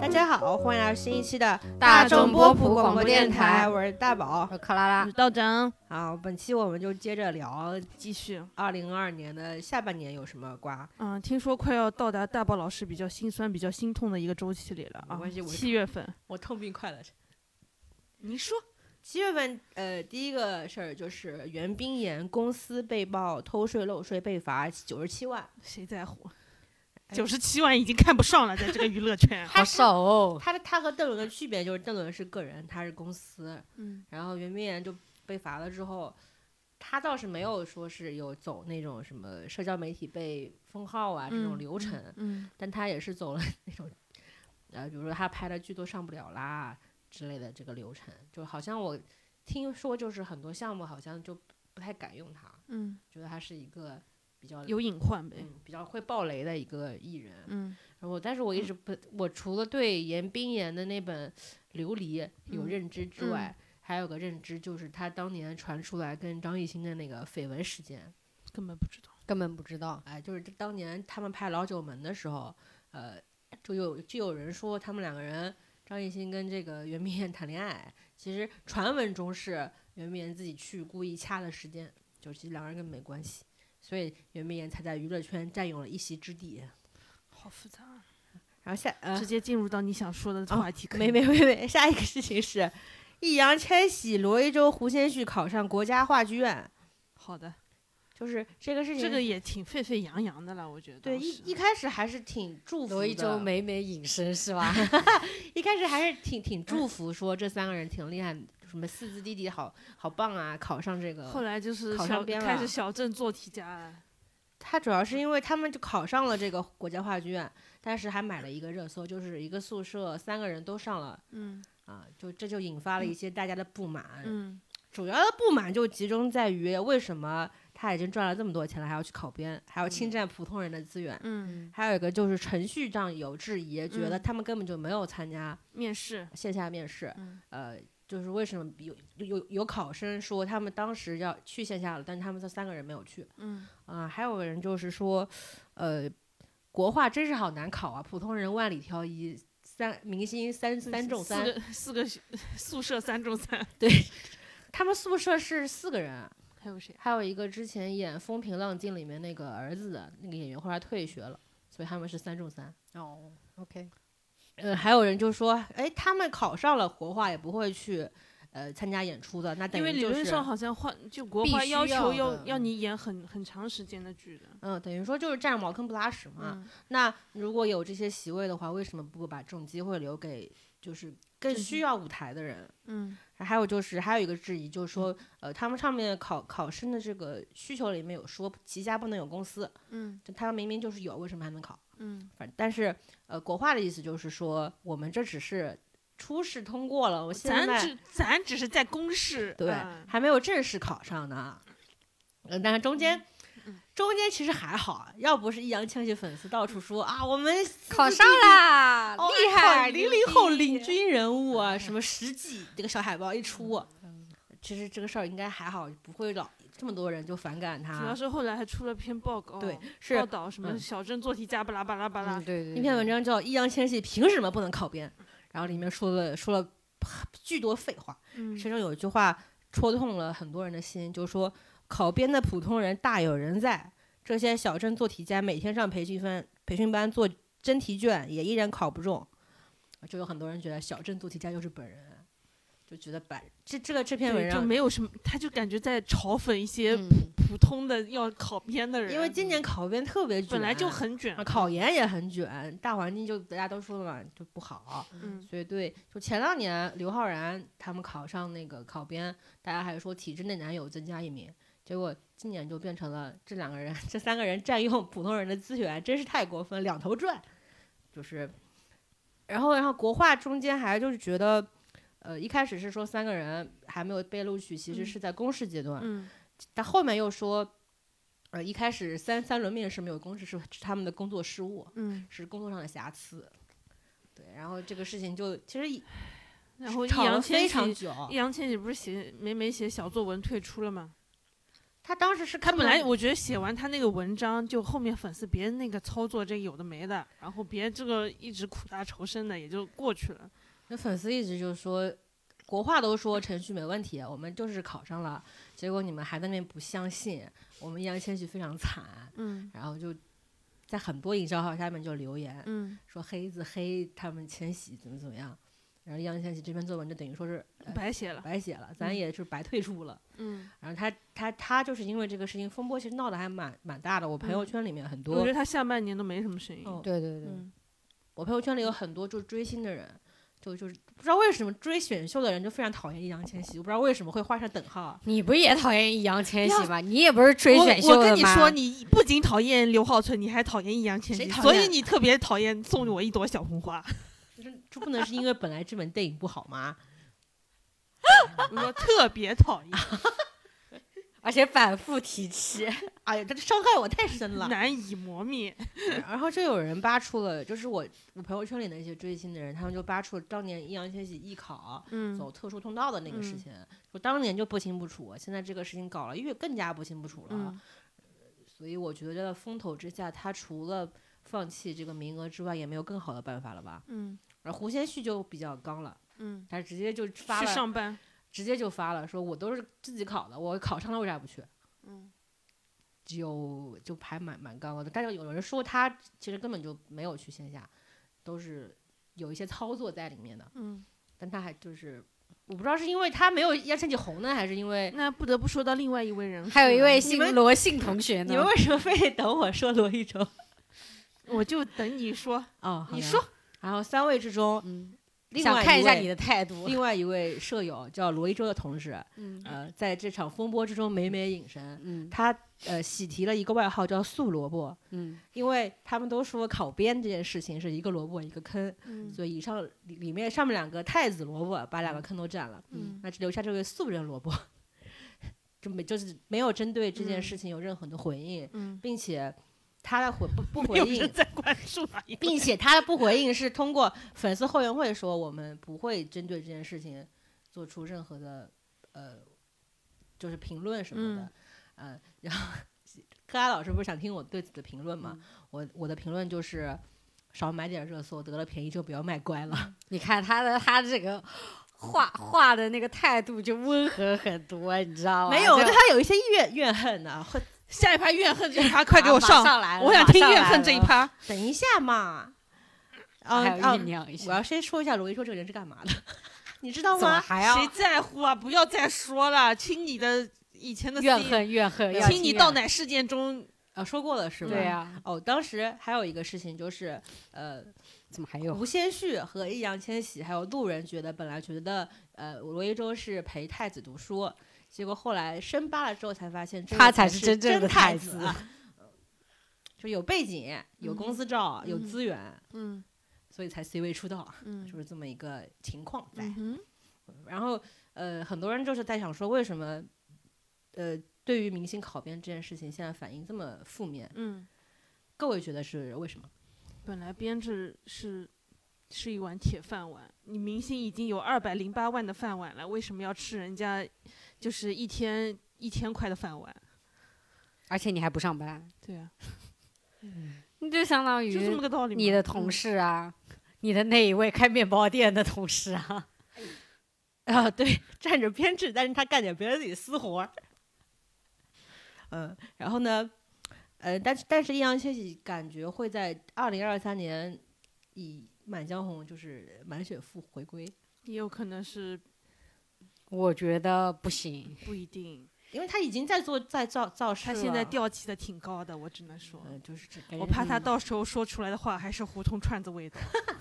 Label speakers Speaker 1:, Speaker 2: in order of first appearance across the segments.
Speaker 1: 大家好，欢迎来到新一期的
Speaker 2: 大
Speaker 1: 众
Speaker 2: 众波
Speaker 1: 普
Speaker 2: 普广
Speaker 1: 播
Speaker 2: 播电
Speaker 1: 台，
Speaker 2: 台
Speaker 1: 我是大宝。
Speaker 2: 我克拉
Speaker 1: 啊
Speaker 2: 拉，。
Speaker 3: 道长，
Speaker 1: 好，本期我们就接着聊
Speaker 3: 继续。
Speaker 1: 二零二年的下半年有什么瓜。
Speaker 3: 嗯，听说快要到达大宝老师比较心酸、比较心痛的一个周期里了
Speaker 1: 没
Speaker 3: 啊
Speaker 1: 关系，我
Speaker 3: 七月份。
Speaker 1: 我痛并快乐着。
Speaker 3: 你说
Speaker 1: 七月份，呃，第一个事儿就是袁冰妍公司被曝偷税漏税被罚九十七万，
Speaker 3: 谁在乎？
Speaker 1: 哎
Speaker 3: 九十七万已经看不上了，在这个娱乐 圈
Speaker 2: 好少哦。
Speaker 1: 他的他和邓伦的区别就是邓伦是个人，他是公司，
Speaker 3: 嗯，
Speaker 1: 然后袁冰妍就被罚了之后，他倒是没有说是有走那种什么社交媒体被封号啊这种
Speaker 3: 嗯
Speaker 1: 流程，
Speaker 3: 嗯，
Speaker 1: 但他也是走了 那种，呃，比如说他拍的剧都上不了啦之类的这个流程，就好像我听说就是很多项目好像就不太敢用他，
Speaker 3: 嗯，
Speaker 1: 觉得他是一个比较
Speaker 3: 有隐患呗。
Speaker 1: 嗯比较会爆雷的一个艺人，
Speaker 3: 嗯，
Speaker 1: 然后，但是我一直不，我除了对严冰妍的那本《琉璃》有
Speaker 3: 嗯
Speaker 1: 认知之外，还有个认知就是她当年传出来跟张艺兴的那个绯闻事件。
Speaker 3: 根本不知道。
Speaker 2: 根本不知道，
Speaker 1: 哎，就是当年他们拍《老九门》的时候，呃，就有就有人说他们两个人，张艺兴跟这个袁冰妍谈恋爱。其实传闻中是袁冰妍自己去故意掐的时间，就其实两个人根本没关系，所以袁冰妍才在娱乐圈占有了一席之地。
Speaker 3: 好复杂啊，
Speaker 1: 然后下呃
Speaker 3: 直接进入到你想说的话题。可
Speaker 1: 啊
Speaker 3: 以
Speaker 1: 没没，没没，下一个事情是，易烊千玺、罗一舟、胡先煦考上国家话剧院，
Speaker 3: 好的，
Speaker 1: 就是这个事情。
Speaker 3: 这个也挺沸沸扬扬的了，我觉得。
Speaker 1: 对
Speaker 3: 当时
Speaker 1: 一一开始还是挺祝福的，
Speaker 2: 罗一舟每每隐身是吧？
Speaker 1: 一开始还是挺
Speaker 3: 嗯
Speaker 1: 挺祝福，说这三个人挺厉害，什么四字弟弟好好棒啊，考上这
Speaker 3: 后
Speaker 1: 个。
Speaker 3: 来就是
Speaker 1: 考
Speaker 3: 小
Speaker 1: 上编了
Speaker 3: 开始小镇做题家了。
Speaker 1: 他主要是因为他们就考上了这个国家话剧院，但是还买了一个热搜，就是一个宿舍三个人都上了
Speaker 3: 嗯
Speaker 1: 啊，就这就引发了一些大家的不满。
Speaker 3: 嗯
Speaker 1: 主要的不满就集中在于为什么他已经赚了这么多钱了，还要去考编，还要侵占普通人的资源。
Speaker 3: 嗯，
Speaker 1: 还有一个就是程序上有质疑，觉得
Speaker 3: 嗯
Speaker 1: 他们根本就没有参加
Speaker 3: 面试。
Speaker 1: 线下面试。
Speaker 3: 嗯
Speaker 1: 呃，就是为什么有有有考生说他们当时要去线下了，但是他们这三个人没有去。
Speaker 3: 嗯
Speaker 1: 啊、还有人就是说，呃，国画真是好难考啊，普通人万里挑一，三明星三三中三
Speaker 3: 四。个四个宿舍三中三，
Speaker 1: 他们宿舍是四个人。 啊
Speaker 3: 还有谁？啊
Speaker 1: 还有一个之前演《风平浪静》里面那个儿子的那个演员，后来退学了，所以他们是三中三。
Speaker 2: 哦，OK，
Speaker 1: 呃，还有人就说，哎，他们考上了国画也不会去，呃，参加演出的，那 等
Speaker 3: 因为
Speaker 1: 于
Speaker 3: 理
Speaker 1: 就是，
Speaker 3: 论上好像换就国
Speaker 2: 必
Speaker 3: 画
Speaker 2: 须
Speaker 3: 要求
Speaker 2: 要
Speaker 3: 要
Speaker 2: 的
Speaker 3: 要你演很很长时间的剧的。
Speaker 1: 嗯，等于说就是站着茅坑不拉屎嘛。
Speaker 3: 嗯，
Speaker 1: 那如果有这些席位的话，为什么不把这种机会留给就是更
Speaker 3: 这些
Speaker 1: 需要舞台的人？
Speaker 3: 嗯
Speaker 1: 还有就是还有一个质疑，就是说，呃，他们上面考考生的这个需求里面有说，旗下不能有公司，
Speaker 3: 嗯
Speaker 1: 就他们明明就是有，为什么还能考？
Speaker 3: 嗯
Speaker 1: 反但是呃，国画的意思就是说，我们这只是初试通过了，我现
Speaker 3: 咱
Speaker 1: 在
Speaker 3: 只咱只是在公示。
Speaker 1: 对、
Speaker 3: 嗯
Speaker 1: 还没有正式考上呢。嗯，但是中间、
Speaker 3: 嗯
Speaker 1: 中间其实还好，要不是易烊千玺粉丝到处说啊，我们
Speaker 2: 考上啦，
Speaker 1: 哦
Speaker 2: 厉
Speaker 3: 啊
Speaker 2: 害，
Speaker 1: 零零后领军人物啊，
Speaker 3: 嗯
Speaker 1: 什么十几这个小海报一出。其实这个事儿应该还好，不会老这么多人就反感
Speaker 3: 主要
Speaker 1: 他。
Speaker 3: 是后来还出了篇报告，
Speaker 1: 对，
Speaker 3: 报
Speaker 1: 是
Speaker 3: 道什
Speaker 1: 嗯
Speaker 3: 么小镇做题家巴拉巴拉巴拉
Speaker 2: 嗯，。对对，
Speaker 1: 那篇文章叫《易烊千玺凭什么不能考编》，然后里面说了说了巨多废话。
Speaker 3: 嗯
Speaker 1: 其中有一句话戳痛了很多人的心，就是说考编的普通人大有人在，这些小镇做题家每天上培训班，培训班做真题卷，也依然考不中。就有很多人觉得小镇做题家就是本人，就觉得把这这个这篇文
Speaker 3: 对，就
Speaker 1: 章，
Speaker 3: 没有什么，他就感觉在嘲讽一些
Speaker 2: 嗯
Speaker 3: 普通的要考编的人，
Speaker 1: 因为今年考编特别卷，
Speaker 3: 本来就很卷
Speaker 1: 啊。考研也很卷，大环境就大家都说了嘛，就不好。
Speaker 3: 嗯
Speaker 1: 所以对，就前两年刘昊然他们考上那个考编，大家还说体制内男友增加一名，结果今年就变成了这两个人、这三个人占用普通人的资源，真是太过分，两头赚。就是，然后然后国画中间还就是觉得，呃，一开始是说三个人还没有被录取，其实
Speaker 3: 嗯
Speaker 1: 是在公示阶段，
Speaker 3: 嗯
Speaker 1: 但后面又说，呃，一开始三三轮面试没有公示是是他们的工作失误，
Speaker 3: 嗯，
Speaker 1: 是工作上的瑕疵。对，然后这个事情就其实一
Speaker 3: 然后易
Speaker 1: 吵了
Speaker 3: 烊
Speaker 1: 非
Speaker 3: 千
Speaker 1: 常
Speaker 3: 玺
Speaker 1: 久，
Speaker 3: 易烊千玺不是写每每写小作文退出了吗？
Speaker 1: 他当时是
Speaker 3: 他
Speaker 1: 看
Speaker 3: 本
Speaker 1: 到
Speaker 3: 来我觉得写完他那个文章，就后面粉丝别那个操作这有的没的，然后别这个一直苦大仇深的也就过去了。
Speaker 1: 那粉丝一直就说，国话都说程序没问题，我们就是考上了，结果你们还在那边不相信，我们易烊千玺非常惨，
Speaker 3: 嗯
Speaker 1: 然后就在很多营销号下面就留言
Speaker 3: 嗯，
Speaker 1: 说黑子黑他们千玺怎么怎么样，然后易烊千玺这篇作文就等于说是呃
Speaker 3: 白写了。
Speaker 1: 白写了，咱
Speaker 3: 嗯
Speaker 1: 也是白退出了。
Speaker 3: 嗯，
Speaker 1: 然后他他他就是因为这个事情风波，其实闹得还蛮蛮大的。我朋友
Speaker 3: 嗯
Speaker 1: 圈里面很
Speaker 3: 我
Speaker 1: 多
Speaker 3: 觉得，他下半年都没什么声音。
Speaker 1: 哦
Speaker 2: 对对对，
Speaker 3: 嗯，
Speaker 1: 我朋友圈里有很多就是追星的人，就就是不知道为什么追选秀的人就非常讨厌易烊千玺，我不知道为什么会画上等号啊。
Speaker 2: 你不是也讨厌易烊千玺吗？你也不是追
Speaker 3: 我
Speaker 2: 选秀的吗？
Speaker 3: 我跟你说，你不仅讨厌刘浩存，你还讨厌易烊千
Speaker 1: 谁
Speaker 3: 玺，
Speaker 1: 讨
Speaker 3: 所以
Speaker 1: 厌
Speaker 3: 你特别讨厌送我一朵小 红花。
Speaker 1: 就是这不能是因为本来这本电影不好吗？
Speaker 3: 我说特别讨
Speaker 1: 啊
Speaker 3: 厌，
Speaker 2: 而且反复提起，
Speaker 1: 哎呀，这伤害我太深 了。
Speaker 3: 难以磨灭。
Speaker 1: 然后就有人扒出了，就是我我朋友圈里的一些追星的人，他们就扒出了当年易烊千玺艺考
Speaker 3: 嗯
Speaker 1: 走特殊通道的那个事
Speaker 3: 嗯
Speaker 1: 情，说当年就不清不楚，现在这个事情搞了越更加不清不楚了。
Speaker 3: 嗯
Speaker 1: 所以我觉得风头之下，他除了放弃这个名额之外，也没有更好的办法了吧？
Speaker 3: 嗯
Speaker 1: 而胡先煦就比较刚了，
Speaker 3: 嗯，
Speaker 1: 他直接就发
Speaker 3: 去
Speaker 1: 了，
Speaker 3: 上班。
Speaker 1: 直接就发了，说我都是自己考的，我考上了为啥不去？
Speaker 3: 嗯
Speaker 1: 就就还蛮蛮刚的，但是有人说他其实根本就没有去线下，都是有一些操作在里面的，
Speaker 3: 嗯，
Speaker 1: 但他还就是我不知道是因为他没有易烊千玺红呢，还是因为
Speaker 3: 那不得不说到另外一位人，
Speaker 2: 还有一位
Speaker 1: 你们
Speaker 2: 姓罗姓同学
Speaker 1: 你们
Speaker 2: 呢。
Speaker 1: 为什么非得等我说罗一舟？
Speaker 3: 我就等你说。
Speaker 1: 哦，好
Speaker 3: 你
Speaker 1: 的
Speaker 3: 说。
Speaker 1: 然后三位之中，
Speaker 2: 嗯，
Speaker 1: 另
Speaker 2: 想
Speaker 1: 外
Speaker 2: 看一下
Speaker 1: 位
Speaker 2: 你的态度。
Speaker 1: 另外一位舍友叫罗一舟的同事，
Speaker 2: 嗯
Speaker 1: 呃，在这场风波之中每每隐身。
Speaker 2: 嗯
Speaker 1: 他呃喜提了一个外号叫“素萝卜
Speaker 2: 嗯”，
Speaker 1: 因为他们都说考编这件事情是一个萝卜一个坑，
Speaker 3: 嗯
Speaker 1: 所以以上里里面上面两个太子萝卜把两个坑都占了，
Speaker 3: 嗯
Speaker 1: 那只留下这位素人萝卜， 就没就是没有针对这件事情有任何的回应，
Speaker 3: 嗯，
Speaker 1: 并且他的回不不
Speaker 3: 没
Speaker 1: 回
Speaker 3: 有
Speaker 1: 应
Speaker 3: 人在关注啊。
Speaker 1: 并且他的不回应是通过粉丝后援会说，我们不会针对这件事情做出任何的呃，就是评论什
Speaker 2: 嗯
Speaker 1: 么的，呃，然后柯达老师不是想听我对此的评论吗？
Speaker 2: 嗯
Speaker 1: 我我的评论就是少买点热搜，得了便宜就不要卖乖了。
Speaker 2: 你看他的他这个画画的那个态度就温和很多，你知道吗？
Speaker 1: 没有，
Speaker 2: 就
Speaker 1: 他有一些怨怨恨呢、会
Speaker 3: 下一趴怨恨这一趴，啊快给我
Speaker 2: 马
Speaker 3: 上！
Speaker 2: 上来了
Speaker 3: 我想
Speaker 2: 马
Speaker 3: 听
Speaker 2: 上
Speaker 3: 怨
Speaker 2: 来
Speaker 3: 恨这一
Speaker 2: 了
Speaker 3: 趴。
Speaker 1: 等一下嘛。啊
Speaker 2: 还有
Speaker 1: 啊
Speaker 2: 酝！酿一
Speaker 1: 我
Speaker 2: 下。
Speaker 1: 要先说一下罗一说这个人是干嘛的， 你知道
Speaker 2: 怎么
Speaker 1: 吗？
Speaker 2: 还要
Speaker 3: 谁在乎啊？不要再说了，亲你的以前的
Speaker 2: 怨
Speaker 3: C-
Speaker 2: 恨怨恨？要
Speaker 3: 亲你到
Speaker 2: 怨
Speaker 3: 奶事件中，
Speaker 1: 啊，说过了是
Speaker 2: 恨
Speaker 1: 吧？
Speaker 2: 对
Speaker 3: 啊
Speaker 2: 呀，
Speaker 1: 哦，当时还有一个事情就是，呃，
Speaker 2: 怎么还有？
Speaker 1: 吴先煦和易烊千玺还有路人觉得，本来觉得呃罗一舟是陪太子读书，结果后来深扒了之后才发现这个，
Speaker 2: 他才
Speaker 1: 是
Speaker 2: 是真正的
Speaker 1: 太
Speaker 2: 太子
Speaker 1: 啊，就有背景、有公司照、有
Speaker 3: 嗯
Speaker 1: 资源，
Speaker 3: 嗯
Speaker 1: 所以才 C 位出道，
Speaker 3: 嗯
Speaker 1: 就是这么一个情况在。
Speaker 3: 嗯
Speaker 1: 然后呃，很多人就是在想说，为什么呃对于明星考编这件事情，现在反应这么负面？
Speaker 3: 嗯，
Speaker 1: 各位觉得是为什么？
Speaker 3: 本来编制是是一碗铁饭碗，你明星已经有二百零八万的饭碗了，为什么要吃人家就是一天一千块的饭碗？
Speaker 2: 而且你还不上班，
Speaker 3: 对啊，
Speaker 2: 你就相当
Speaker 3: 就这
Speaker 2: 于
Speaker 3: 么个道理嘛。嗯
Speaker 2: 你的同
Speaker 3: 事，
Speaker 2: 事啊，你的那一位开面包店的同事啊，
Speaker 1: 啊，对，占着编制，但是他干点别的自己私活儿。嗯，然后呢，呃，但是但是易烊千玺感觉会在二零二三年以《满江红》就是满血复回归，
Speaker 3: 也有可能是
Speaker 2: 我觉得不行。
Speaker 3: 不一定，
Speaker 1: 因为他已经在做在造造势
Speaker 3: 他
Speaker 1: 了。
Speaker 3: 现在，吊起的挺高的，我只能说。
Speaker 1: 嗯，就是这
Speaker 3: 我怕他
Speaker 1: 嗯
Speaker 3: 到时候说出来的话还是胡同串子味道。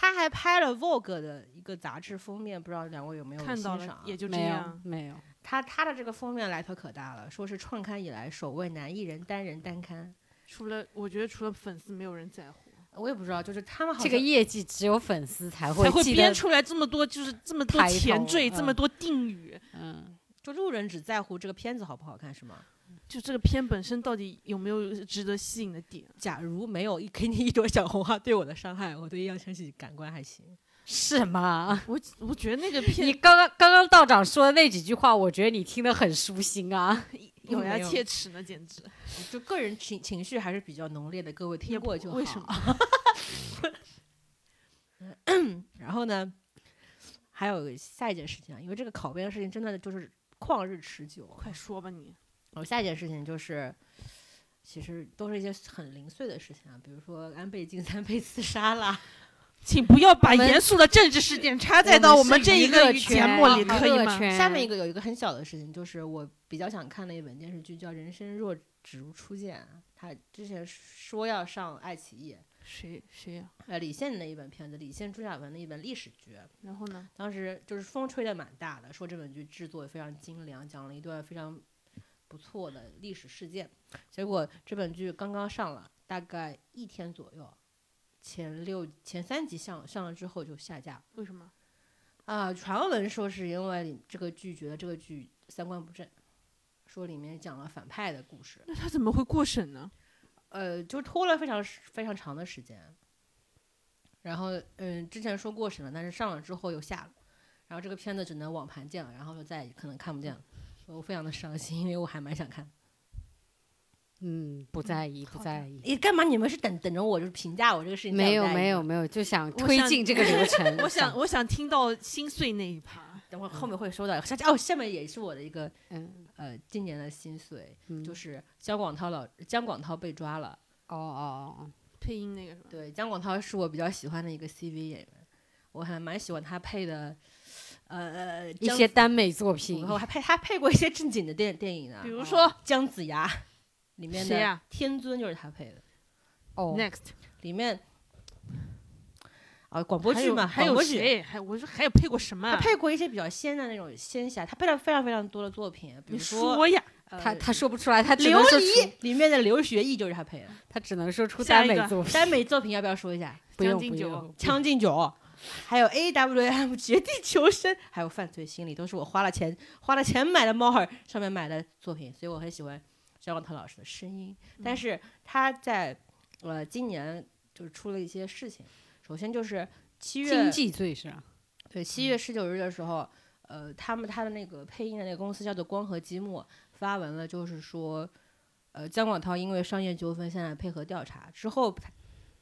Speaker 1: 他还拍了 Vogue 的一个杂志封面，不知道两位有没有
Speaker 3: 看
Speaker 1: 欣
Speaker 3: 到
Speaker 1: 赏啊
Speaker 3: 了也就这
Speaker 2: 没有
Speaker 3: 样，。
Speaker 2: 没有，
Speaker 1: 他他的这个封面来头可大了，说是创刊以来首位男艺人单人单刊。
Speaker 3: 除了我觉得除了粉丝，没有人在乎。
Speaker 1: 我也不知道，就是他们好
Speaker 2: 这个
Speaker 1: 像
Speaker 2: 业绩只有粉丝才
Speaker 3: 才会
Speaker 2: 记得
Speaker 3: 编。出来这么多，就是这么多
Speaker 2: 抬头
Speaker 3: 前缀，这么
Speaker 2: 嗯
Speaker 3: 多定语。
Speaker 2: 嗯，
Speaker 1: 就路人只在乎这个片子好不好看，是吗？
Speaker 3: 就这个片本身到底有没有值得吸引的点？
Speaker 1: 假如没有一 给你一朵小红花对我的伤害，我对易烊千玺感官还行。
Speaker 2: 是吗？
Speaker 3: 我我觉得那个
Speaker 2: 你
Speaker 3: 片
Speaker 2: 刚刚刚刚道长说的那几句话，我觉得你听得很舒心啊。
Speaker 1: 并
Speaker 3: 咬牙
Speaker 1: 没有
Speaker 3: 切齿呢，简直。
Speaker 1: 就个人情情绪还是比较浓烈的，各位听过就好。
Speaker 3: 为什么？
Speaker 1: 然后呢，还有下一件事情啊，因为这个烤边的事情真的就是旷日持久。
Speaker 3: 快说吧你，
Speaker 1: 然后下一件事情就是，其实都是一些很零碎的事情啊，比如说安倍晋三被刺杀啦，
Speaker 3: 请不要把
Speaker 2: 我们
Speaker 3: 严肃的政治事件插在到我们这一个节目
Speaker 2: 啊
Speaker 3: 里，可以吗？
Speaker 1: 下面一
Speaker 2: 个
Speaker 1: 个有一个很小的事情，就是我比较想看的一本电视剧叫《人生若只如初见》，他之前说要上爱奇艺，
Speaker 3: 谁谁呀、
Speaker 1: 呃，李现的一本片子，李现、朱亚文的一本历史剧，
Speaker 3: 然后呢？
Speaker 1: 当时就是风吹得蛮大的，说这本剧制作也非常精良，讲了一段非常不错的历史事件。结果这本剧刚刚上了，大概一天左右，前六前三集上上了之后就下架了
Speaker 3: 为什么？
Speaker 1: 啊。传闻说是因为这个剧觉得这个剧三观不正，说里面讲了反派的故事，
Speaker 3: 那他怎么会过审呢？
Speaker 1: 呃，就拖了非常时非常长的时间。然后，嗯，之前说过审了，但是上了之后又下了，然后这个片子只能网盘见了，然后就再也可能看不见了。我非常的伤心，因为我还蛮想看。
Speaker 2: 嗯，不在意，
Speaker 3: 好
Speaker 2: 不
Speaker 3: 的
Speaker 2: 在意。
Speaker 1: 你干嘛？你们是等等着我就是评价我这个事情？
Speaker 2: 没有没有，没有，就想
Speaker 3: 我
Speaker 2: 推
Speaker 3: 想
Speaker 2: 进这个流程
Speaker 3: 。我想，，我想听到心碎那一趴。
Speaker 1: 等会儿后面会说到。下哦，下面也是我的一个
Speaker 2: 嗯，
Speaker 1: 呃今年的心碎，
Speaker 2: 嗯
Speaker 1: 就是姜广涛老姜广涛被抓了。
Speaker 2: 哦哦哦，
Speaker 3: 配音那个是吧？
Speaker 1: 对，姜广涛是我比较喜欢的一个 CV 演员，我还蛮喜欢他配的，呃，
Speaker 2: 一
Speaker 1: 姜
Speaker 2: 些耽美作品
Speaker 1: 然，后还配他配过一些正经的电电影呢，
Speaker 3: 比如
Speaker 1: 哦
Speaker 3: 说
Speaker 1: 《姜子牙》里面的
Speaker 3: 谁呀
Speaker 1: 天尊就是他配的，
Speaker 2: 哦，
Speaker 3: Next，
Speaker 1: 里面啊广播剧嘛，
Speaker 3: 还
Speaker 1: 广
Speaker 3: 有
Speaker 1: 播剧。
Speaker 3: 谁？还我说还有配过什么啊？
Speaker 1: 他配过一些比较仙的那种仙侠，他配了非常非常多的作品，比
Speaker 3: 你
Speaker 1: 如说
Speaker 3: 说呀，
Speaker 1: 呃
Speaker 2: 他他说不出来，他只
Speaker 1: 琉
Speaker 2: 能说
Speaker 1: 璃
Speaker 2: 出，
Speaker 1: 里面的刘学义就是他 配的。
Speaker 2: 他只能说出
Speaker 3: 下
Speaker 2: 耽
Speaker 3: 一
Speaker 2: 美
Speaker 3: 个
Speaker 2: 作品。
Speaker 1: 耽美作品要不要说一下？
Speaker 2: 不用
Speaker 3: 将进
Speaker 2: 不
Speaker 3: 酒
Speaker 2: 用，
Speaker 1: 《将进酒》，还有 A W M 绝地求生，还有《犯罪心理》，都是我花了钱花了钱买的猫耳上面买的作品，所以我很喜欢张广涛老师的声音。但
Speaker 3: 嗯
Speaker 1: 是他在呃今年就是出了一些事情，首先就是七
Speaker 2: 经
Speaker 1: 月
Speaker 2: 济罪是吧？
Speaker 1: 对七月十九日的时候，呃，他们他的那个配音的那个公司叫做光合积木发文了，就是说，呃，姜广涛因为商业纠纷现在配合调查之后，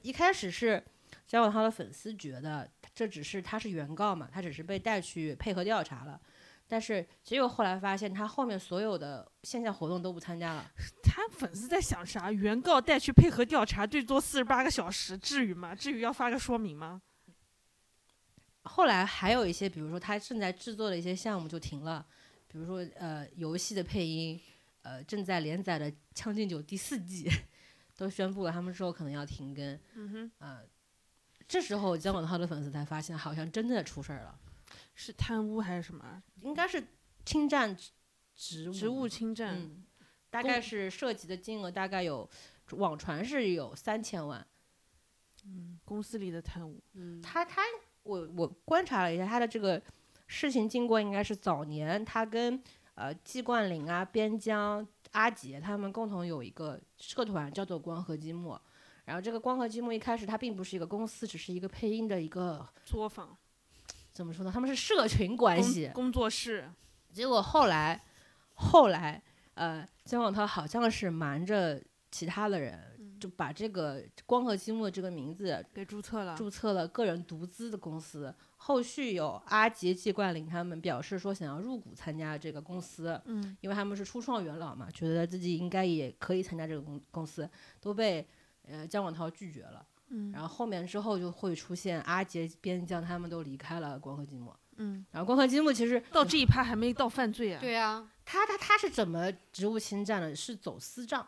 Speaker 1: 一开始是姜广涛的粉丝觉得这只是他是原告嘛，他只是被带去配合调查了。但是结果后来发现，他后面所有的线下活动都不参加了。
Speaker 3: 他粉丝在想啥？原告带去配合调查，最多四十八个小时，至于吗？至于要发个说明吗？
Speaker 1: 后来还有一些，比如说他正在制作的一些项目就停了，比如说呃游戏的配音，呃正在连载的《将进酒》第四季， 都宣布了他们之后可能要停更
Speaker 3: 嗯哼，
Speaker 1: 啊、呃这时候姜广涛的粉丝才发现，好像真的出事儿了，
Speaker 3: 是贪污还是什么？
Speaker 1: 应该是侵占职职务
Speaker 3: 职务侵占？
Speaker 1: 嗯，大
Speaker 3: 公
Speaker 1: 概是涉及的金额大概有网传是有三千万，
Speaker 3: 嗯，公司里的贪污。
Speaker 2: 嗯，
Speaker 1: 他他我我观察了一下他的这个事情经过，应该是早年他跟呃季冠霖啊、边疆、阿杰他们共同有一个社团叫做光合积木。然后这个光合积木一开始它并不是一个公司，只是一个配音的一个
Speaker 3: 作坊、
Speaker 1: 怎么说呢？他们是社群关系
Speaker 3: 工。工作室，
Speaker 1: 结果后来后来呃，姜广涛好像是瞒着其他的人，
Speaker 3: 嗯
Speaker 1: 就把这个光合积木的这个名字
Speaker 3: 给注册了。
Speaker 1: 注册了个人独资的公司。后续有阿杰、季冠霖他们表示说想要入股参加这个公司，
Speaker 3: 嗯，
Speaker 1: 因为他们是初创元老嘛，觉得自己应该也可以参加这个公公司，都被呃姜广涛拒绝了。
Speaker 3: 嗯
Speaker 1: 然后后面之后就会出现阿杰、边疆他们都离开了光合积木，
Speaker 3: 嗯，
Speaker 1: 然后光合积木其实
Speaker 3: 到这一趴还没到犯罪啊。，
Speaker 2: 对啊，
Speaker 1: 他他他是怎么职务侵占的？是走私账。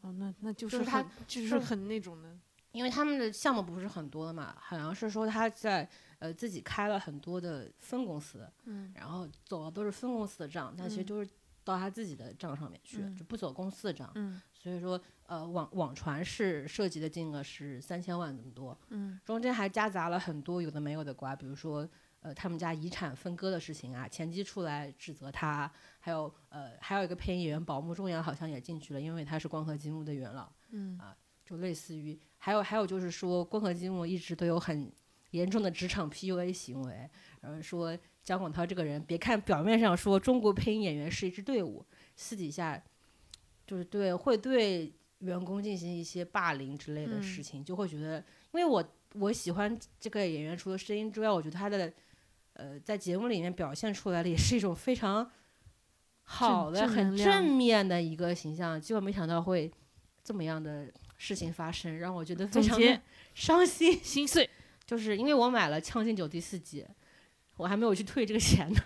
Speaker 3: 哦，那那就
Speaker 1: 就是是他
Speaker 3: 很就是是很那种的。
Speaker 1: 因为他们的项目不是很多的嘛，好像是说他在呃自己开了很多的分公司，
Speaker 3: 嗯，
Speaker 1: 然后走的都是分公司的账，但其实
Speaker 3: 嗯
Speaker 1: 都是到他自己的账上面去，
Speaker 3: 嗯
Speaker 1: 就不走公司的账。
Speaker 3: 嗯
Speaker 1: 所以说，呃，网网传是涉及的金额是三千万这么多，
Speaker 3: 嗯
Speaker 1: 中间还夹杂了很多有的没有的瓜，比如说。呃，他们家遗产分割的事情啊，前妻出来指责他，还有呃，还有一个配音演员宝木中阳好像也进去了，因为他是光合积木的元老，
Speaker 3: 嗯
Speaker 1: 就类似于，还有还有就是说，光合积木一直都有很严重的职场 PUA 行为，然后说姜广涛这个人，别看表面上说中国配音演员是一支队伍，私底下就是对会对员工进行一些霸凌之类
Speaker 3: 嗯
Speaker 1: 的事情，就会觉得，因为我我喜欢这个演员，除了声音之外，我觉得他的呃在节目里面表现出来的也是一种非常好的、
Speaker 3: 正
Speaker 1: 很
Speaker 3: 能量
Speaker 1: 正面的一个形象，结果没想到会这么样的事情发生，让我觉得非
Speaker 3: 总
Speaker 1: 常
Speaker 3: 结
Speaker 1: 的伤心。
Speaker 3: 心碎。
Speaker 1: 就是因为我买了《将进酒》第四季，我还没有去退这个钱呢，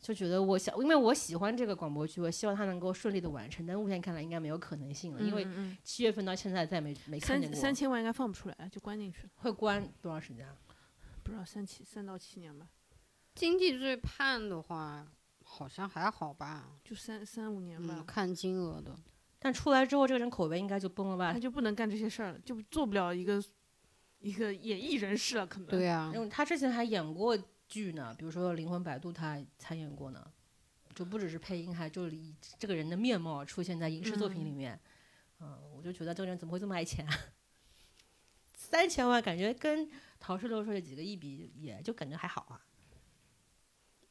Speaker 1: 就觉得我想，因为我喜欢这个广播剧，我希望它能够顺利的完成，但目前看来应该没有可能性了，因为
Speaker 3: 嗯嗯嗯嗯
Speaker 1: 七月份到现在再没没看见
Speaker 3: 三
Speaker 1: 过，
Speaker 3: 三千万应该放不出来，就关进去了，
Speaker 1: 会关多长时间啊？
Speaker 3: 不知道三七三到七年吧，
Speaker 2: 经济罪判的话，好像还好吧，
Speaker 3: 就三三五年吧
Speaker 2: 嗯，。看金额的。
Speaker 1: 但出来之后，这个人口碑应该就崩了吧
Speaker 3: 他？就不能干这些事儿了，就做不了一个一个演艺人士了，可能。
Speaker 2: 对啊呀、
Speaker 1: 因为他之前还演过剧呢，比如说《灵魂摆渡》，他参演过呢，就不只是配音，还就是以这个人的面貌出现在影视作品里面。嗯我就觉得这个人怎么会这么爱钱、啊？ 三千万感觉跟《逃税漏税》几个一比，也就感觉还好啊。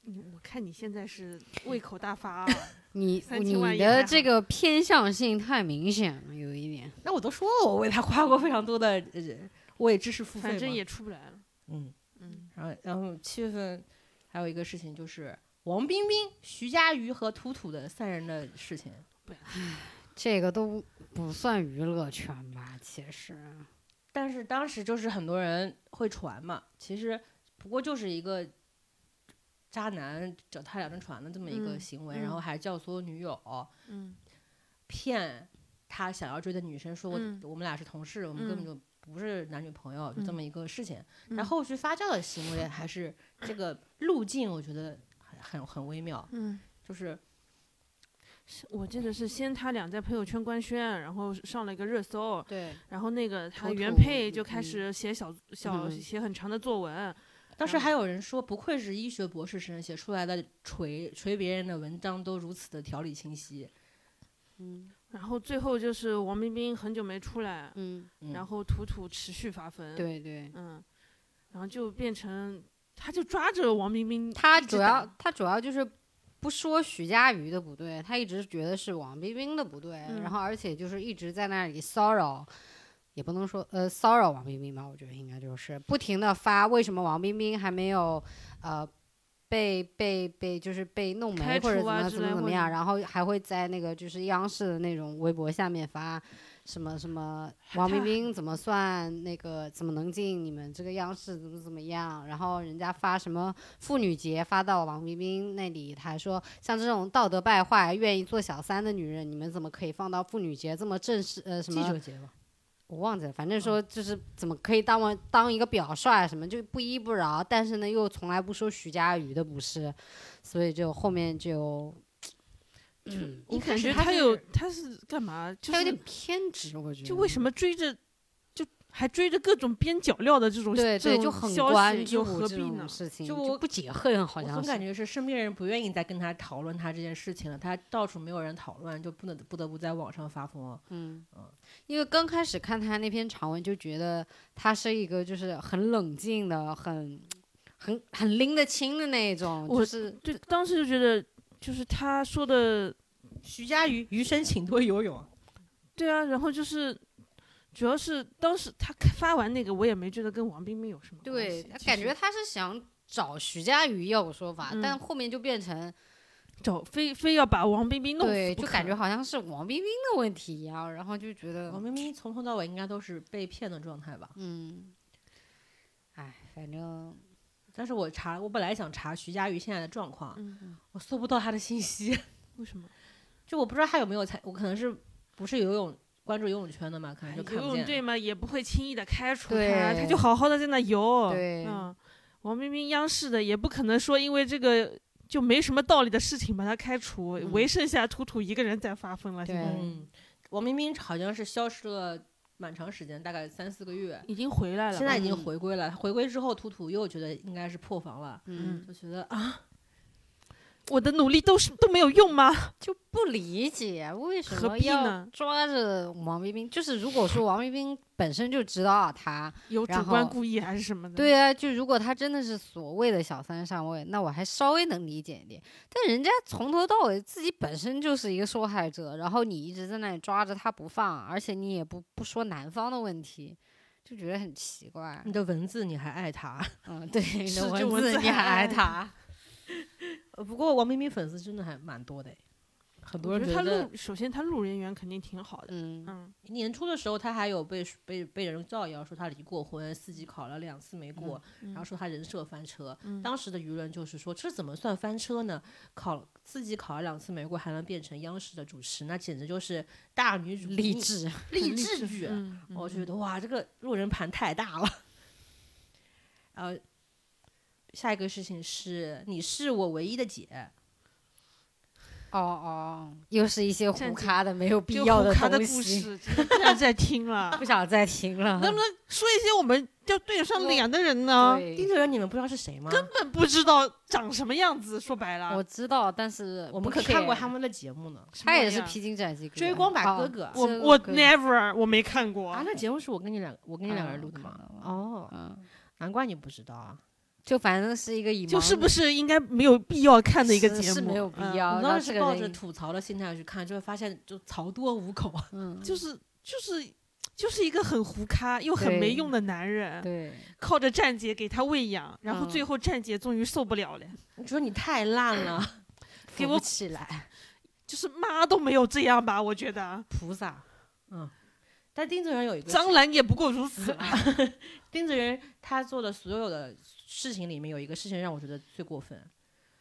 Speaker 3: 嗯我看你现在是胃口大发、啊，
Speaker 2: 你
Speaker 3: 三千万
Speaker 2: 你
Speaker 3: 也还
Speaker 2: 的
Speaker 3: 好
Speaker 2: 这个偏向性太明显了，有一点。
Speaker 1: 那我都说了，我为他花过非常多的，呃、我也知识付费
Speaker 3: 反正
Speaker 1: 嘛
Speaker 3: 也出不来了。
Speaker 1: 嗯，
Speaker 2: 嗯，
Speaker 1: 然后然后七月份还有一个事情就是王冰冰、徐嘉余和图图的三人的事情。
Speaker 2: 这个都不算娱乐圈吧，其实。
Speaker 1: 但是当时就是很多人会传嘛，其实不过就是一个渣男脚踏两只船的这么一个
Speaker 3: 嗯
Speaker 1: 行为，
Speaker 3: 嗯
Speaker 1: 然后还教唆女友
Speaker 3: 嗯
Speaker 1: 骗他想要追的女生，说我、
Speaker 3: 嗯
Speaker 1: 我们俩是同事，我们根本就不是男女朋友，就这
Speaker 3: 嗯
Speaker 1: 么一个事情。
Speaker 3: 嗯
Speaker 1: 但后续发酵的行为还是这个路径，我觉得很很很微妙，
Speaker 3: 嗯，
Speaker 1: 就是
Speaker 3: 是我记得是先他俩在朋友圈官宣，然后上了一个热搜，
Speaker 1: 对。
Speaker 3: 然后那个他
Speaker 2: 头
Speaker 3: 原
Speaker 2: 头
Speaker 3: 配
Speaker 2: 嗯
Speaker 3: 就开始写小小
Speaker 2: 嗯
Speaker 3: 写很长的作文，
Speaker 1: 当时
Speaker 3: 然后
Speaker 1: 还有人说，不愧是医学博士生，写出来的锤锤别人的文章都如此的条理清晰。
Speaker 2: 嗯
Speaker 3: 然后最后就是王冰冰很久没出来，
Speaker 2: 嗯，
Speaker 1: 嗯、
Speaker 3: 然后图图持续发疯，，
Speaker 2: 对对。
Speaker 3: 嗯，然后就变成他就抓着王冰冰一直
Speaker 2: 他
Speaker 3: 打，
Speaker 2: 嗯主要他主要就是不说徐嘉余的不对，他一直觉得是王冰冰的不对，
Speaker 3: 嗯
Speaker 2: 然后而且就是一直在那里骚扰。也不能说呃骚扰王冰冰吧，我觉得应该就是不停的发为什么王冰冰还没有呃被被被就是被弄
Speaker 3: 开
Speaker 2: 没或者
Speaker 3: 除
Speaker 2: 怎
Speaker 3: 啊
Speaker 2: 么样
Speaker 3: 之
Speaker 2: 怎么
Speaker 3: 类
Speaker 2: 怎
Speaker 3: 或
Speaker 2: 么
Speaker 3: 者
Speaker 2: 样，然后还会在那个就是央视的那种微博下面发什么什么王冰冰怎么算那个怎么能进你们这个央视怎么怎么样，然后人家发什么妇女节发到王冰冰那里，他还说像这种道德败坏、愿意做小三的女人，你们怎么可以放到妇女节这么正式呃什
Speaker 1: 记
Speaker 2: 么？
Speaker 1: 者节吧，
Speaker 2: 我忘记了，反正说
Speaker 3: 嗯
Speaker 2: 就是怎么可以当我当一个表率啊什么，就不依不饶，但是呢又从来不说徐嘉余的不是，所以就后面就。嗯，
Speaker 1: 一
Speaker 3: 我
Speaker 1: 开
Speaker 3: 感
Speaker 1: 始
Speaker 3: 觉
Speaker 1: 他
Speaker 3: 他有
Speaker 1: 是
Speaker 3: 他是干嘛？就
Speaker 2: 他有点
Speaker 3: 是
Speaker 2: 偏执，我觉得。
Speaker 3: 就为什么追着就还追着各种边角料的这种
Speaker 2: 对
Speaker 3: 这
Speaker 2: 对，
Speaker 3: 种
Speaker 2: 就很
Speaker 3: 消
Speaker 2: 关
Speaker 3: 息，
Speaker 2: 注
Speaker 3: 又何
Speaker 2: 这
Speaker 3: 必呢
Speaker 2: 种？事情，
Speaker 1: 就
Speaker 2: 就
Speaker 1: 我
Speaker 2: 不解恨，好
Speaker 1: 我
Speaker 2: 像
Speaker 1: 总
Speaker 2: 是。
Speaker 1: 感觉是身边人不愿意再跟他讨论他这件事情了，他到处没有人讨论，就不能不得不在网上发疯。
Speaker 2: 嗯
Speaker 1: 嗯，
Speaker 2: 因为刚开始看他那篇长文，就觉得他是一个就是很冷静的，很很很拎得清的那种，
Speaker 3: 我
Speaker 2: 就是
Speaker 3: 对，当时就觉得就是他说的
Speaker 1: 徐嘉余，余生请多游泳。
Speaker 3: 对啊，然后就是。主要是当时他发完那个，我也没觉得跟王冰冰有什么关
Speaker 2: 对，
Speaker 3: 系。
Speaker 2: 他
Speaker 3: 其
Speaker 2: 感
Speaker 3: 实
Speaker 2: 觉他是想找徐嘉余要我说法，
Speaker 3: 嗯
Speaker 2: 但后面就变成
Speaker 3: 找非非要把王冰冰弄死
Speaker 2: 对，
Speaker 3: 不
Speaker 2: 就
Speaker 3: 可
Speaker 2: 感觉好像是王冰冰的问题一样，然后就觉得
Speaker 1: 王冰冰从头到尾应该都是被骗的状态吧？
Speaker 2: 嗯，哎，反正
Speaker 1: 但是我查，我本来想查徐嘉余现在的状况，
Speaker 3: 嗯，
Speaker 1: 我搜不到他的信息，
Speaker 3: 为什么？
Speaker 1: 就我不知道他有没有参，我可能是不是游泳关注游泳圈的嘛，可能就看不
Speaker 3: 游泳队
Speaker 1: 见。
Speaker 3: 哎嘛也不会轻易的开除他，
Speaker 2: 对
Speaker 3: 他就好好的在那游。
Speaker 2: 对
Speaker 3: 嗯，王冰冰央视的也不可能说因为这个就没什么道理的事情把他开除，
Speaker 2: 嗯
Speaker 3: 唯剩下图图一个人在发疯了，
Speaker 2: 对
Speaker 3: 现在
Speaker 1: 嗯，王冰冰好像是消失了蛮长时间，大概三四个月，
Speaker 3: 已经回来了。啊
Speaker 1: 现在已经
Speaker 2: 嗯
Speaker 1: 回归了。回归之后，图图又觉得应该是破防了。
Speaker 2: 嗯
Speaker 1: 就觉得啊，
Speaker 3: 我的努力都是都没有用吗？
Speaker 2: 就不理解为什
Speaker 3: 何
Speaker 2: 么
Speaker 3: 必
Speaker 2: 要
Speaker 3: 呢
Speaker 2: 抓着王冰冰。就是如果说王冰冰本身就知道他，
Speaker 3: 有
Speaker 2: 然
Speaker 3: 主观
Speaker 2: 后
Speaker 3: 故意还是什么的？
Speaker 2: 对啊，就如果他真的是所谓的小三上位，那我还稍微能理解一点。但人家从头到尾自己本身就是一个受害者，然后你一直在那里抓着他不放，而且你也不不说男方的问题，就觉得很奇怪
Speaker 1: 你。的文字你还爱他？
Speaker 2: 嗯，对，你
Speaker 3: 是
Speaker 2: 的
Speaker 3: 就
Speaker 2: 文
Speaker 3: 文
Speaker 2: 字
Speaker 3: 字
Speaker 2: 你
Speaker 3: 还
Speaker 2: 还爱
Speaker 3: 爱
Speaker 2: 他，
Speaker 1: 呃不过王冰冰粉丝真的还蛮多的诶，很多
Speaker 3: 我
Speaker 1: 人
Speaker 3: 觉得他
Speaker 1: 得
Speaker 3: 路，首先他路人缘肯定挺好的。
Speaker 2: 嗯，
Speaker 3: 嗯，
Speaker 1: 年初的时候他还有被被被人造谣说他离过婚，四级考了两次没过，然后说他人设翻车。
Speaker 3: 嗯
Speaker 1: 当时的舆论就是说，这怎么算翻车呢？考四级考了两次没过，还能变成央视的主持，那简直就是大女主
Speaker 2: 励
Speaker 1: 逆
Speaker 2: 志。
Speaker 1: 励
Speaker 3: 很
Speaker 1: 志剧。啊哦
Speaker 3: 嗯
Speaker 1: 我就觉得哇，这个路人盘太大了。然后下一个事情是，你是我唯一的姐，
Speaker 2: 哦哦，又是一些
Speaker 3: 这
Speaker 2: 胡
Speaker 3: 样子
Speaker 2: 咖的没有必
Speaker 3: 就
Speaker 2: 要
Speaker 3: 胡咖的
Speaker 2: 东
Speaker 3: 故
Speaker 2: 西，
Speaker 3: 事，真的不想再听了
Speaker 2: 不。想再听了。
Speaker 3: 能不能说一些我们要对得上脸的人呢？
Speaker 1: 丁
Speaker 2: 对，
Speaker 1: 哲人你们不知道是谁吗？
Speaker 3: 根本不知道长什么样子，说白了
Speaker 2: 我，知道，但是
Speaker 1: 我们
Speaker 2: 不
Speaker 1: 可看过
Speaker 2: care
Speaker 1: 他们的节目呢，
Speaker 3: 什么
Speaker 2: 他也
Speaker 3: 玩意
Speaker 2: 是
Speaker 3: 儿
Speaker 2: 披荆斩棘哥，
Speaker 1: 《追光吧哥
Speaker 2: 哦。
Speaker 1: 哥》
Speaker 3: 我
Speaker 2: 这个
Speaker 3: 我
Speaker 2: 可以
Speaker 3: never 我没看过
Speaker 1: 啊，那节目是我跟你两我跟你两个人录的
Speaker 2: 啊
Speaker 1: 吗
Speaker 2: 我看？到
Speaker 1: 哦，
Speaker 2: 嗯，
Speaker 1: 难怪你不知道啊！
Speaker 2: 就反正是一个以
Speaker 3: 就是不
Speaker 2: 是
Speaker 3: 是应该没有必要看的一个
Speaker 2: 是
Speaker 3: 节目，
Speaker 2: 是没有必
Speaker 3: 嗯
Speaker 2: 要。
Speaker 1: 我
Speaker 2: 然后
Speaker 1: 当
Speaker 2: 这
Speaker 1: 时
Speaker 2: 个
Speaker 1: 抱
Speaker 2: 人
Speaker 1: 着吐槽的心态去看，就会发现就槽多无口啊！
Speaker 2: 嗯，
Speaker 3: 就是就是就是一个很胡咖又很没
Speaker 2: 对
Speaker 3: 用的男人，
Speaker 2: 对，
Speaker 3: 靠着站姐给他喂养，然后
Speaker 2: 嗯
Speaker 3: 最后站姐终于受不了了，
Speaker 1: 你说你太烂了，
Speaker 3: 给
Speaker 2: 扶
Speaker 3: 我
Speaker 2: 不起来。
Speaker 3: 就是妈都没有这样吧？我觉得
Speaker 1: 菩萨，嗯。但丁泽仁有一个
Speaker 3: 张兰也不过如此 了。
Speaker 1: 丁子仁他做的所有的事情里面，有一个事情让我觉得最过分，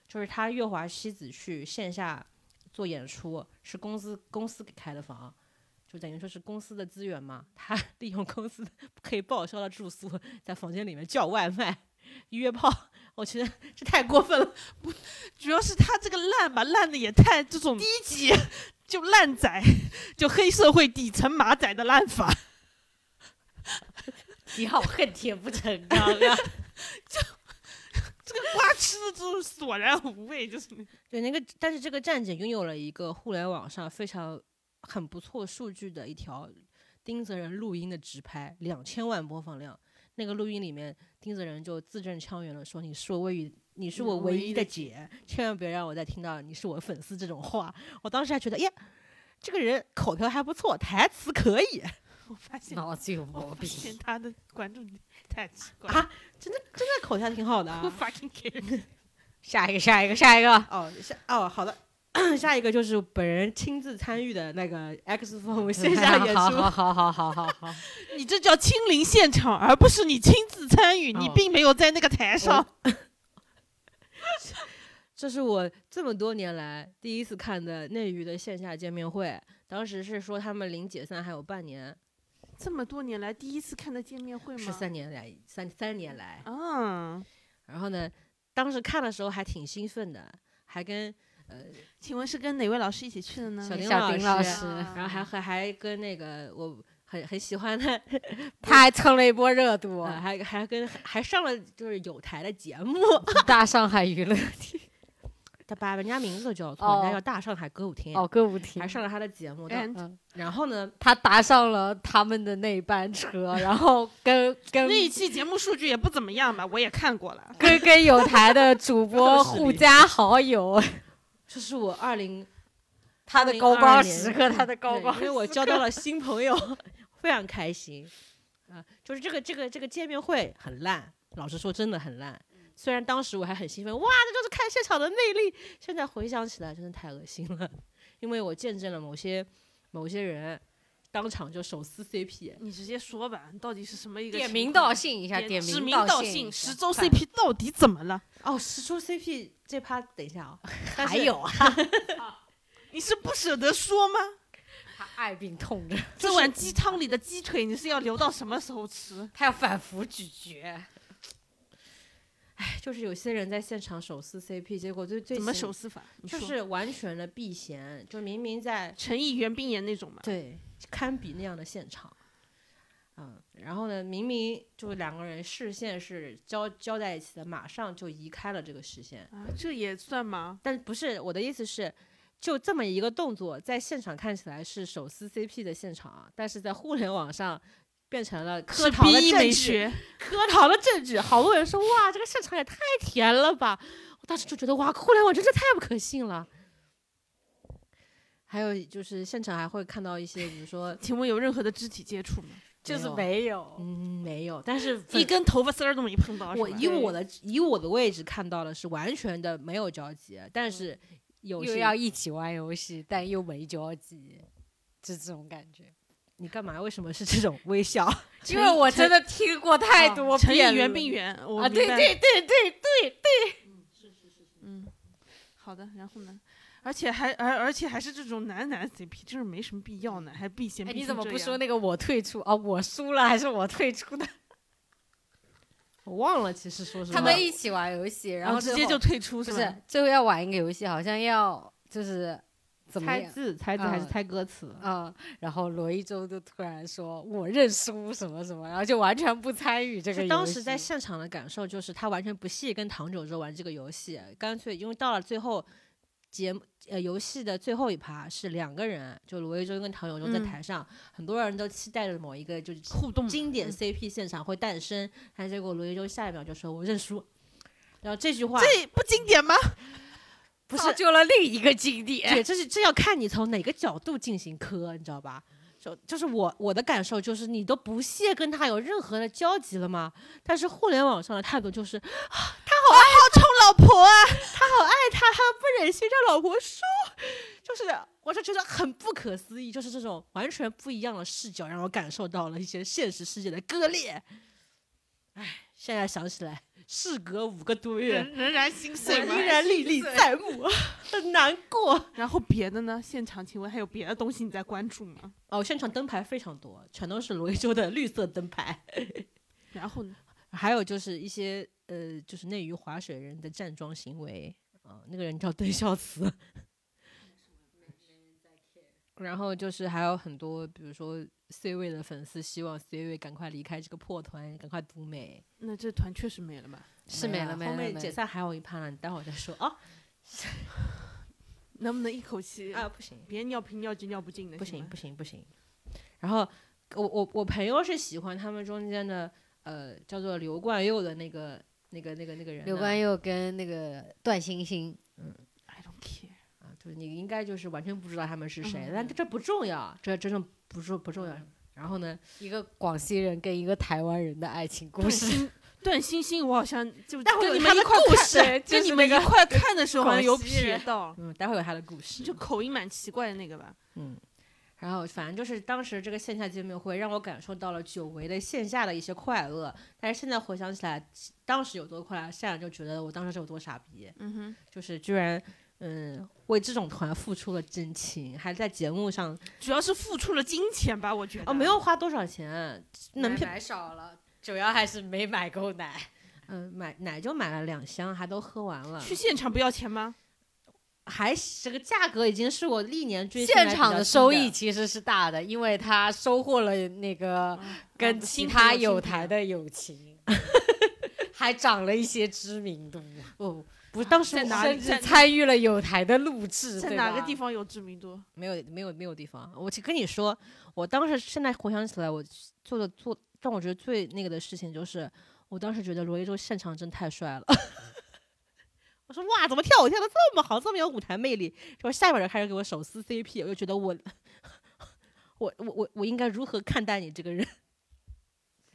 Speaker 1: 就是他月华西子去线下做演出，是公司公司给开的房，就等于说是公司的资源嘛。他 利用公司可以报销的住宿，在房间里面叫外卖、约炮，我觉得这太过分了。
Speaker 3: 主要是他这个烂吧，烂的也太这种低级，就烂仔，就黑社会底层马仔的烂法，
Speaker 1: 你好，恨铁不成钢啊！
Speaker 3: 瓜吃的这种索然无味，就是那
Speaker 1: 对，那个，但是这个站姐拥有了一个互联网上非常很不错数据的一条丁泽仁录音的直拍，两千万播放量。那个录音里面，丁泽仁就字正腔圆的说：“你是我唯一，你是
Speaker 3: 嗯
Speaker 1: 我
Speaker 3: 唯
Speaker 1: 唯
Speaker 3: 一
Speaker 1: 一的
Speaker 3: 的
Speaker 1: 姐，千万别让我再听到你是我粉丝这种话。”我当时还觉得，哎呀，这个人口条还不错，台词可以，
Speaker 3: 我发现，
Speaker 2: 脑子有
Speaker 3: 我
Speaker 2: 毛
Speaker 3: 发
Speaker 2: 病，
Speaker 3: 现他的观众太奇怪
Speaker 1: 啊真的口条挺好的、
Speaker 3: ，Who
Speaker 1: 啊。
Speaker 3: fucking care？
Speaker 2: 下一个，下一个，下一个，
Speaker 1: 哦，下哦，好的。 下一个就是本人亲自参与的那个 X Phone 线 下 演
Speaker 2: 好
Speaker 1: 出，
Speaker 2: 好好好好好好，
Speaker 3: 你这叫亲临现场，而不是你亲自参与，你
Speaker 1: 哦
Speaker 3: 并没有在那个台上。
Speaker 1: 这是我这么多年来第一次看的内娱的线下见面会，当时是说他们临解散还有半年，
Speaker 3: 这么多年来第一次看的见面会
Speaker 1: 是
Speaker 3: 吗？
Speaker 1: 三年来三三年来。
Speaker 3: 啊，
Speaker 1: 然后呢，当时看的时候还挺兴奋的，还跟
Speaker 3: 请问是跟哪位老师一起去的呢？
Speaker 1: 小丁
Speaker 2: 小丁
Speaker 1: 老
Speaker 2: 老
Speaker 1: 师
Speaker 2: 师，
Speaker 1: 然后还还还跟那个我很很喜 欢的，
Speaker 2: 他还蹭了一波热度，啊
Speaker 1: 呃、还还跟还上了就是有台的节目，
Speaker 2: 大上海娱乐
Speaker 1: 他把人家名字都叫错，人
Speaker 2: 哦
Speaker 1: 家叫大上海歌舞厅，
Speaker 2: 哦歌舞厅
Speaker 1: 还，上了他的节目。
Speaker 3: 哎
Speaker 2: 嗯，
Speaker 1: 然后呢，
Speaker 2: 他搭上了他们的那一班车，然后跟跟
Speaker 3: 那一期节目数据也不怎么样吧，我也看过了。
Speaker 2: 跟跟有台的主播
Speaker 1: 更是
Speaker 2: 互
Speaker 1: 离
Speaker 2: 加好友，
Speaker 1: 这是我二零
Speaker 2: 他的高光时刻，他的高
Speaker 1: 对，
Speaker 2: 光
Speaker 1: 因为我交到了新朋友， 非常开心。啊、就是这个这个这个见面会很烂，老实说真的很烂。虽然当时我还很兴奋，哇，这就是看现场的魅力。现在回想起来，真的太恶心了，因为我见证了某些某些人当场就手撕 CP。
Speaker 3: 你直接说吧，到底是什么一个
Speaker 2: 点
Speaker 3: 情
Speaker 2: 名
Speaker 3: 况
Speaker 2: 道姓一下，
Speaker 3: 啊点
Speaker 2: 点
Speaker 3: 指
Speaker 2: 名
Speaker 3: 道
Speaker 2: 姓一下，
Speaker 3: 十周
Speaker 2: 快
Speaker 3: CP 到底怎么了？
Speaker 1: 哦，实出 CP 这趴等一下啊、但
Speaker 2: 还
Speaker 1: 是
Speaker 2: 有啊，
Speaker 3: 你是不舍得说吗？
Speaker 2: 他爱病痛着，
Speaker 3: 这碗鸡汤里的鸡腿，你是要留到什么时候 吃？
Speaker 2: 他要反复咀嚼，
Speaker 1: 就是有些人在现场手撕 CP，结果最最
Speaker 3: 怎么
Speaker 1: 起
Speaker 3: 手撕法？你
Speaker 1: 就
Speaker 3: 说
Speaker 1: 是完全的避嫌，就明明在
Speaker 3: 陈毅、袁冰妍那种嘛？
Speaker 1: 对，堪比那样的现场。嗯，然后呢，明明就两个人视线是交交在一起的，马上就移开了这个视线。
Speaker 3: 啊，这也算吗？
Speaker 1: 但不是我的意思是，就这么一个动作，在现场看起来是手撕 CP 的现场啊，但是在互联网上变成了
Speaker 3: 是
Speaker 1: 磕头的
Speaker 3: B 美
Speaker 1: 证据，
Speaker 3: 学，
Speaker 1: 磕头的证据。好多人说哇，这个现场也太甜了吧！我当时就觉得哇，互联网真是太不可信了。还有就是现场还会看到一些，比如说
Speaker 3: 请问有任何的肢体接触吗？
Speaker 4: 就是
Speaker 1: 没有
Speaker 4: 没有。
Speaker 1: 嗯没有，但是
Speaker 3: 一根头发丝儿都没碰到，
Speaker 1: 我
Speaker 3: 是吧啊
Speaker 1: 以我的以我的位置看到的是完全的没有交集，但是有
Speaker 2: 又
Speaker 1: 些
Speaker 2: 要一起玩游戏，但又没交集，就这种感觉。
Speaker 1: 你干嘛？为什么是这种微笑？
Speaker 2: 因为我真的听过太
Speaker 1: 啊
Speaker 2: 多
Speaker 3: 陈
Speaker 2: 遍
Speaker 3: 议员
Speaker 2: 了
Speaker 3: 病源，我
Speaker 2: 啊，对
Speaker 3: 明白
Speaker 2: 对对对对对，
Speaker 3: 嗯，好的，然后呢？而且还而而且还是这种男男 CP，就是没什么必要呢，还避嫌
Speaker 2: 哎，
Speaker 3: 避
Speaker 2: 你怎
Speaker 3: 成
Speaker 2: 么
Speaker 3: 这
Speaker 2: 不
Speaker 3: 样
Speaker 2: 说那个我退出啊？我输了还是我退出的？
Speaker 1: 我忘了，其实说什么
Speaker 2: 他们一起玩游戏，然
Speaker 3: 然后
Speaker 2: 后
Speaker 3: 直
Speaker 2: 最
Speaker 3: 接
Speaker 2: 后
Speaker 3: 就退出
Speaker 2: 不
Speaker 1: 嗯
Speaker 3: 吧
Speaker 2: 是最后要玩一个游戏，好像要就是怎么
Speaker 1: 猜
Speaker 2: 样？
Speaker 1: 字、猜字还是
Speaker 2: 嗯
Speaker 1: 猜歌词？
Speaker 2: 嗯，然后罗一舟就突然说我认输什么什么，然后就完全不参与这个
Speaker 1: 是
Speaker 2: 游戏。
Speaker 1: 当时在现场的感受就是他完全不屑跟唐九洲玩这个游戏，干脆因为到了最后节目呃游戏的最后一趴是两个人，就罗一舟跟唐九洲在
Speaker 3: 嗯
Speaker 1: 台上，很多人都期待着某一个就是
Speaker 3: 互动嘛
Speaker 1: 经典
Speaker 3: 嗯
Speaker 1: CP 现场会诞生，但结果罗一舟下一秒就说我认输，然后这句话
Speaker 3: 这不经典吗？
Speaker 1: 不是
Speaker 2: 造就了另一个经 典。
Speaker 1: 对，这是这要看你从哪个角度进行磕，你知道吧？就就是我我的感受就是，你都不屑跟他有任何的交集了吗？但是互联网上的态度就是，啊他好爱好宠老婆啊，他好爱他，他不忍心让老婆输，就是我就觉得很不可思议，就是这种完全不一样的视角，让我感受到了一些现实世界的割裂。唉，现在想起来，事隔五个多月，
Speaker 3: 仍然心
Speaker 1: 我
Speaker 3: 碎吗？
Speaker 1: 依然历历在目， 很难过。
Speaker 3: 然后别的呢？现场请问还有别的东西你在关注吗？
Speaker 1: 哦，现场灯牌非常多，全都是罗一舟的绿色灯牌，
Speaker 3: 然后呢？
Speaker 1: 还有就是一些呃，就是内娱划水人的站桩行为啊、那个人叫邓孝慈。然后就是还有很多，比如说 C 位的粉丝希望 C 位赶快离开这个破团，赶快独美。
Speaker 3: 那这团确实没了吧？
Speaker 2: 是
Speaker 1: 没
Speaker 2: 没了没
Speaker 1: 后
Speaker 2: 了
Speaker 1: 面
Speaker 2: 没
Speaker 1: 解
Speaker 2: 了
Speaker 1: 散还有一趴呢，你待会儿再说 啊
Speaker 3: 能不能一口气？
Speaker 1: 啊，不行，
Speaker 3: 别尿频尿急尿不尽的，
Speaker 1: 不行
Speaker 3: 吗
Speaker 1: 不行不行。然后我我我朋友是喜欢他们中间的呃叫做刘冠佑的那个那个那个那个人啊的，
Speaker 2: 刘冠佑跟那个段星星，
Speaker 3: I don't care。
Speaker 1: 啊，就是你应该就是完全不知道他们是谁，
Speaker 3: 嗯
Speaker 1: 但这不重要，这真的不重不重要。然后呢，
Speaker 2: 一个广西人跟一个台湾人的爱情故
Speaker 3: 段
Speaker 2: 事，
Speaker 3: 星段星星，我好像就
Speaker 1: 待会儿
Speaker 3: 跟
Speaker 1: 有
Speaker 3: 你
Speaker 1: 他
Speaker 3: 们一
Speaker 1: 的
Speaker 3: 块
Speaker 1: 故
Speaker 3: 看
Speaker 1: 事
Speaker 2: 就
Speaker 3: 跟
Speaker 2: 是
Speaker 3: 你
Speaker 2: 那
Speaker 3: 们一
Speaker 2: 个
Speaker 3: 块看的时候好像有
Speaker 2: 广西
Speaker 3: 瞥
Speaker 2: 人
Speaker 3: 到，
Speaker 1: 嗯，待会儿有他的故事，
Speaker 3: 就口音蛮奇怪的那个吧。
Speaker 1: 嗯。然后，反正就是当时这个线下见面会让我感受到了久违的线下的一些快乐，但是现在回想起来，当时有多快乐，现在就觉得我当时是有多傻逼，
Speaker 3: 嗯哼，
Speaker 1: 就是居然，嗯，为这种团付出了真情，还在节目上
Speaker 3: 主要是付出了金钱吧，我觉得。
Speaker 1: 哦，没有花多少钱，能
Speaker 2: 买少了，主要还是没买够奶。
Speaker 1: 嗯、买奶就买了两箱，还都喝完了。
Speaker 3: 去现场不要钱吗？
Speaker 1: 还是这个价格已经是我历年追星来
Speaker 2: 现
Speaker 1: 比
Speaker 2: 场
Speaker 1: 较
Speaker 2: 的
Speaker 1: 低
Speaker 2: 收益。其实是大的，因为他收获了那个
Speaker 3: 啊
Speaker 2: 跟其他友台的友 情，还涨了一些知名度，啊
Speaker 1: 哦，不是当时
Speaker 3: 在
Speaker 1: 我
Speaker 3: 哪
Speaker 1: 是
Speaker 2: 甚至参与了友台的录制，
Speaker 3: 在
Speaker 2: 对
Speaker 3: 哪
Speaker 2: 吧
Speaker 3: 个地？方有知名度？
Speaker 1: 没有没有没有地方。啊我其实跟你说，我当时现在回想起来，我做的做让我觉得最那个的事情就是，我当时觉得罗一舟现场真太帅了。 我说哇，怎么跳舞跳的这么好，这么有舞台魅力？结果下边就开始给我手撕 CP，我就觉得我 我我我我应该如何看待你这个人？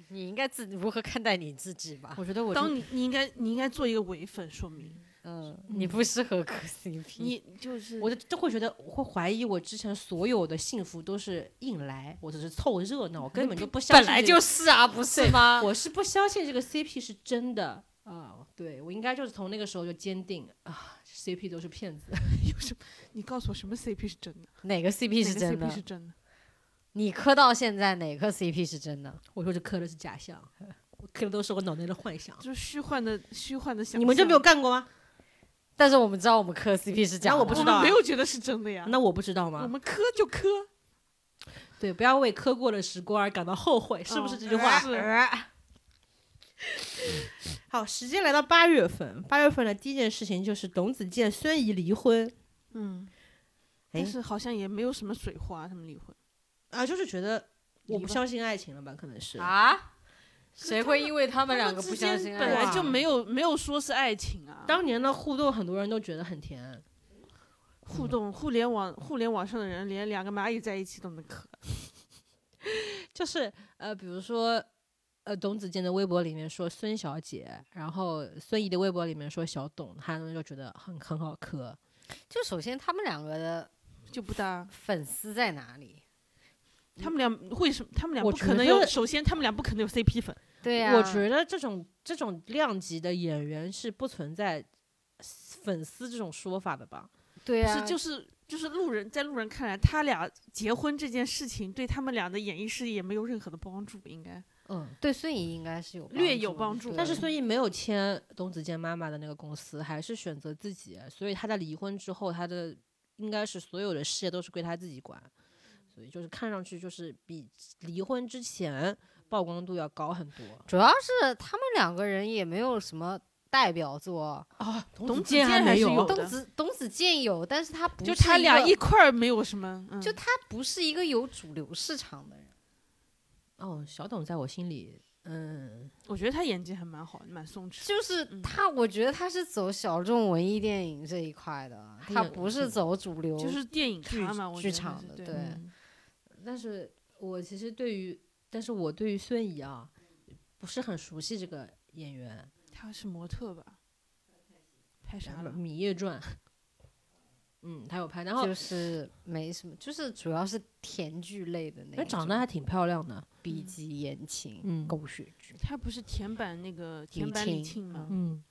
Speaker 2: 你应该自如何看待你自己吧？
Speaker 1: 我觉得我
Speaker 3: 当你你应该你应该做一个伪粉，说明
Speaker 2: 嗯，你不适合磕 CP。
Speaker 3: 你就是
Speaker 1: 我就就会觉得我会怀疑我之前所有的幸福都是硬来，我只是凑热闹，我根本就不相信
Speaker 2: 本
Speaker 1: 这个、
Speaker 2: 来就是啊，不是吗？
Speaker 1: 我是不相信这个 CP 是真的啊、对我应该就是从那个时候就坚定啊，CP 都是骗子。
Speaker 3: 你告诉我什么 CP 是真的，
Speaker 2: 哪个 CP 是真
Speaker 3: 哪
Speaker 2: 的
Speaker 3: 个 CP？是真的？
Speaker 2: 你磕到现在哪个 CP 是真的？
Speaker 1: 我说这磕的是假象，我磕的都是我脑袋的幻想。
Speaker 3: 就是虚幻的虚幻的想象。
Speaker 1: 你们就没有干过吗？
Speaker 2: 但是我们知道我们磕 CP 是假的，
Speaker 1: 那我不知道
Speaker 3: 我
Speaker 1: 啊
Speaker 3: 们没有觉得是真的呀。
Speaker 1: 那我不知道
Speaker 3: 我
Speaker 1: 吗？
Speaker 3: 们磕就磕，
Speaker 1: 对，不要为磕过的石锅而感到后悔，是不是这句话？
Speaker 3: 是
Speaker 1: 好，时间来到八月份，八月份的第一件事情就是董子健、孙怡离婚
Speaker 3: 嗯，
Speaker 1: 哎
Speaker 3: 但是好像也没有什么水花，他们离婚。
Speaker 1: 啊，就是觉得我
Speaker 3: 离
Speaker 1: 不
Speaker 3: 吧
Speaker 1: 相信爱情了吧？可能是
Speaker 4: 啊？谁会因为他们两个不
Speaker 3: 之
Speaker 4: 相
Speaker 3: 间
Speaker 4: 信
Speaker 2: 啊
Speaker 4: 爱
Speaker 3: 本来
Speaker 4: 情
Speaker 3: 就没有没有说是爱情啊。
Speaker 1: 当年的互动，很多人都觉得很甜。
Speaker 3: 互动互联网互联网上的人连两个蚂蚁在一起都能磕，
Speaker 1: 就是呃，比如说呃，董子健的微博里面说孙小姐，然后孙怡的微博里面说小董，他们就觉得很很好磕。
Speaker 2: 就首先他们两个的
Speaker 3: 就不搭。
Speaker 2: 粉丝在哪里？
Speaker 3: 他们俩为什么？他们俩
Speaker 1: 我
Speaker 3: 不
Speaker 1: 觉
Speaker 3: 可能有。
Speaker 1: 得
Speaker 3: 首先，他们俩不可能有 CP 粉。
Speaker 2: 对啊呀、
Speaker 1: 我觉得这种这种量级的演员是不存在粉丝这种说法的吧？
Speaker 2: 对啊
Speaker 3: 不
Speaker 2: 呀、
Speaker 3: 是，就是就是路人在路人看来，他俩结婚这件事情对他们俩的演艺事业也没有任何的帮助，应该
Speaker 1: 嗯，
Speaker 2: 对孙怡应该是有
Speaker 3: 略有
Speaker 2: 帮
Speaker 3: 帮
Speaker 2: 助
Speaker 3: 助
Speaker 2: 的，
Speaker 1: 但是
Speaker 2: 对
Speaker 1: 孙怡没有签董子健妈妈的那个公司，还是选择自己，所以她在离婚之后，她的应该是所有的事业都是归她自己管，所以就是看上去就是比离婚之前曝光度要高很多。
Speaker 2: 主要是他们两个人也没有什么代表作。
Speaker 1: 啊，
Speaker 3: 董
Speaker 1: 子
Speaker 3: 子健
Speaker 1: 还
Speaker 3: 还
Speaker 1: 没
Speaker 3: 是
Speaker 1: 有
Speaker 3: 有，的
Speaker 2: 董子董子健有，但是他不
Speaker 3: 就是他俩
Speaker 2: 个
Speaker 3: 一块儿没有什么，嗯、
Speaker 2: 就他不是一个有主流市场的人。
Speaker 1: 哦，小董在我心里，嗯，
Speaker 3: 我觉得他演技还蛮好，蛮松弛。
Speaker 2: 就是
Speaker 3: 嗯
Speaker 2: 他，我觉得他是走小众文艺电影这一块的，
Speaker 1: 他嗯
Speaker 2: 他
Speaker 1: 也
Speaker 2: 不是走主流，
Speaker 3: 就是电影
Speaker 2: 剧
Speaker 3: 咖嘛，我
Speaker 2: 剧
Speaker 3: 觉得
Speaker 2: 场
Speaker 3: 是
Speaker 2: 的
Speaker 3: 对
Speaker 2: 对
Speaker 1: 嗯但是我其实对于，但是我对于孙怡啊，不是很熟悉这个演员，
Speaker 3: 他是模特吧？拍啥
Speaker 1: 《
Speaker 3: 了？
Speaker 1: 芈月传》，嗯，他有拍，然后
Speaker 2: 就是没什么，就是主要是甜剧类的那
Speaker 1: 那
Speaker 2: 种，
Speaker 1: 长得还挺漂亮的，
Speaker 2: 笔记言情、
Speaker 1: 嗯
Speaker 2: 狗血剧。
Speaker 3: 他不是田版那个田版
Speaker 2: 李
Speaker 3: 李
Speaker 2: 沁
Speaker 3: 沁吗？
Speaker 1: 嗯，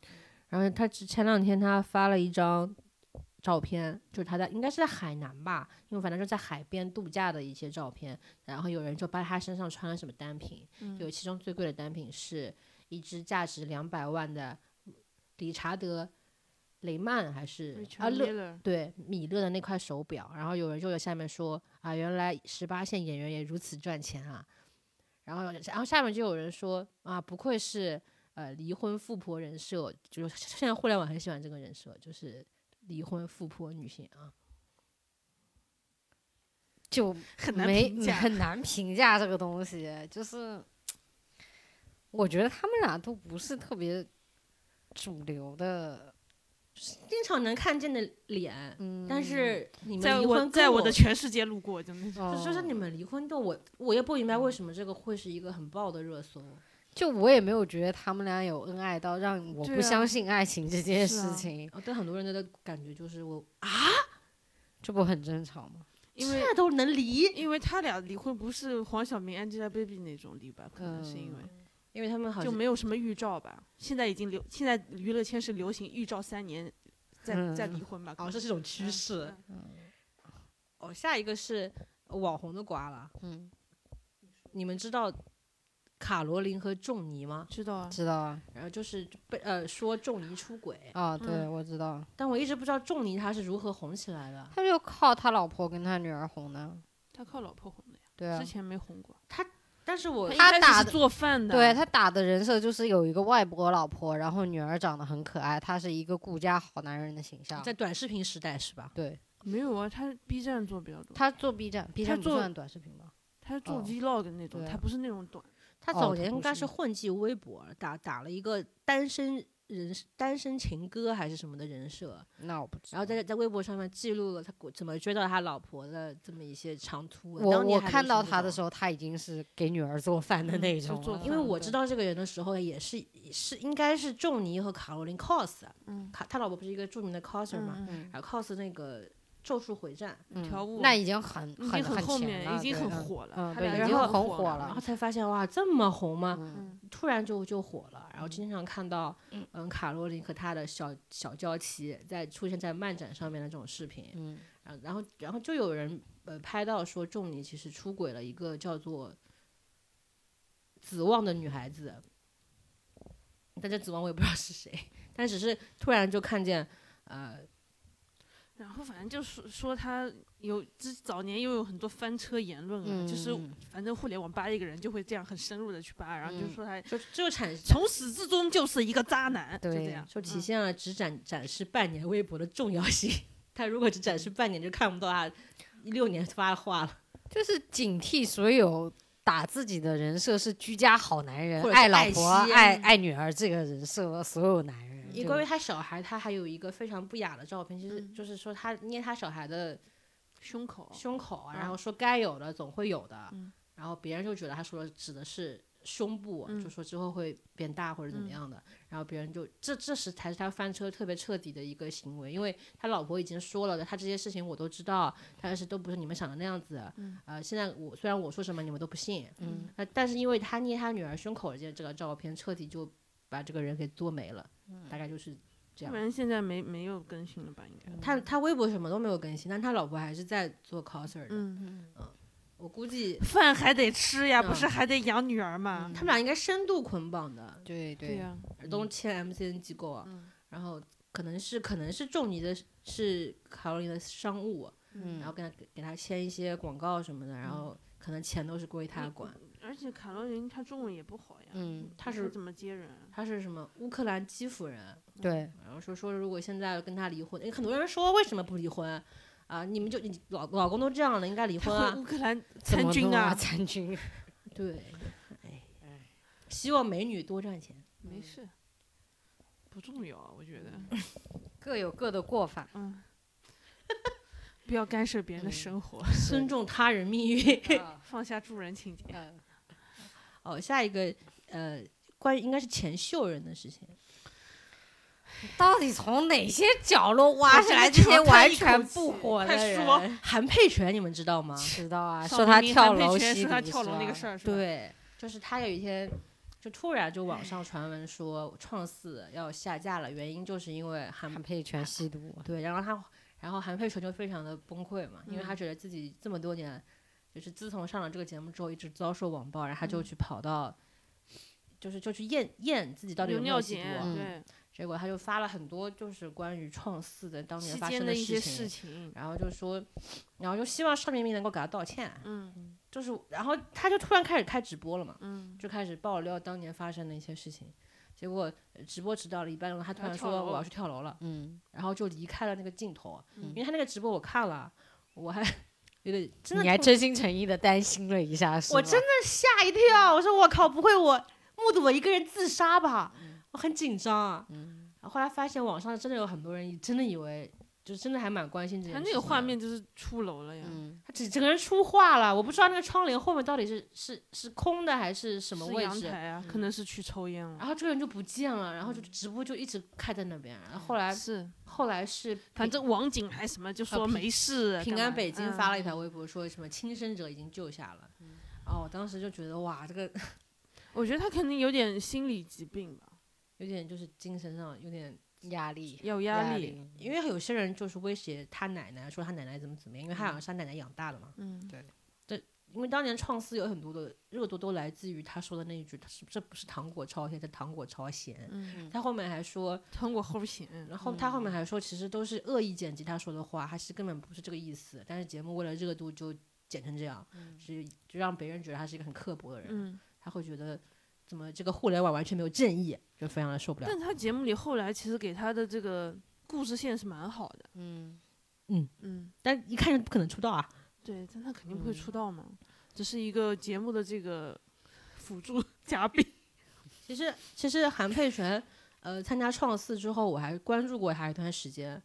Speaker 1: 然后他之前两天他发了一张照片，就是他在应该是在海南吧，因为反正是在海边度假的一些照片，然后有人就扒他身上穿了什么单品，嗯
Speaker 3: 嗯
Speaker 1: 有其中最贵的单品是一只价值两百万的理查德雷曼还是啊
Speaker 3: Richard
Speaker 1: 勒
Speaker 3: Miller
Speaker 1: 对米勒的那块手表，然后有人就在下面说啊，原来十八线演员也如此赚钱啊，然后然后下面就有人说啊，不愧是呃离婚富婆人设，就是现在互联网很喜欢这个人设，就是离婚富婆女性啊，
Speaker 2: 就
Speaker 3: 很难
Speaker 2: 没
Speaker 3: 评价。
Speaker 2: 很难评价这个东西，就是我觉得他们俩都不是特别主流的，
Speaker 1: 经常能看见的脸，
Speaker 2: 嗯，
Speaker 1: 但是你们
Speaker 3: 在
Speaker 1: 离婚
Speaker 3: 我
Speaker 1: 跟
Speaker 3: 在
Speaker 1: 我
Speaker 3: 的全世界路嗯过，就那种。
Speaker 1: 就就是你
Speaker 2: 哦
Speaker 1: 们离婚的我，我也不明白为什么这个会是一个很爆的热搜。
Speaker 2: 就我也没有觉得他们俩有恩爱到让我
Speaker 3: 对
Speaker 2: 不
Speaker 3: 啊
Speaker 2: 相信爱情这件
Speaker 3: 是啊
Speaker 2: 事情，
Speaker 1: 哦，但很多人的感觉就是我
Speaker 2: 这不很正常吗？
Speaker 3: 因为
Speaker 1: 这都能离，
Speaker 3: 因为他俩离婚不是黄晓明、Angelababy 那种离吧，可能是因为、
Speaker 1: 因为他们好
Speaker 3: 就
Speaker 1: 像
Speaker 3: 没有什么预兆吧。现在已经流，现在娱乐圈是流行预兆三年再、再
Speaker 2: 嗯
Speaker 3: 离婚吧。可
Speaker 1: 哦，
Speaker 3: 能
Speaker 1: 这是一种趋势。
Speaker 3: 嗯
Speaker 1: 哦，下一个是网红的瓜了。
Speaker 2: 嗯，
Speaker 1: 你们知道卡罗琳和仲尼吗？
Speaker 3: 知道啊，
Speaker 2: 知道啊，
Speaker 1: 然后就是被呃说仲尼出轨，
Speaker 2: 啊，对，
Speaker 3: 嗯
Speaker 2: 我知道，
Speaker 1: 但我一直不知道仲尼他是如何红起来的。
Speaker 2: 他就靠他老婆跟他女儿红的，
Speaker 3: 他靠老婆红的呀，
Speaker 2: 对啊
Speaker 3: 之，前没红过。
Speaker 1: 但是我
Speaker 2: 他
Speaker 3: 一开始
Speaker 2: 打
Speaker 3: 是
Speaker 2: 的
Speaker 3: 做饭的，啊
Speaker 2: 对他打的人设就是有一个外国老婆，然后女儿长得很可爱，他是一个顾家好男人的形象
Speaker 1: 在。短视频时代是吧？
Speaker 2: 对
Speaker 3: 没有啊，他 B 站做比较多，
Speaker 2: 他做 B 站，B
Speaker 3: 他
Speaker 2: 站不
Speaker 3: 做
Speaker 2: 算短视频吧？
Speaker 3: 他是做
Speaker 2: 哦
Speaker 3: vlog 那种，
Speaker 2: 对啊
Speaker 3: 他不是那种短。
Speaker 1: 他
Speaker 2: 哦
Speaker 1: 早
Speaker 2: 他
Speaker 1: 年
Speaker 2: 不
Speaker 1: 应该
Speaker 2: 是
Speaker 1: 是混迹微博，打打了一个单身人单身情歌还是什么的人设，
Speaker 2: 那我不知道。
Speaker 1: 然后在在微博上面记录了他怎么追到他老婆的这么一些长图文。
Speaker 2: 我
Speaker 1: 当年
Speaker 2: 我
Speaker 1: 还
Speaker 2: 看到他的时
Speaker 1: 候，
Speaker 2: 候，他已经是给女儿做饭的
Speaker 3: 嗯
Speaker 2: 那
Speaker 3: 就
Speaker 2: 种
Speaker 3: 做
Speaker 2: 了，
Speaker 1: 因为我
Speaker 3: 对
Speaker 1: 知道这个人的时候，也是是应该是仲尼和卡罗琳 cos，啊
Speaker 3: 嗯，
Speaker 1: 卡他老婆不是一个著名的 coser 嘛，
Speaker 3: 嗯
Speaker 2: 嗯
Speaker 1: 然后 cos 那个《咒术回战》，
Speaker 2: 嗯
Speaker 3: 调舞
Speaker 2: 那已经很
Speaker 3: 嗯已
Speaker 2: 很
Speaker 3: 经很后
Speaker 2: 前
Speaker 3: 面，
Speaker 2: 了
Speaker 3: 已经
Speaker 2: 对
Speaker 3: 很
Speaker 2: 嗯
Speaker 3: 火了，
Speaker 2: 嗯
Speaker 3: 他
Speaker 2: 对
Speaker 3: 俩
Speaker 1: 已
Speaker 3: 已
Speaker 1: 经
Speaker 3: 经
Speaker 1: 很
Speaker 2: 火
Speaker 3: 火
Speaker 2: 了
Speaker 1: 然后才发现哇这么红吗？
Speaker 2: 嗯
Speaker 3: 嗯，
Speaker 1: 突然就就火了，然后经常看到嗯卡罗琳和他的小小娇妻在出现在漫展上面的这种视频，
Speaker 2: 嗯
Speaker 1: 然后然后然后就有人呃拍到说仲尼其实出轨了一个叫做子望的女孩子，但这子望我也不知道是谁，但只是突然就看见呃
Speaker 3: 然后反正就说说他有，这早年又有很多翻车言论啊，就是
Speaker 2: 嗯
Speaker 3: 反正互联网扒一个人就会这样很深入的去扒，然后就
Speaker 2: 嗯
Speaker 3: 说他
Speaker 1: 就就产
Speaker 3: 从始至终就是一个渣男，就
Speaker 2: 对
Speaker 3: 这样。
Speaker 1: 就体
Speaker 3: 嗯
Speaker 1: 现了只展展示半年微博的重要性。 他如果只展示半年，就看不到他六年发的话了，
Speaker 2: 就是警惕所有打自己的人设是居家好男人
Speaker 1: 或，者是
Speaker 2: 爱老
Speaker 1: 爱
Speaker 2: 婆、
Speaker 1: 妻啊
Speaker 2: 爱爱女儿这个人设的所有男人，
Speaker 1: 因
Speaker 2: 就
Speaker 1: 为他小孩，他还有一个非常不雅的照片，就是
Speaker 3: 嗯
Speaker 1: 就是说他捏他小孩的
Speaker 3: 胸口，
Speaker 1: 胸口，啊然
Speaker 3: 嗯
Speaker 1: 后说该有的总会有的
Speaker 3: 嗯，
Speaker 1: 然后别人就觉得他说的指的是胸部，啊
Speaker 3: 嗯
Speaker 1: 就说之后会变大或者怎么
Speaker 3: 嗯
Speaker 1: 样的，然后别人就这这时才是他翻车特别彻底的一个行为，因为他老婆已经说了，他这些事情我都知道，但是都不是你们想的那样子，
Speaker 3: 嗯
Speaker 1: 呃，现在我虽然我说什么你们都不信，
Speaker 2: 嗯，
Speaker 1: 呃，但是因为他捏他女儿胸口的这这个照片，彻底就把这个人给做没了，
Speaker 3: 嗯
Speaker 1: 大概就是这样
Speaker 3: 要不。然现在没没有更新了吧？应
Speaker 2: 嗯
Speaker 3: 该。
Speaker 1: 他他微博什么都没有更新，但他老婆还是在做 coser 的。
Speaker 3: 嗯，
Speaker 1: 我估计
Speaker 3: 饭还得吃呀，
Speaker 1: 嗯
Speaker 3: 不是还得养女儿吗？
Speaker 2: 嗯
Speaker 1: 他们俩应该深度捆绑的，
Speaker 2: 对
Speaker 3: 对啊
Speaker 2: 对，
Speaker 3: 呀，
Speaker 1: 都签 MCN 机构啊。
Speaker 3: 嗯
Speaker 1: 然后可能是可能是仲尼的是卡罗琳的商务，啊
Speaker 2: 嗯
Speaker 1: 然后跟他给他签一些广告什么的，然后可能钱都是归他管。
Speaker 3: 而且卡罗琳她中文也不好呀，
Speaker 2: 嗯，
Speaker 1: 他
Speaker 3: 她
Speaker 1: 是
Speaker 3: 怎么接人啊？
Speaker 1: 他是什么乌克兰基辅人，
Speaker 3: 嗯
Speaker 2: 对，
Speaker 1: 然后说说如果现在跟他离婚，诶很多人说为什么不离婚啊？你们就你老老公都这样了，应该离
Speaker 3: 她
Speaker 1: 婚
Speaker 3: 回
Speaker 1: 啊？
Speaker 3: 乌克兰
Speaker 2: 怎
Speaker 3: 参
Speaker 2: 么
Speaker 3: 军
Speaker 2: 弄
Speaker 3: 啊，
Speaker 2: 参军，
Speaker 1: 对，哎，希望美女多赚钱。
Speaker 3: 没事，嗯不重要，啊我觉得，
Speaker 2: 各有各的过法，
Speaker 3: 嗯，不要干涉别人的生 活，
Speaker 1: 尊重他人命运。
Speaker 2: 啊
Speaker 3: 放下助人情节。
Speaker 2: 嗯
Speaker 1: 哦，下一个呃，关于应该是前秀人的事情，
Speaker 2: 到底从哪些角落挖
Speaker 3: 真
Speaker 2: 下
Speaker 3: 的
Speaker 2: 来这
Speaker 3: 只
Speaker 2: 些
Speaker 3: 能叹
Speaker 2: 完
Speaker 3: 一口
Speaker 2: 全
Speaker 3: 气
Speaker 2: 不火的
Speaker 3: 快
Speaker 2: 人？
Speaker 3: 说
Speaker 1: 韩佩泉你们知道吗？
Speaker 2: 知道啊，
Speaker 3: 邵
Speaker 2: 说
Speaker 3: 明
Speaker 2: 他
Speaker 3: 明
Speaker 2: 跳
Speaker 3: 韩佩
Speaker 2: 楼
Speaker 3: 泉
Speaker 2: 吸
Speaker 3: 说他
Speaker 2: 毒
Speaker 3: 跳
Speaker 2: 是
Speaker 3: 楼那
Speaker 2: 吧
Speaker 3: 个事儿是吧？，
Speaker 1: 啊对，就是他有一天就突然就网上传闻说创四要下架了，原因就是因为韩
Speaker 2: 韩佩泉吸毒，啊
Speaker 1: 对，然后他，然后韩佩纯就非常的崩溃嘛，因为他
Speaker 3: 嗯
Speaker 1: 觉得自己这么多年，就是自从上了这个节目之后一直遭受网暴，然后他
Speaker 2: 嗯
Speaker 1: 就去跑到，就是就去验验自己到底
Speaker 3: 有
Speaker 1: 没有吸毒
Speaker 3: 检
Speaker 1: 啊、，
Speaker 2: 嗯
Speaker 3: 对，
Speaker 1: 结果他就发了很多就是关于创四的当年
Speaker 3: 期
Speaker 1: 发
Speaker 3: 间
Speaker 1: 生
Speaker 3: 的一
Speaker 1: 事
Speaker 3: 些
Speaker 1: 情，
Speaker 3: 事情，
Speaker 1: 然后就说，然后就希望邵明明能够给他道歉，
Speaker 3: 嗯
Speaker 1: 就是然后他就突然开始开直播了嘛，
Speaker 3: 嗯，
Speaker 1: 就开始爆料当年发生的一些事情。结果呃直播直到了一半，他突
Speaker 3: 他
Speaker 1: 然
Speaker 3: 跳
Speaker 1: 说
Speaker 3: 楼
Speaker 1: 我要
Speaker 3: 了
Speaker 1: 去跳楼了，
Speaker 2: 嗯，
Speaker 1: 然后就离开了那个镜头。啊
Speaker 2: 嗯
Speaker 1: 因为他那个直播我看了，我还 有点真的
Speaker 2: 你还
Speaker 1: 痛
Speaker 2: 真心诚意的担心了一下，是
Speaker 1: 我
Speaker 2: 吗
Speaker 1: 真的吓一跳，我说我靠，不会我目睹我一个人自杀吧？
Speaker 3: 嗯
Speaker 1: 我很紧张啊。
Speaker 2: 嗯
Speaker 1: 然后后来发现网上真的有很多人以真的以为，就真的还蛮关心这件
Speaker 3: 他
Speaker 1: 事。啊
Speaker 3: 那个画，面就是出楼了呀，
Speaker 2: 嗯
Speaker 1: 他整整个人出画了，我不知道那个窗帘后面到底是是是空的还是什么
Speaker 3: 是
Speaker 1: 位
Speaker 3: 阳
Speaker 1: 置。嗯
Speaker 3: 台啊，可能是去抽烟了
Speaker 1: 然。后这个人就不见了，然后就直播就一直开在那边。然后后来
Speaker 3: 嗯是，
Speaker 1: 后来是
Speaker 3: 反正网警还什么就说
Speaker 1: 啊平
Speaker 3: 没事。
Speaker 1: 平
Speaker 3: 干
Speaker 1: 安
Speaker 3: 嘛
Speaker 1: 北京
Speaker 3: 嗯
Speaker 1: 发了一条微博，说什么轻生者已经救下了。然后我当时就觉得哇，这个
Speaker 3: 我觉得他肯定有点心理疾病吧，
Speaker 1: 有点就是精神上有点，
Speaker 2: 压力
Speaker 3: 有
Speaker 2: 压
Speaker 3: 压力。，
Speaker 1: 因为有些人就是威胁他奶奶，说他奶奶怎么怎么样，因为他好像是他奶奶养大的嘛。
Speaker 3: 嗯，
Speaker 1: 因为当年创四有很多的热度都来自于他说的那一句，他是这不是糖果超甜，这糖果超咸。
Speaker 3: 嗯，
Speaker 1: 他后面还说，
Speaker 3: 通过后弦，
Speaker 1: 然后他后面还说，其实都是恶意剪辑他说的话，他是根本不是这个意思。但是节目为了热度就剪成这样，是就让别人觉得他是一个很刻薄的人。
Speaker 3: 嗯，
Speaker 1: 他会觉得怎么这个互联网完全没有正义，就非常的受不了。
Speaker 3: 但他节目里后来其实给他的这个故事线是蛮好的，
Speaker 2: 嗯
Speaker 3: 嗯，
Speaker 1: 但一看就不可能出道啊，
Speaker 3: 对，但他肯定不会
Speaker 1: 嗯
Speaker 3: 出道嘛，只是一个节目的这个辅助 嘉宾，
Speaker 1: 其实其实韩佩璇，呃，参加创四之后，我还关注过他一段时间。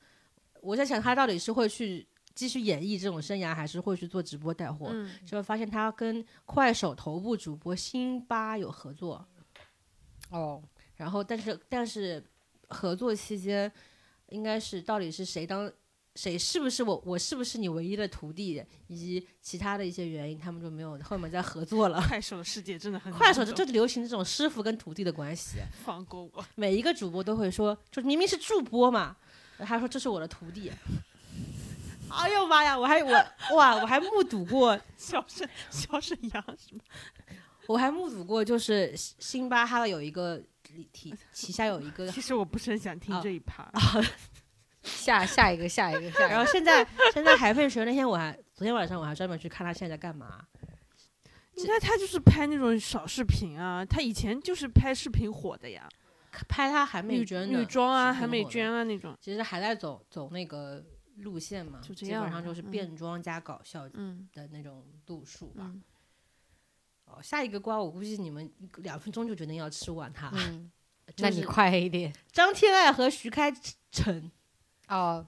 Speaker 1: 我在想他到底是会去继续演艺这种生涯，还是会去做直播带货？
Speaker 3: 嗯，
Speaker 1: 结果发现他跟快手头部主播辛巴有合作，
Speaker 2: 哦，
Speaker 1: 然后但是但是合作期间，应该是到底是谁当谁是不是我我是不是你唯一的徒弟，以及其他的一些原因，他们就没有后面再合作 了。
Speaker 3: 快手的世界真的很
Speaker 1: 快手
Speaker 3: 难
Speaker 1: 就
Speaker 3: 懂
Speaker 1: 就流行这种师傅跟徒弟的关系，
Speaker 3: 放过我，
Speaker 1: 每一个主播都会说，就明明是助播嘛，他说这是我的徒 弟。哎呦妈呀！我还我哇，我还目睹过，
Speaker 3: 小沈小沈阳什么，
Speaker 1: 我还目睹过，就是辛巴他的有一个体旗下有一个
Speaker 3: 其实我不是很想听
Speaker 1: 啊
Speaker 3: 这一趴，
Speaker 2: 下下一个，下一个，下一
Speaker 1: 然
Speaker 2: 个。
Speaker 1: 后现在现在海佩池那天我还昨天晚上我还专门去看他现在在干嘛，
Speaker 3: 应该他就是拍那种小视频啊，他以前就是拍视频火的呀，
Speaker 1: 拍他韩美
Speaker 3: 女
Speaker 1: 娟的
Speaker 3: 女装啊、
Speaker 1: 视频
Speaker 3: 韩
Speaker 1: 火
Speaker 3: 美
Speaker 1: 的
Speaker 3: 娟啊那种。
Speaker 1: 其实还在走走那个路线嘛，
Speaker 3: 就这
Speaker 1: 基
Speaker 3: 样
Speaker 1: 本上
Speaker 3: 吧
Speaker 1: 就是
Speaker 3: 嗯
Speaker 1: 变装加搞笑
Speaker 4: 嗯
Speaker 1: 的那种度数吧。
Speaker 4: 嗯，
Speaker 1: 哦，下一个瓜我估计你们两分钟就决定要吃完它。
Speaker 2: 嗯，
Speaker 1: 就
Speaker 2: 那你
Speaker 1: 是
Speaker 2: 快一点
Speaker 1: 张天爱和徐开骋
Speaker 2: 哦。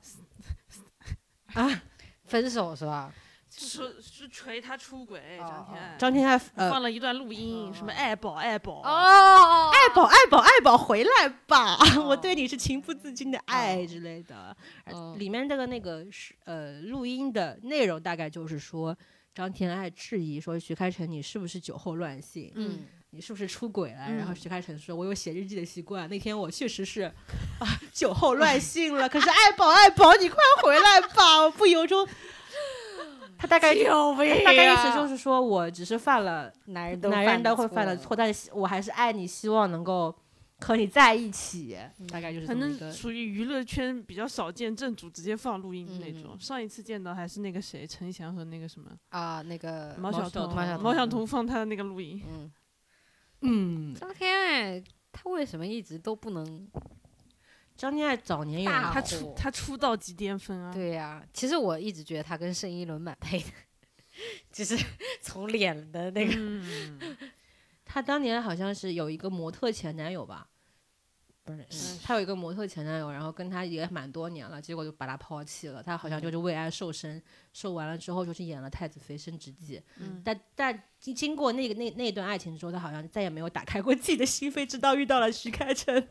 Speaker 1: 啊，
Speaker 2: 分手是吧？
Speaker 3: 是是锤他出轨，
Speaker 2: 哦
Speaker 3: 张天爱
Speaker 1: 张天爱呃
Speaker 3: 放了一段录音，什么
Speaker 2: 哦
Speaker 3: 爱宝爱宝，
Speaker 2: 哦，
Speaker 1: 爱宝，爱宝，爱宝，回来吧！我
Speaker 2: 哦
Speaker 1: 对你是情不自禁的爱
Speaker 2: 哦
Speaker 1: 之类的。
Speaker 2: 哦
Speaker 1: 里面这个那个是呃，录音的内容大概就是说，张天爱质疑说徐开骋你是不是酒后乱性，
Speaker 2: 嗯，
Speaker 1: 你是不是出轨了？然后
Speaker 4: 嗯
Speaker 1: 徐开骋说，我有写日记的习惯，那天我确实是啊酒后乱性了。可是爱宝，爱宝，你快回来吧！我不由衷，他大概
Speaker 4: 有病
Speaker 1: 大概意思就是说我只是犯了。
Speaker 2: 男人都
Speaker 1: 男人都会犯
Speaker 2: 了
Speaker 1: 了错，，但是我还是爱你，希望能够和你在一起，大概就是这
Speaker 3: 反
Speaker 1: 么一个
Speaker 3: 正。属于娱乐圈比较少见，正主直接放录音那种。
Speaker 2: 嗯
Speaker 3: 上一次见到还是那个谁，陈翔和那个什么
Speaker 2: 啊，那个
Speaker 1: 毛
Speaker 3: 毛晓
Speaker 1: 晓
Speaker 3: 彤，
Speaker 1: 彤
Speaker 2: 毛晓彤
Speaker 3: 毛晓彤放他的那个录音。
Speaker 2: 嗯，
Speaker 1: 嗯，
Speaker 2: 张天爱他为什么一直都不能？
Speaker 1: 张天爱早年有
Speaker 2: 大
Speaker 3: 他
Speaker 2: 火
Speaker 3: 出他出道即巅峰啊！
Speaker 2: 对呀、其实我一直觉得他跟盛一伦蛮配的， 就是 从脸的那个
Speaker 3: 嗯，
Speaker 1: 他当年好像是有一个模特前男友吧，不是，
Speaker 3: 是
Speaker 1: 他有一个模特前男友，然后跟他也蛮多年了，结果就把他抛弃了。他好像就是为爱瘦身，瘦完了之后就去演了《太子妃升职记》，
Speaker 4: 嗯
Speaker 1: 但但经经过那个那那段爱情之后，他好像再也没有打开过自己的心扉，直到遇到了徐开骋。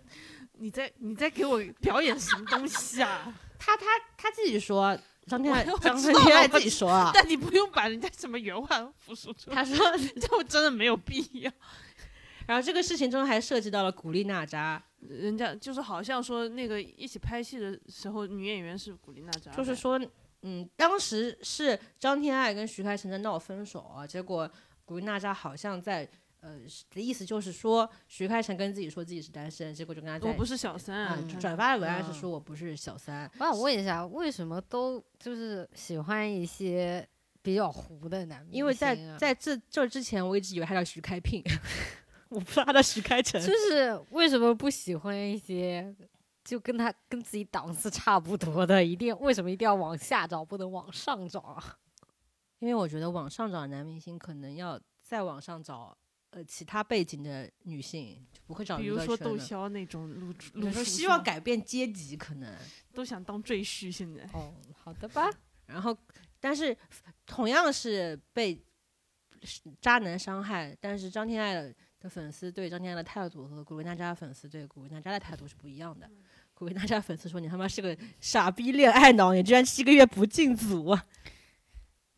Speaker 3: 你在你在给我表演什么东西啊？
Speaker 1: 他他他自己说，张天爱
Speaker 3: 我我
Speaker 1: 张
Speaker 3: 知道
Speaker 1: 天
Speaker 3: 了
Speaker 1: 爱
Speaker 3: 我
Speaker 1: 自己说啊，
Speaker 3: 但你不用把人家什么原话复述出来，
Speaker 1: 他说，
Speaker 3: 这我真的没有必要。
Speaker 1: 然后这个事情中还涉及到了古力娜扎，
Speaker 3: 人家就是好像说那个一起拍戏的时候，女演员是古力娜扎的，
Speaker 1: 就是说，嗯，当时是张天爱跟徐开骋在闹分手啊，结果古力娜扎好像在。呃，的意思就是说，徐开骋跟自己说自己是单身，结果就跟他在
Speaker 3: 我不是小三
Speaker 1: 啊
Speaker 3: 啊，
Speaker 2: 嗯
Speaker 1: 转发的文案是
Speaker 2: 嗯
Speaker 1: 说我不是小三，
Speaker 2: 我想问一下，为什么都就是喜欢一些比较糊的男明星啊、
Speaker 1: 因为在在这这之前，我一直以为他叫徐开骋， 我不知道他叫徐开骋，
Speaker 2: 就是为什么不喜欢一些就跟他跟自己档次差不多的，一定为什么一定要往下找，不能往上找啊？
Speaker 1: 因为我觉得往上找男明星，可能要再往上找呃其他背景的女性，就不会找
Speaker 3: 比
Speaker 1: 娱
Speaker 3: 如
Speaker 1: 乐
Speaker 3: 说
Speaker 1: 圈
Speaker 3: 窦
Speaker 1: 的
Speaker 3: 骁那种露出
Speaker 1: 比
Speaker 3: 露
Speaker 1: 如
Speaker 3: 出
Speaker 1: 说
Speaker 3: 是
Speaker 1: 希望
Speaker 3: 吗
Speaker 1: 改变阶级，可能。
Speaker 3: 都想当赘婿，现在
Speaker 2: 哦，好的 吧，
Speaker 1: 然后，但是同样是被是渣男伤害，但是张天爱的粉丝对张天爱的态度和古力娜扎粉丝对古力娜扎的态度是不一样的。
Speaker 2: 嗯
Speaker 1: 古力娜扎粉丝说：“你他妈是个傻逼恋爱脑，你居然七个月不进组啊！”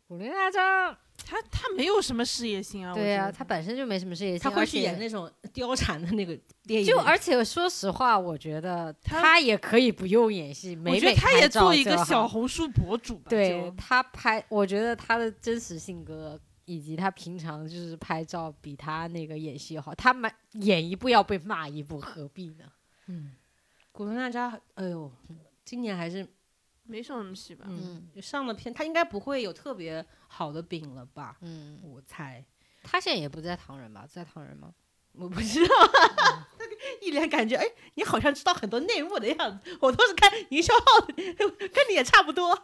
Speaker 2: 古力娜扎，
Speaker 3: 他他没有什么事业心啊，
Speaker 2: 对
Speaker 3: 呀、
Speaker 2: 啊，她本身就没什么事业心，
Speaker 1: 他会
Speaker 2: 而
Speaker 1: 去
Speaker 2: 且
Speaker 1: 演那种貂蝉的那 个电影，
Speaker 2: 就而且说实话，我觉得
Speaker 3: 他
Speaker 2: 他也可以不用演戏，美
Speaker 3: 我
Speaker 2: 美
Speaker 3: 觉得他也
Speaker 2: 拍照
Speaker 3: 做一
Speaker 2: 就
Speaker 3: 个
Speaker 2: 好
Speaker 3: 小红书博主吧，
Speaker 2: 对
Speaker 3: 就
Speaker 2: 他拍，我觉得他的真实性格以及他平常就是拍照比他那个演戏好，他蛮演一部要被骂一部，何必呢？
Speaker 1: 嗯，古力娜扎，哎呦，今年还是
Speaker 3: 没什么戏吧。
Speaker 1: 嗯，上了片，他应该不会有特别好的饼了吧？
Speaker 2: 嗯，
Speaker 1: 我猜，
Speaker 2: 他现在也不在唐人吧？在唐人吗？
Speaker 1: 我不知道，
Speaker 3: 嗯
Speaker 1: 他一脸感觉，哎，你好像知道很多内幕的样子，我都是看营销号的， 跟你也差不多。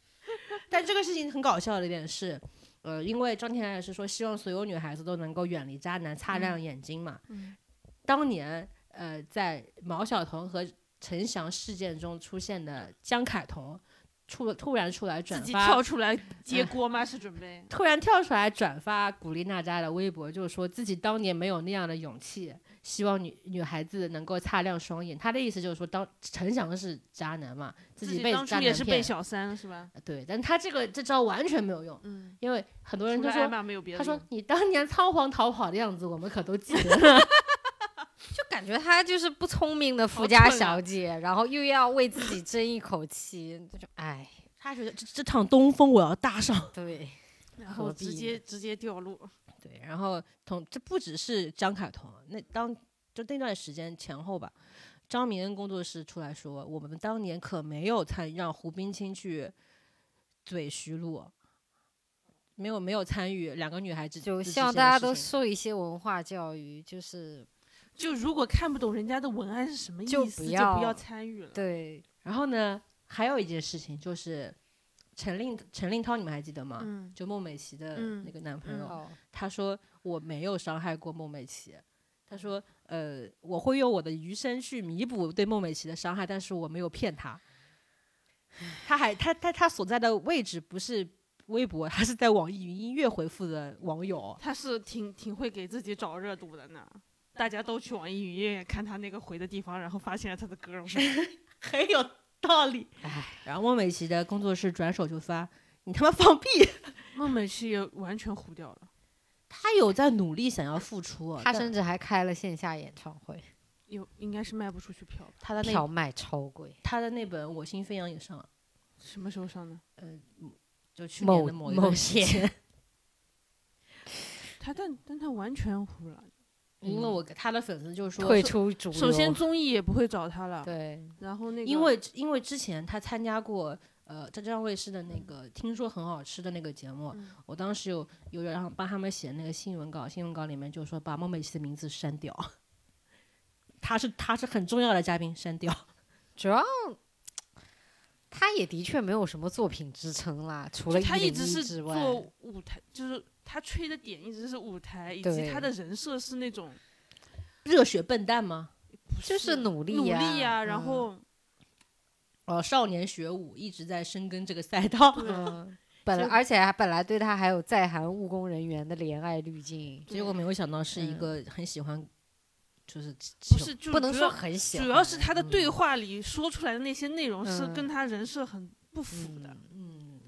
Speaker 1: 但这个事情很搞笑的一点是。呃，因为张天爱是说希望所有女孩子都能够远离渣男，擦亮眼睛嘛。
Speaker 3: 嗯
Speaker 1: 当年呃，在毛晓彤和陈翔事件中出现的江凯彤，出突然出来
Speaker 3: 自
Speaker 1: 转
Speaker 3: 己
Speaker 1: 发嗯
Speaker 3: 跳出来接锅吗？是准备？
Speaker 1: 突然跳出来转发古力娜扎的微博，就是说自己当年没有那样的勇气，希望女女孩子能够擦亮双眼。他的意思就是说，当陈翔是渣男嘛，自
Speaker 3: 己
Speaker 1: 被
Speaker 3: 当
Speaker 1: 渣男
Speaker 3: 初也是被
Speaker 1: 骗，
Speaker 3: 小三是吧？
Speaker 1: 对，但他这个这招完全没有用，
Speaker 3: 嗯，
Speaker 1: 因为呃很多人
Speaker 3: 除
Speaker 1: 就
Speaker 3: 了挨
Speaker 1: 说，
Speaker 3: 骂没有别的
Speaker 1: 他
Speaker 3: 理由。
Speaker 1: 说你当年仓皇逃跑的样子，我们可都记得。
Speaker 2: 就感觉他就是不聪明的
Speaker 3: 好
Speaker 2: 富家
Speaker 3: 蠢啊
Speaker 2: 小姐，然后又要为自己争一口气，这就哎，
Speaker 1: 他觉得这这场东风我要搭上。
Speaker 2: 对，
Speaker 3: 然后
Speaker 1: 何必
Speaker 3: 直
Speaker 1: 呢
Speaker 3: 接直接掉落。
Speaker 1: 对，啊然后同这不只是张凯彤，那当就那段时间前后吧，张明恩工作室出来说，我们当年可没有参让胡冰卿去嘴徐璐，没有没有参与两个女孩子
Speaker 2: 就
Speaker 1: 之
Speaker 2: 希望
Speaker 1: 间的
Speaker 2: 大家
Speaker 1: 事
Speaker 2: 都
Speaker 1: 情
Speaker 2: 受一些文化教育，就是
Speaker 3: 就如果看不懂人家的文案是什么意思，
Speaker 2: 就
Speaker 3: 就
Speaker 2: 不要
Speaker 3: 参与了。
Speaker 2: 对，
Speaker 1: 然后呢，还有一件事情就是陈令陈令涛，你们还记得吗？
Speaker 3: 嗯，
Speaker 1: 就孟美岐的
Speaker 3: 嗯
Speaker 1: 那个男朋
Speaker 3: 嗯
Speaker 1: 友，
Speaker 2: 哦，
Speaker 1: 他说我没有伤害过孟美岐。他说：“呃，我会用我的余生去弥补对孟美岐的伤害，但是我没有骗她。他还他他他所在的位置不是微博，他是在网易云音乐回复的网友。
Speaker 3: 他是挺挺会给自己找热度的呢。大家都去网易云音乐看他那个回的地方，然后发现了他的歌儿，我说
Speaker 1: 很有道理。然后孟美岐的工作室转手就发：“你他妈放 屁！
Speaker 3: 孟美岐也完全糊掉了。
Speaker 1: 她有在努力想要付出，哦
Speaker 2: 他
Speaker 1: 但
Speaker 2: 甚至还开了线下演唱会，
Speaker 3: 有应该是卖不出去票吧？
Speaker 1: 她的那
Speaker 2: 票卖超贵，
Speaker 1: 她的那本《我心飞扬》也上了，
Speaker 3: 什么时候上的？
Speaker 1: 就去年的
Speaker 2: 某
Speaker 1: 某一段
Speaker 2: 某
Speaker 1: 时
Speaker 2: 些
Speaker 1: 间
Speaker 3: 他但但他完全糊了。
Speaker 1: 因为我她的粉丝就说
Speaker 2: 退出主流。
Speaker 3: 首先综艺也不会找他了，
Speaker 2: 对，
Speaker 3: 然后那个
Speaker 1: 因为因为之前他参加过呃浙江卫视的那个《听说很好吃》的那个节目，
Speaker 3: 嗯
Speaker 1: 我当时有有让帮他们写那个新闻稿，新闻稿里面就说把孟美岐的名字删掉， 他是他是很重要的嘉宾，删掉。
Speaker 2: 主要他也的确没有什么作品支撑啦，除了
Speaker 3: 他
Speaker 2: 一
Speaker 3: 一
Speaker 2: 零
Speaker 3: 直
Speaker 2: 一
Speaker 3: 是
Speaker 2: 之外，
Speaker 3: 做舞台，就是他吹的点一直是舞台，以及
Speaker 2: 对
Speaker 3: 他的人设是那种
Speaker 1: 热血笨蛋吗？
Speaker 3: 不
Speaker 2: 就是努力
Speaker 3: 努
Speaker 2: 呀、
Speaker 3: 力呀、
Speaker 2: 嗯
Speaker 3: 然后、
Speaker 1: 呃，少年学武一直在深耕这个赛道，
Speaker 2: 嗯，本来
Speaker 1: 就
Speaker 2: 而且还本来对他还有在韩务工人员的怜爱滤镜，
Speaker 1: 结果没有想到是一
Speaker 2: 嗯
Speaker 1: 个很喜欢，就是
Speaker 3: 不是就
Speaker 2: 不能
Speaker 3: 主
Speaker 2: 说
Speaker 3: 要
Speaker 2: 很喜欢，
Speaker 3: 主要是他的
Speaker 1: 嗯
Speaker 3: 对话里说出来的那些内容是
Speaker 2: 嗯
Speaker 3: 跟他人设很不符的。
Speaker 2: 嗯
Speaker 1: 嗯，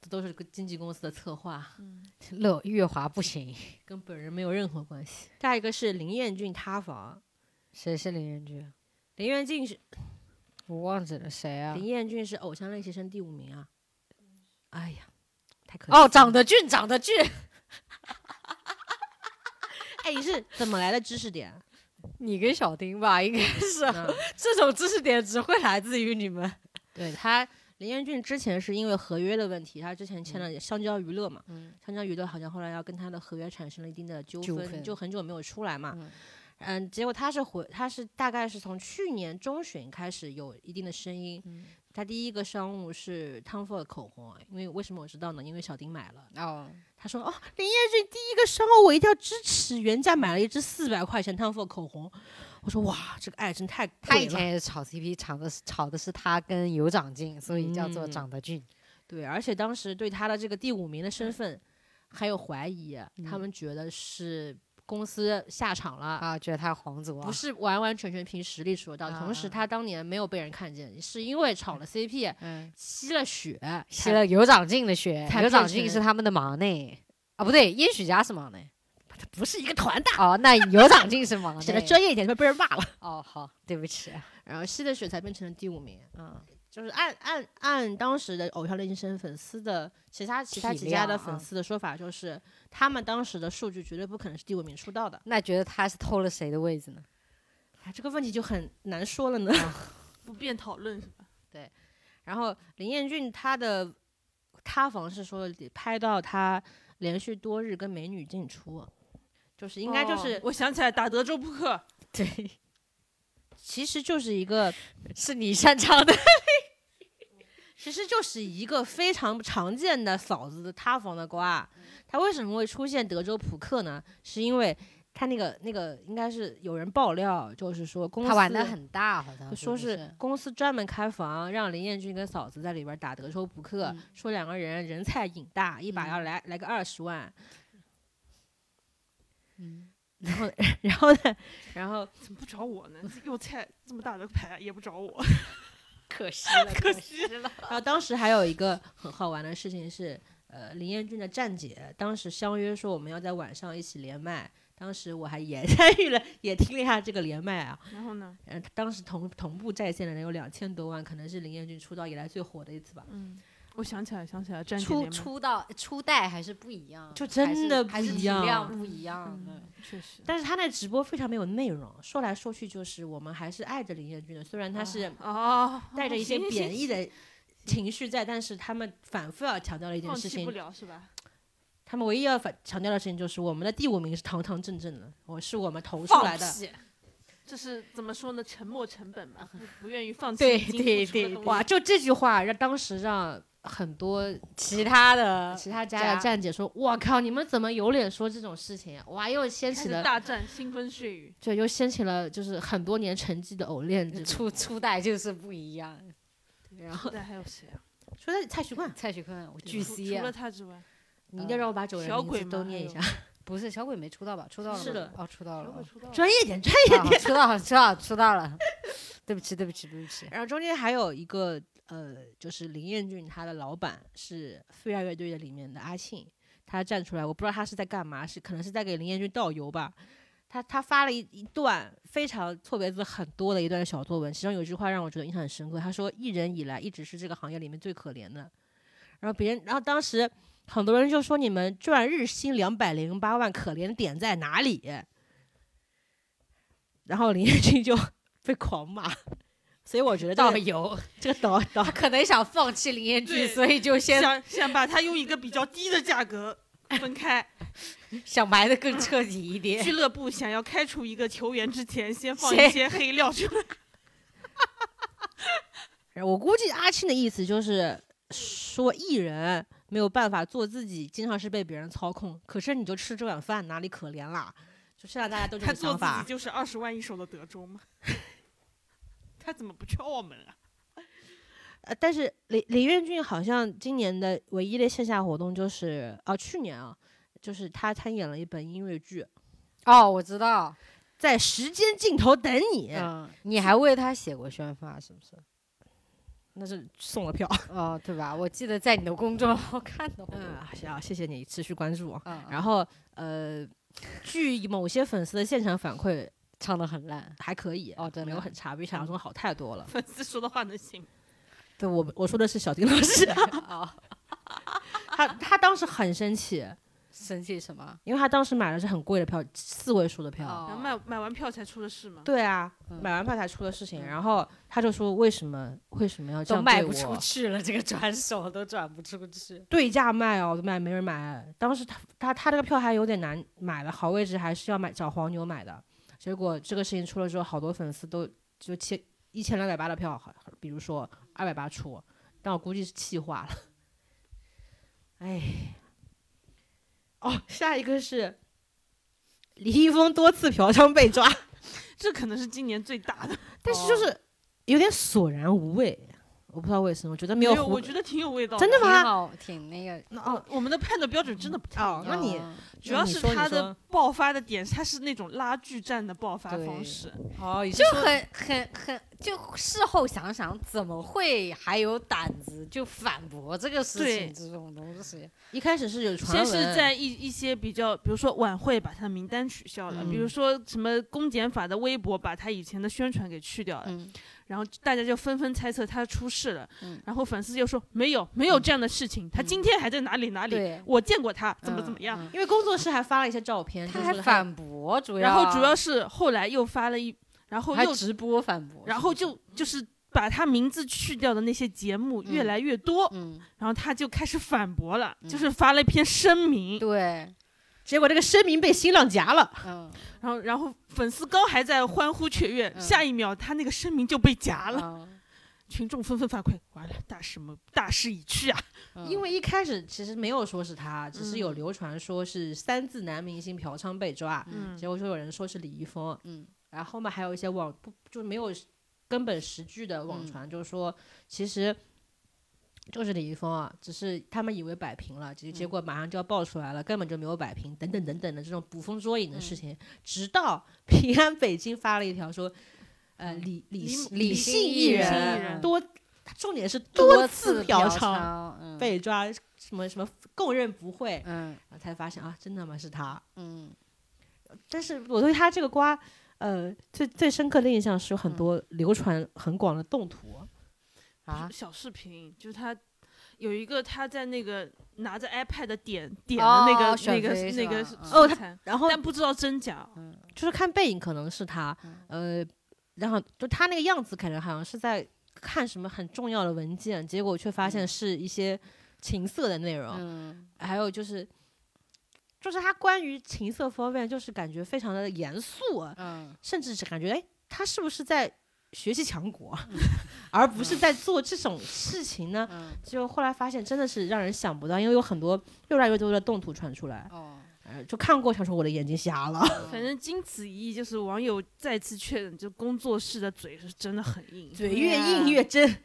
Speaker 1: 这都是个经纪公司的策划。
Speaker 3: 嗯，
Speaker 2: 乐月华不行，
Speaker 1: 跟本人没有任何关系。下一个是林彦俊塌房，
Speaker 2: 谁是林彦俊？
Speaker 1: 林彦俊是、
Speaker 2: 我忘记了谁啊
Speaker 1: 林？彦俊是偶像练习生第五名啊！哎呀，太可惜
Speaker 2: 哦，
Speaker 1: 了
Speaker 2: 长得俊，长得俊，
Speaker 1: 哎，你是怎么来的知识点？
Speaker 2: 你跟小丁吧，应该是
Speaker 1: 嗯
Speaker 2: 这种知识点只会来自于你们。
Speaker 1: 对他，林彦俊之前是因为合约的问题，他之前签了香蕉娱乐嘛，
Speaker 2: 嗯
Speaker 1: 香蕉娱乐好像后来要跟他的合约产生了一定的纠
Speaker 2: 纠
Speaker 1: 纷，
Speaker 2: 纷
Speaker 1: 就很久没有出来嘛。
Speaker 2: 嗯
Speaker 1: 嗯，结果他是回，他是大概是从去年中旬开始有一定的声音。
Speaker 2: 嗯
Speaker 1: 他第一个商务是 Tom Ford 口红，啊因为为什么我知道呢？因为小丁买了。
Speaker 2: 哦，
Speaker 1: 他说：“哦，林彦俊第一个商务我一定要支持，原价买了一支四百块钱 Tom Ford 口红。”我说：“哇，这个爱真太
Speaker 2: 他
Speaker 1: 贵
Speaker 2: 以
Speaker 1: 了。
Speaker 2: 前也是炒 CP，炒的是炒的是他跟尤长靖，所以叫做
Speaker 1: 嗯
Speaker 2: 长得俊。”
Speaker 1: 对，而且当时对他的这个第五名的身份还有怀疑，他
Speaker 2: 嗯
Speaker 1: 们觉得是公司下场了。
Speaker 2: 啊，觉得他皇族啊，
Speaker 1: 不是完完全全凭实力说到，同时
Speaker 2: 啊
Speaker 1: 他当年没有被人看见，是因为炒了 CP，
Speaker 2: 嗯，
Speaker 1: 吸了血，
Speaker 2: 啊吸了尤长靖的血，
Speaker 1: 才
Speaker 2: 尤长
Speaker 1: 变
Speaker 2: 靖
Speaker 1: 成
Speaker 2: 是他们的忙内啊，不对，燕许家是忙内。
Speaker 1: 才，不是一个团的。
Speaker 2: 哦，那尤长靖是忙 内。
Speaker 1: 显得专业一点，就被人骂了。
Speaker 2: 哦，好，对不起，
Speaker 1: 然后吸了血才变成了第五名。啊
Speaker 2: 嗯，
Speaker 1: 就是按按按当时的偶像练习生粉丝的其他其他
Speaker 2: 体
Speaker 1: 几家的
Speaker 2: 量啊
Speaker 1: 粉丝的说法，就是他们当时的数据绝对不可能是第五名出道的。
Speaker 2: 那觉得他是偷了谁的位置呢？
Speaker 1: 哎，这个问题就很难说 了呢。
Speaker 3: 不便讨论是吧？
Speaker 1: 然后林彦俊他的塌房是说拍到他连续多日跟美女进出，就是应该就是、
Speaker 3: 哦我想起来打德州扑克，
Speaker 1: 对，其实就是一个
Speaker 2: 是你擅长的，
Speaker 1: 其实就是一个非常常见的嫂子塌房的瓜。它为什么会出现德州扑克呢？是因为它那个那个应该是有人爆料，就是说公司
Speaker 2: 他玩的很大，好像
Speaker 1: 说
Speaker 2: 是不
Speaker 1: 是公司专门开房让林彦俊跟嫂子在里边打德州扑克，
Speaker 2: 嗯
Speaker 1: 说两个人人菜瘾大，一把要来、来个二十万。
Speaker 2: 嗯，
Speaker 1: 然后，然后呢？然后
Speaker 3: 怎么不找我呢？又菜这么大的牌也不找我，
Speaker 2: 可惜了，可惜了，
Speaker 1: 然后当时还有一个很好玩的事情是，呃，林彦俊的站姐当时相约说我们要在晚上一起连麦，当时我还也 参与了，也听了一下这个连麦啊。
Speaker 3: 然后呢？
Speaker 1: 嗯，当时同同步在线的人有两千多万，可能是林彦俊出道以来最火的一次吧。
Speaker 3: 嗯，我想起来，想起来，战地
Speaker 2: 出
Speaker 3: 联盟，
Speaker 2: 出道初代还是不一样，
Speaker 1: 就真的
Speaker 2: 还是还是
Speaker 1: 不一
Speaker 2: 质量
Speaker 1: 样
Speaker 2: 不一样。对
Speaker 3: 嗯，确实，
Speaker 1: 但是他那直播非常没有内容，说来说去就是我们还是爱着林彦俊的，虽然他是
Speaker 3: 啊哦，
Speaker 1: 带着一些
Speaker 3: 行
Speaker 1: 贬义，
Speaker 3: 行
Speaker 1: 的情绪在，但是他们反复要强调的一
Speaker 3: 行
Speaker 1: 件
Speaker 3: 放
Speaker 1: 事
Speaker 3: 弃
Speaker 1: 情
Speaker 3: 不，了是吧？
Speaker 1: 他们唯一要反强调的事情就是我们的第五名是堂堂正正的，我是我们投出
Speaker 4: 放
Speaker 1: 来的，
Speaker 4: 屁
Speaker 3: 这是怎么说呢？沉没成本吧，不不愿意放弃
Speaker 1: 对
Speaker 3: 已经
Speaker 1: 对
Speaker 3: 付出的
Speaker 1: 对，
Speaker 3: 东西
Speaker 1: 哇，就这句话让当时让很多
Speaker 2: 其他的
Speaker 1: 其他家的
Speaker 2: 家
Speaker 1: 站姐说：“我靠，你们怎么有脸说这种事情、啊？”哇，又掀
Speaker 3: 开
Speaker 1: 起
Speaker 3: 始
Speaker 1: 了，
Speaker 3: 大战，腥风血雨。
Speaker 1: 对，又掀起了就是很多年沉寂的偶恋之处。
Speaker 2: 初初代就是不一样。对然后
Speaker 3: 现在还有谁啊？
Speaker 1: 说的蔡徐坤，
Speaker 2: 蔡徐坤，我巨
Speaker 3: 除
Speaker 2: C
Speaker 3: 除了
Speaker 2: 啊，
Speaker 3: 他之外，
Speaker 1: 你一定要让我把九人
Speaker 3: 呃小
Speaker 1: 名
Speaker 3: 鬼哎
Speaker 1: 字都
Speaker 3: 吗
Speaker 1: 念一下
Speaker 3: 还，
Speaker 2: 不是小鬼没出道吧？出道了吗
Speaker 1: 是的
Speaker 2: 哦，出道了，
Speaker 3: 小
Speaker 2: 哦
Speaker 3: 鬼出道了
Speaker 1: 专业点，专业
Speaker 2: 啊好 出道了，出道了，出道了。对不起，对不起，对不起。
Speaker 1: 然后中间还有一个呃，就是林彦俊他的老板是飞儿乐队的里面的阿庆，他站出来，我不知道他是在干嘛，是可能是在给林彦俊倒油吧。他他发了一一段非常错别字很多的一段小作文，其中有一句话让我觉得印象很深刻，他说：“艺人以来一直是这个行业里面最可怜的。”然后别人，然后当时很多人就说：“你们赚日薪两百零八万，可怜点在哪里？”然后林彦俊就 被狂骂，所以我觉得这个
Speaker 2: 导游，
Speaker 1: 这个 导导
Speaker 2: 他可能想放弃林彦俊，
Speaker 3: 对
Speaker 2: 所以就先
Speaker 3: 想想把他用一个比较低的价格 分开。
Speaker 2: 想埋的更彻底一点。
Speaker 3: 俱乐部想要开除一个球员之前，先放
Speaker 2: 谁
Speaker 3: 一些黑料出来。
Speaker 1: 我估计阿庆的意思就是说艺人没有办法做自己，经常是被别人操控。可是你就吃这碗饭，哪里可怜啦？就现在大家都这
Speaker 3: 他
Speaker 1: 种
Speaker 3: 做
Speaker 1: 想
Speaker 3: 自己
Speaker 1: 法。
Speaker 3: 就是二十万一手的德州嘛。 他怎么不去澳门啊？
Speaker 1: 呃，但是林林彦俊好像今年的唯一的线下活动就是，啊，去年啊，就是他参演了一本音乐剧，
Speaker 2: 哦，我知道，
Speaker 1: 在时间尽头等你，
Speaker 2: 嗯，你还为他写过宣发，是不是？
Speaker 1: 那是送了票。
Speaker 2: 哦，对吧？我记得在你的公众号看到过。
Speaker 1: 嗯，行，谢谢你持续关注。啊
Speaker 2: 嗯，然后
Speaker 1: 然后，呃，据某些粉丝的现场反馈，
Speaker 2: 唱的很烂。
Speaker 1: 还可以
Speaker 2: 哦真的
Speaker 1: 没有很差，比想象中好太多了。
Speaker 3: 粉丝说的话能信吗？
Speaker 1: 嗯对我我说的是小丁老 师，
Speaker 2: 哦，
Speaker 1: 他他当时很生气，
Speaker 2: 生气什么？
Speaker 1: 因为他当时买的是很贵的票，四位数的票。
Speaker 2: 哦
Speaker 3: 然后买买完票才出的事嘛。
Speaker 1: 对啊，
Speaker 2: 嗯
Speaker 1: 买完票才出的事情，
Speaker 2: 嗯
Speaker 1: 然后他就说为什么为什么要这
Speaker 2: 都
Speaker 1: 样
Speaker 2: 卖
Speaker 1: 对
Speaker 2: 不出
Speaker 1: 我？
Speaker 2: 去了，这个转手都转不出去。
Speaker 1: 对价卖哦，都卖没人买。当时他他他这个票还有点难买了，好位置还是要买找黄牛买的。结果这个事情出了之后，好多粉丝都就千一千两百八的票，好比如说二百八出，但我估计是气化了。哎，哦，下一个是李易峰多次嫖娼被抓，
Speaker 3: 这可能是今年最大的。
Speaker 1: 但是就是有点索然无味，我不知道为什么，我觉得没有
Speaker 3: 没有，
Speaker 1: 胡
Speaker 3: 我觉得挺有味道的。
Speaker 1: 真的
Speaker 2: 挺
Speaker 1: 吗？
Speaker 2: 好，挺那个。
Speaker 1: 那哦
Speaker 3: 我们的判断标准真的不太一样啊
Speaker 1: 哦，那你
Speaker 2: 嗯
Speaker 3: 主要
Speaker 1: 你
Speaker 3: 是
Speaker 1: 说你
Speaker 3: 他
Speaker 1: 说
Speaker 3: 的爆发的点，他是那种拉锯战的爆发
Speaker 2: 对
Speaker 3: 方式。
Speaker 1: 哦，
Speaker 2: 就很很很，就事后想想，怎么会还有胆子就反驳这个事情？
Speaker 3: 对
Speaker 2: 这种东西，
Speaker 1: 一开始是有传
Speaker 3: 先
Speaker 1: 闻，
Speaker 3: 是在一一些比较，比如说晚会把他的名单取消了，
Speaker 2: 嗯
Speaker 3: 比如说什么公检法的微博把他以前的宣传给去掉了，
Speaker 2: 嗯，
Speaker 3: 然后大家就纷纷猜测他出事了，
Speaker 2: 嗯
Speaker 3: 然后粉丝就说没有没有这样的事情，他今天还在哪里哪里，
Speaker 2: 对，
Speaker 3: 我见过他怎么怎么样。
Speaker 2: 嗯？嗯
Speaker 1: 因为工作室还发了一些照片，
Speaker 2: 他
Speaker 1: 就
Speaker 2: 还
Speaker 1: 说
Speaker 2: 反驳，主要
Speaker 3: 然后主要是后来又发了一，然后
Speaker 2: 还
Speaker 3: 又
Speaker 2: 直播反驳，
Speaker 3: 然后就就是把他名字去掉的那些节目越
Speaker 2: 嗯
Speaker 3: 来越多，
Speaker 2: 嗯，
Speaker 3: 然后他就开始反驳了，
Speaker 2: 嗯
Speaker 3: 就是发了一篇声明，
Speaker 2: 对，
Speaker 1: 结果这个声明被新浪夹了，
Speaker 2: 嗯，
Speaker 3: 然后然后粉丝刚还在欢呼雀跃，
Speaker 2: 嗯
Speaker 3: 下一秒他那个声明就被夹了，
Speaker 2: 嗯
Speaker 3: 群众纷纷反馈，完了大势么大势已去啊，
Speaker 2: 嗯
Speaker 1: 因为一开始其实没有说是他，只是有
Speaker 3: 嗯
Speaker 1: 流传说是三字男明星嫖娼被抓，
Speaker 2: 嗯
Speaker 1: 结果就有人说是李易峰，
Speaker 2: 嗯
Speaker 1: 然后后面还有一些网不就没有根本实据的网
Speaker 2: 嗯
Speaker 1: 传，就是说其实就是李易峰啊，只是他们以为摆平了，结结
Speaker 2: 嗯
Speaker 1: 果马上就要爆出来了，根本就没有摆平，等等等等的这种捕风捉影的事
Speaker 2: 嗯
Speaker 1: 情，直到 平安北京发了一条说，呃，李李
Speaker 3: 李
Speaker 1: 姓
Speaker 2: 嗯李
Speaker 1: 姓
Speaker 2: 姓
Speaker 1: 艺
Speaker 2: 艺嗯
Speaker 3: 人
Speaker 1: 人多，重点是
Speaker 2: 多
Speaker 1: 次
Speaker 2: 嫖
Speaker 1: 娼，
Speaker 2: 嗯
Speaker 1: 被抓什么什么供认不讳，
Speaker 2: 嗯
Speaker 1: 然后才发现啊，真他妈是他。
Speaker 2: 嗯
Speaker 1: 但是我对他这个瓜，呃，最最深刻的印象是有很
Speaker 2: 嗯
Speaker 1: 多流传很广的动图，
Speaker 2: 啊，
Speaker 3: 小视频就是他。有一个他在那个拿着 iPad 点点的那个、
Speaker 2: 哦
Speaker 3: 那
Speaker 2: 选
Speaker 3: 个
Speaker 2: 妃是
Speaker 3: 那个
Speaker 2: 吧嗯
Speaker 1: 哦他
Speaker 3: 他，
Speaker 1: 然后
Speaker 3: 但不知道真假。
Speaker 2: 嗯
Speaker 1: 就是看背影可能是他，呃，然后就他那个样子，感觉好像是在看什么很重要的文件，结果却发现是一些情色的内容。
Speaker 2: 嗯，
Speaker 1: 还有就是，就是他关于情色方面，就是感觉非常的严肃啊，
Speaker 2: 嗯，
Speaker 1: 甚至是感觉哎，他是不是在学习强国， 而不是在做这种事情呢？
Speaker 2: 嗯
Speaker 1: 就后来发现真的是让人想不到，因为有很多越来越多的动图传出来，
Speaker 2: 哦，
Speaker 1: 呃，就看过想说我的眼睛瞎了。
Speaker 3: 反正经此一役，就是网友再次确认，就工作室的嘴是真的很硬。
Speaker 1: 嘴
Speaker 2: 对
Speaker 1: 越
Speaker 2: 呀
Speaker 1: 硬越真。啊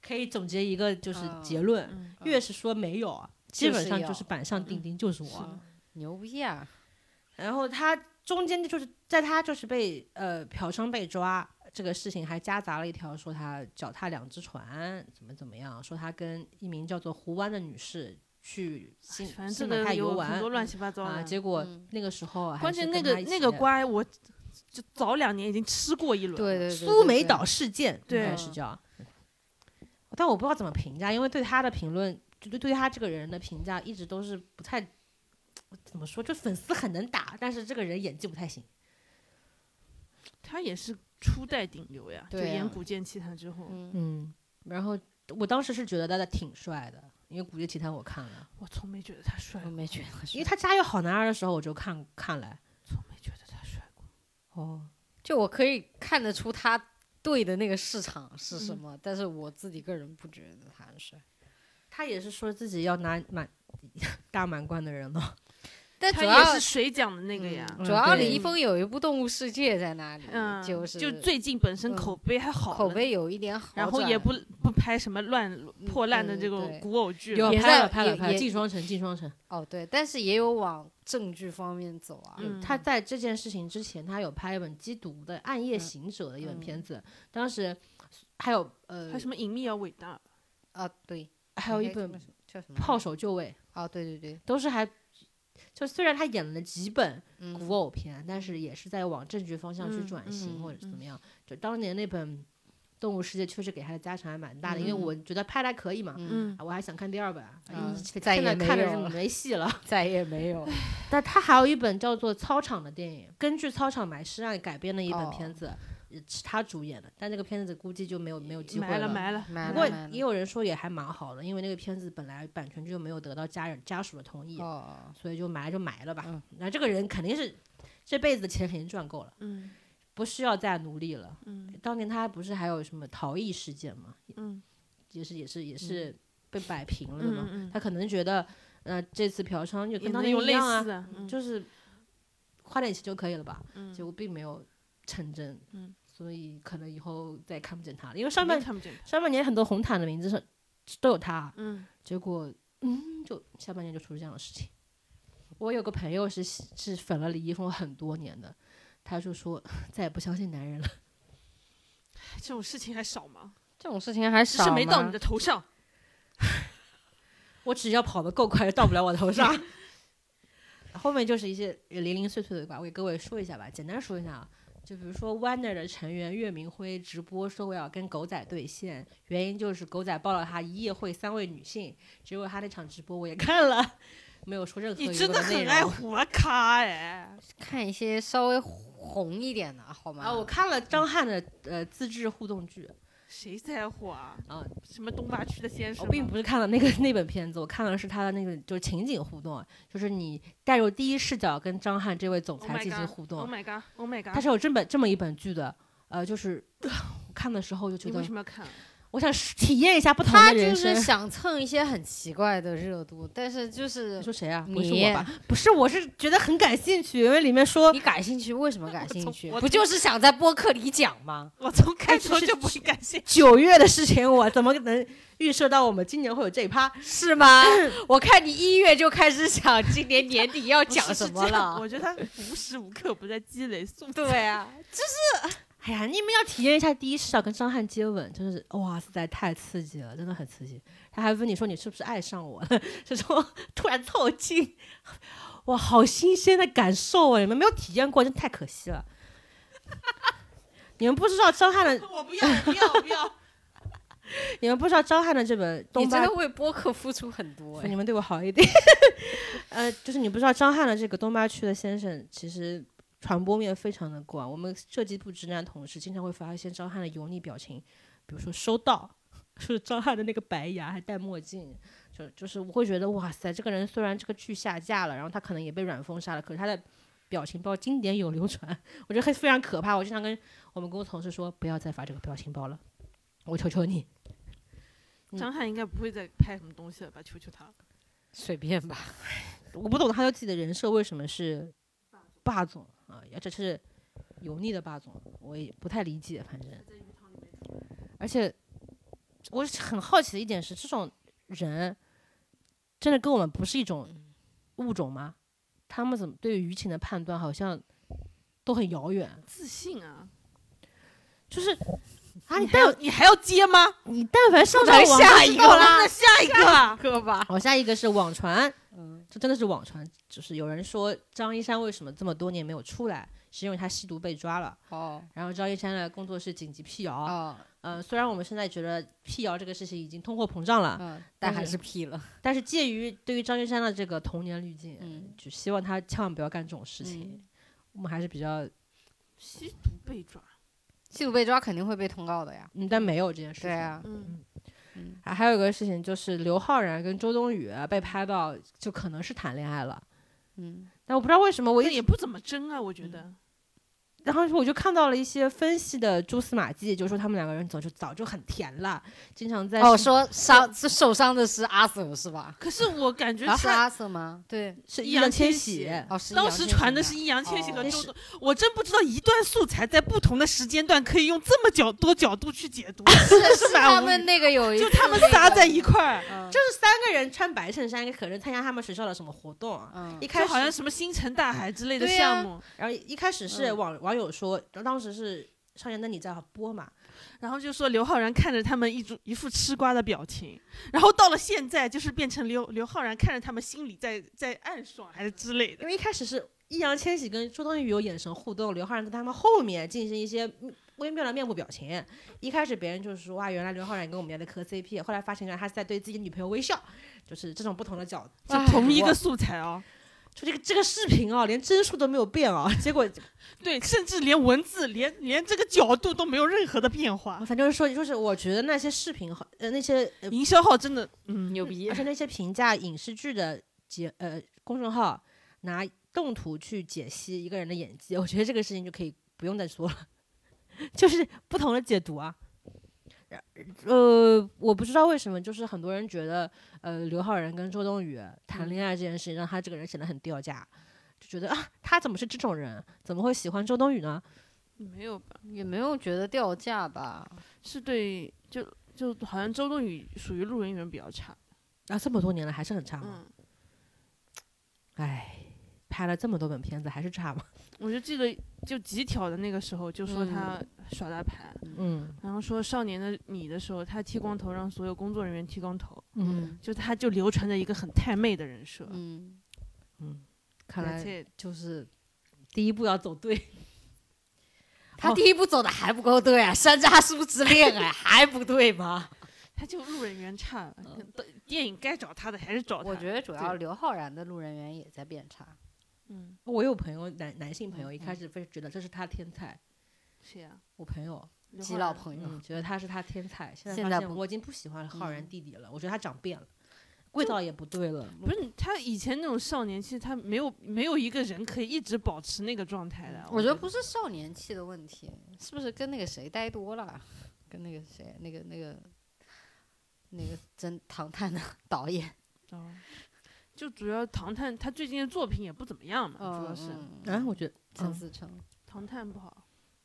Speaker 1: 可以总结一个就是结论，
Speaker 3: 嗯，
Speaker 1: 越是说没有，啊，基本上
Speaker 2: 就
Speaker 1: 就是是
Speaker 2: 有
Speaker 1: 板上钉钉就是我。
Speaker 2: 是牛逼啊！
Speaker 1: 然后他中间就是在他就是被呃嫖娼被抓这个事情，还夹杂了一条说他脚踏两只船，怎么怎么样，说他跟一名叫做胡湾的女士去新
Speaker 3: 哎反正这
Speaker 1: 新马
Speaker 3: 个
Speaker 1: 泰游
Speaker 3: 有很
Speaker 1: 玩
Speaker 3: 多乱七八糟
Speaker 1: 啊，
Speaker 3: 的。
Speaker 1: 结果
Speaker 2: 嗯
Speaker 1: 那个时候还
Speaker 3: 关
Speaker 1: 是
Speaker 3: 键那
Speaker 1: 跟
Speaker 3: 个
Speaker 1: 他一
Speaker 3: 那
Speaker 1: 起
Speaker 3: 个瓜，我就早两年已经吃过一轮了。
Speaker 2: 对对对，
Speaker 1: 苏梅
Speaker 2: 对，
Speaker 1: 岛事件，
Speaker 3: 对
Speaker 1: 应该是叫。但我不知道怎么评价，因为对他的评论，就对对他这个人的评价一直都是不太，怎么说？就粉丝很能打，但是这个人演技不太行。
Speaker 3: 他也是初代顶流呀，就
Speaker 2: 对啊
Speaker 3: 演古剑奇谭之后，
Speaker 2: 嗯
Speaker 1: 嗯，然后我当时是觉得他挺帅的，因为《古剑奇谭》我看了，
Speaker 3: 我从没觉得他帅
Speaker 2: 我
Speaker 3: 过，
Speaker 2: 没觉得
Speaker 1: 因为
Speaker 2: 是，
Speaker 1: 他《家有好男儿》的时候我就看看了。
Speaker 3: 从没觉得他帅过。
Speaker 1: 哦，
Speaker 2: 就我可以看得出他对的那个市场是
Speaker 1: 嗯
Speaker 2: 什么，但是我自己个人不觉得他很帅。
Speaker 1: 他也是说自己要拿满 大满贯的人了。
Speaker 2: 但主
Speaker 3: 他
Speaker 2: 要
Speaker 3: 也是水饺的那个呀，
Speaker 2: 嗯主要
Speaker 1: 对
Speaker 2: 李易峰有一部《动物世界》在那里，
Speaker 3: 嗯，
Speaker 2: 就是
Speaker 3: 就最近本身
Speaker 2: 嗯
Speaker 3: 口碑还好，
Speaker 2: 口，碑有一点好转，
Speaker 3: 然后也不不拍什么乱破烂的
Speaker 2: 对
Speaker 3: 这
Speaker 2: 对
Speaker 3: 种古偶剧
Speaker 1: 有
Speaker 3: 了，
Speaker 2: 也
Speaker 1: 拍
Speaker 2: 在
Speaker 1: 了拍了
Speaker 2: 也
Speaker 1: 拍了，
Speaker 2: 也
Speaker 1: 进双城进双城。
Speaker 2: 哦对，但是也有往正剧方面走啊。
Speaker 3: 嗯
Speaker 1: 他在这件事情之前，他有拍一本《缉毒》的《暗
Speaker 2: 嗯
Speaker 1: 夜行者》的一本片子，当时还有呃
Speaker 3: 还，什么隐秘要伟大，
Speaker 2: 啊对，
Speaker 1: 还有一
Speaker 2: 那个
Speaker 1: 本《
Speaker 2: 叫什么
Speaker 1: 炮手就位
Speaker 2: 哦对对对》，，
Speaker 1: 都是还就虽然他演了几本
Speaker 2: 嗯
Speaker 1: 古偶片，但是也是在往正剧方向去转型、
Speaker 3: 嗯嗯
Speaker 1: 或者是怎么样。就当年那本《动物世界》确实给他的加成还蛮大的，
Speaker 2: 嗯
Speaker 1: 因为我觉得拍的还可以嘛。
Speaker 2: 嗯，
Speaker 3: 嗯，
Speaker 1: 啊我还想看第二本，啊
Speaker 2: 嗯
Speaker 1: 现在
Speaker 2: 再也
Speaker 1: 看
Speaker 2: 没
Speaker 1: 着看
Speaker 2: 有
Speaker 1: 着
Speaker 2: 了
Speaker 1: 没戏了。
Speaker 2: 再也 没有
Speaker 1: 但他还有一本叫做《操场》的电影，根据《操场埋尸案》改编的一
Speaker 3: 哦
Speaker 1: 本片子，也是他主演的。但这个片子估计就没有没有机会
Speaker 3: 埋了埋了，
Speaker 2: 买
Speaker 1: 不
Speaker 2: 了
Speaker 1: 过
Speaker 2: 买
Speaker 1: 也
Speaker 2: 了
Speaker 1: 有人说也还蛮好的，因为那个片子本来版权就没有得到家人家属的同意，
Speaker 2: 哦，
Speaker 1: 所以就埋就埋了吧
Speaker 2: 嗯。
Speaker 1: 那、这个人肯定是这辈子的钱肯定赚够了，
Speaker 3: 嗯
Speaker 1: 不需要再努力了。
Speaker 3: 嗯
Speaker 1: 当年他不是还有什么逃逸事件吗？
Speaker 3: 嗯，
Speaker 1: 也是也是也是被摆平了的嘛。
Speaker 3: 嗯嗯嗯
Speaker 1: 他可能觉得，呃，这次嫖娼就
Speaker 3: 也
Speaker 1: 跟当
Speaker 3: 能
Speaker 1: 年
Speaker 3: 有
Speaker 1: 一
Speaker 3: 类
Speaker 1: 样啊
Speaker 3: 似，的，嗯
Speaker 1: 就是花点钱就可以了吧？
Speaker 3: 嗯
Speaker 1: 结果并没有成真，
Speaker 3: 嗯，
Speaker 1: 所以可能以后再也看不见他了。因为上
Speaker 3: 上面
Speaker 1: 半
Speaker 3: 看不见他，
Speaker 1: 上半年很多红毯的名字上都有他，
Speaker 3: 嗯
Speaker 1: 结果嗯，就下半年就出这样的事情。我有个朋友是喜是粉了李易峰很多年的，他就说再也不相信男人了。
Speaker 3: 哎这种事情还少吗？
Speaker 2: 这种事情还
Speaker 3: 只
Speaker 2: 少
Speaker 3: 是没到
Speaker 2: 吗
Speaker 3: 你的头上，
Speaker 1: 我只要跑得够快，就到不了我头上。 后面就是一些零零碎碎的吧，我给各位说一下吧，简单说一下啊。就比如说 Wonder 的成员岳明辉直播说我要跟狗仔对线，原因就是狗仔爆料他一夜会三位女性，结果他那场直播我也看了， 没有说任何
Speaker 3: 你
Speaker 1: 娱
Speaker 3: 真
Speaker 1: 乐
Speaker 3: 的
Speaker 1: 内
Speaker 3: 很
Speaker 1: 容啊
Speaker 3: 爱活咖哎，
Speaker 2: 看一些稍微红一点的好吗？
Speaker 1: 啊！
Speaker 3: 哦
Speaker 1: 我看了张翰的呃自制互动剧
Speaker 3: 谁在乎啊？
Speaker 1: 啊，
Speaker 3: 什么东八区的先生啊
Speaker 1: 我
Speaker 3: 吗？
Speaker 1: 并不是看了那个那本片子，我看的是他的那个就是情景互动，就是你带入第一视角跟张翰这位总
Speaker 3: Oh my
Speaker 1: 裁进行
Speaker 3: God
Speaker 1: 互动
Speaker 3: Oh，my god! Oh my
Speaker 1: 它
Speaker 3: god!
Speaker 1: 是有这本这么一本剧的，呃，就是 我看的时候就觉
Speaker 3: 你为
Speaker 1: 得
Speaker 3: 什，么要看？
Speaker 1: 我想试体验一下不同
Speaker 2: 他
Speaker 1: 的
Speaker 2: 就
Speaker 1: 人生
Speaker 2: 是。想蹭一些很奇怪的热度，但是就是
Speaker 1: 你说谁啊？
Speaker 2: 你
Speaker 1: 不是我吧？不是，我是觉得很感兴趣，因为里面说
Speaker 2: 你感兴趣，为什么感兴 趣？
Speaker 3: 我从
Speaker 2: 不就是想在播客里讲吗？
Speaker 3: 我从开
Speaker 1: 只
Speaker 3: 头
Speaker 1: 是
Speaker 3: 就不会感谢。
Speaker 1: 九月的事情，我怎么能预设到我们今年会有这一趴？
Speaker 2: 是 吗？我看你一月就开始想今年年底要讲
Speaker 3: 不是
Speaker 2: 什
Speaker 3: 是
Speaker 2: 么
Speaker 3: 这样
Speaker 2: 了。
Speaker 3: 我觉得他无时无刻不在积 累素材。
Speaker 2: 对啊，
Speaker 1: 哎呀，你们要体验一下第一视角跟张翰接吻，真是哇塞，太刺激了，真的很刺激。他还问你说你是不是爱上我 了，这种突然凑近，哇，好新鲜的感受啊！你们没有体验过，真太可惜了。你们不知道张翰的
Speaker 3: 我不要，我不要，我不要！
Speaker 1: 你们不知道张翰的这本《
Speaker 4: 你
Speaker 1: 东
Speaker 4: 真
Speaker 1: 巴
Speaker 4: 的为播客付出很 多
Speaker 1: 所以
Speaker 4: 哎
Speaker 1: 你。们对我好一点。 呃，就是你不知道张翰的这个东八区的先生，其实传播面非常的广。我们设计部直男同事经常会发现张翰的油腻表情，比如说收到， 就是张翰的那个白牙还戴墨镜，就就是我会觉得哇塞，这个人虽然这个剧下架了，然后他可能也被软封杀了，可是他的。表情包经典有流传，我觉得还非常可怕。我经常跟我们公司同事说，不要再发这个表情包了，我求求你。嗯
Speaker 3: 张翰应该不会再拍什么东西了吧？求求他。
Speaker 4: 随便吧，
Speaker 1: 我不懂他对自己的人设为什么是霸总啊，而且是油腻的霸总，我也不太理解，反正。而且我是很好奇的一点是，这种人真的跟我们不是一种物种吗？他们怎么对于舆情的判断好像都很遥远？
Speaker 3: 自信 啊！
Speaker 1: 就是
Speaker 2: 哎
Speaker 1: 啊，你
Speaker 3: 还 要
Speaker 1: 但
Speaker 3: 你还要接吗？
Speaker 1: 你但凡上
Speaker 4: 不
Speaker 1: 到
Speaker 4: 能
Speaker 1: 网
Speaker 4: 下
Speaker 1: 就
Speaker 4: 一
Speaker 1: 知道
Speaker 4: 个
Speaker 1: 了
Speaker 4: 啦
Speaker 3: 那下一个啊，
Speaker 4: 哥吧，
Speaker 1: 好，下一个是网传，
Speaker 2: 嗯
Speaker 1: 这真的是网传，就是有人说张一山为什么这么多年没有出来，是因为他吸毒被抓了，
Speaker 2: 哦
Speaker 1: 然后张一山的工作室紧急辟谣。嗯、
Speaker 2: 哦
Speaker 1: 虽然我们现在觉得辟谣这个事情已经通货膨胀了，
Speaker 2: 嗯，
Speaker 1: 但
Speaker 2: 但还
Speaker 1: 是
Speaker 2: 是 P 了，
Speaker 1: 但是介于对于张一山的这个童年滤镜，
Speaker 2: 嗯
Speaker 1: 就希望他千万不要干这种事情。
Speaker 2: 嗯
Speaker 1: 我们还是比较，
Speaker 3: 吸毒被抓。
Speaker 2: 吸毒被抓肯定会被通告的呀。
Speaker 1: 嗯，但没有这件事情。
Speaker 2: 对啊，
Speaker 3: 嗯，
Speaker 2: 嗯
Speaker 1: 啊，还有一个事情就是刘昊然跟周冬雨啊被拍到，就可能是谈恋爱了，
Speaker 2: 嗯，
Speaker 1: 但我不知道为什么我
Speaker 3: 我
Speaker 1: 一直
Speaker 3: 也不怎么争啊，我觉得。
Speaker 1: 然后我就看到了一些分析的蛛丝马迹，就说他们两个人早就早就很甜了，经常在
Speaker 2: 哦，
Speaker 1: 是
Speaker 2: 说伤是受伤的是阿 Sir 是吧？
Speaker 3: 可是我感觉
Speaker 2: 啊是
Speaker 3: 他
Speaker 2: 阿 Sir 吗？对，
Speaker 1: 是
Speaker 3: 易
Speaker 1: 易烊
Speaker 3: 烊千
Speaker 1: 玺
Speaker 3: 玺，
Speaker 2: 哦是易
Speaker 3: 当
Speaker 2: 烊
Speaker 3: 时
Speaker 2: 千玺
Speaker 3: 传的
Speaker 2: 吗
Speaker 3: 是易烊千玺和
Speaker 2: 哦
Speaker 3: 周董，我真不知道一段素材在不同的时间段可以用这么角多角度去解 读，真的
Speaker 2: 是
Speaker 3: 蛮
Speaker 2: 他
Speaker 3: 无
Speaker 2: 们那个有一
Speaker 3: 就
Speaker 2: 次
Speaker 3: 他们
Speaker 2: 那
Speaker 3: 仨
Speaker 2: 个
Speaker 3: 在一块儿，
Speaker 2: 嗯
Speaker 1: 就是三个人穿白衬衫，可能参加他们学校的什么活动啊。
Speaker 2: 嗯
Speaker 1: 一开
Speaker 3: 就
Speaker 1: 始
Speaker 3: 好像什么星辰大海之类的
Speaker 2: 对
Speaker 3: 项
Speaker 2: 呀
Speaker 3: 目，
Speaker 1: 然后一开始是
Speaker 2: 嗯
Speaker 1: 网、网友说，当时是《少年的你》在播嘛，
Speaker 3: 然后就说刘昊然看着他们一种一副吃瓜的表情，然后到了现在就是变成刘刘昊然看着他们心里在在暗爽还是之类
Speaker 1: 因
Speaker 3: 的，
Speaker 1: 为一开始是易烊千玺跟周冬雨有眼神互动，刘昊然在他们后面进行一些微妙的面部表情。一开始别人就是说哇，原来刘昊然跟我们家的磕 CP，后来发现原来他是在对自己女朋友微笑，就是这种不同的角度。
Speaker 3: 就啊同一个素材哦，
Speaker 1: 就这个这个视频啊，连帧数都没有变啊， 结果
Speaker 3: 对，甚至连文字连连这个角度都没有任何的变化，
Speaker 1: 反正说就是我觉得那些视频好呃那些呃
Speaker 3: 营销号真的嗯
Speaker 4: 牛逼
Speaker 1: 而！且那些评价影视剧的解呃公众号拿动图去解析一个人的演技，我觉得这个事情就可以不用再说了， 就是不同的解读啊。呃，我不知道为什么，就是很多人觉得，呃，刘昊然跟周冬雨谈恋爱这件事情让他这个人显得很掉价，就觉得啊，他怎么是这种人？怎么会喜欢周冬雨呢？
Speaker 3: 没有吧？
Speaker 2: 也没有觉得掉价吧？
Speaker 3: 是对，就就好像周冬雨属于路人缘比较差，
Speaker 1: 啊，这么多年了还是很差吗？
Speaker 3: 嗯，
Speaker 1: 哎、拍了这么多本片子还是差吗？
Speaker 3: 我就记得就极挑的那个时候就说他耍大牌，
Speaker 1: 嗯
Speaker 3: 然后说少年的你的时候他剃光头，让所有工作人员剃光头，
Speaker 1: 嗯
Speaker 3: 就他就流传着一个很太妹的人设，
Speaker 2: 嗯，
Speaker 1: 嗯，看来
Speaker 3: That's it
Speaker 1: 就是第一步要走对。
Speaker 3: 哦
Speaker 2: 他第一步走的还不够对啊，山楂树之恋哎还不对 吗？
Speaker 3: 他就路人缘差了，电影该找他的还是找他。
Speaker 2: 我觉得主要
Speaker 3: 对
Speaker 2: 刘昊然的路人缘也在变差，
Speaker 3: 嗯，
Speaker 1: 我有朋友，男男性朋友，
Speaker 2: 嗯
Speaker 1: 一开始非觉得这是他天才。
Speaker 3: 谁呀、啊？
Speaker 1: 我朋友，
Speaker 3: 刘
Speaker 2: 基
Speaker 3: 昊
Speaker 2: 佬
Speaker 3: 然
Speaker 2: 朋友
Speaker 1: 嗯，觉得他是他天才。现在
Speaker 2: 现
Speaker 1: 发
Speaker 2: 在
Speaker 1: 现
Speaker 2: 不
Speaker 1: 我已经不喜欢浩然
Speaker 2: 嗯
Speaker 1: 弟弟了，我觉得他长变了，味道也不对了。
Speaker 3: 不是他以前那种少年期，他没有没有一个人可以一直保持那个状态的。
Speaker 2: 嗯我觉得
Speaker 3: 觉
Speaker 2: 不是少年气的问题，是不是跟那个谁待多了，跟那个谁那个那个那个真唐探的 导演，
Speaker 3: 哦就主要唐探他最近的作品也不怎么样嘛，主要哦是
Speaker 2: 嗯
Speaker 1: 啊，我觉得，
Speaker 2: 陈
Speaker 1: 嗯
Speaker 2: 思诚，
Speaker 3: 唐探不好，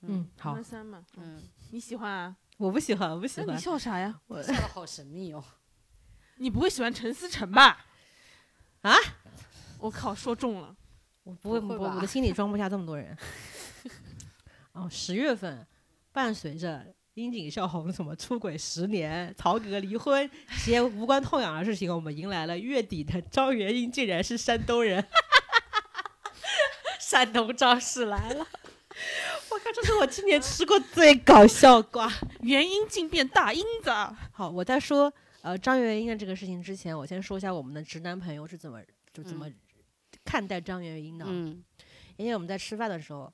Speaker 1: 嗯，
Speaker 3: 唐
Speaker 1: 好
Speaker 3: 探，三嘛，嗯，
Speaker 2: 嗯，
Speaker 3: 你喜欢啊？
Speaker 1: 我不喜欢，我不喜
Speaker 3: 那
Speaker 1: 欢
Speaker 3: 你。笑啥呀？
Speaker 1: 我
Speaker 2: 笑的好神秘哦，
Speaker 3: 你不会喜欢陈思诚吧？
Speaker 1: 啊？
Speaker 3: 我靠，说中了。
Speaker 1: 我不会，
Speaker 2: 不会
Speaker 1: 我
Speaker 2: 吧
Speaker 1: 我的心里装不下这么多人。 哦，十月份，伴随着樱井孝宏什么出轨十年、曹格离婚这些无关痛痒的事情，我们迎来了月底的张元英竟然是山东人，
Speaker 4: 山东赵氏来了，
Speaker 1: 我靠，这是我今年吃过最搞笑瓜。
Speaker 3: 原因竟变大英子啊，
Speaker 1: 好，我在说呃张元英的这个事情之前，我先说一下我们的直男朋友是怎么就怎么看待张元英的。
Speaker 2: 嗯
Speaker 1: 因为我们在吃饭的时候，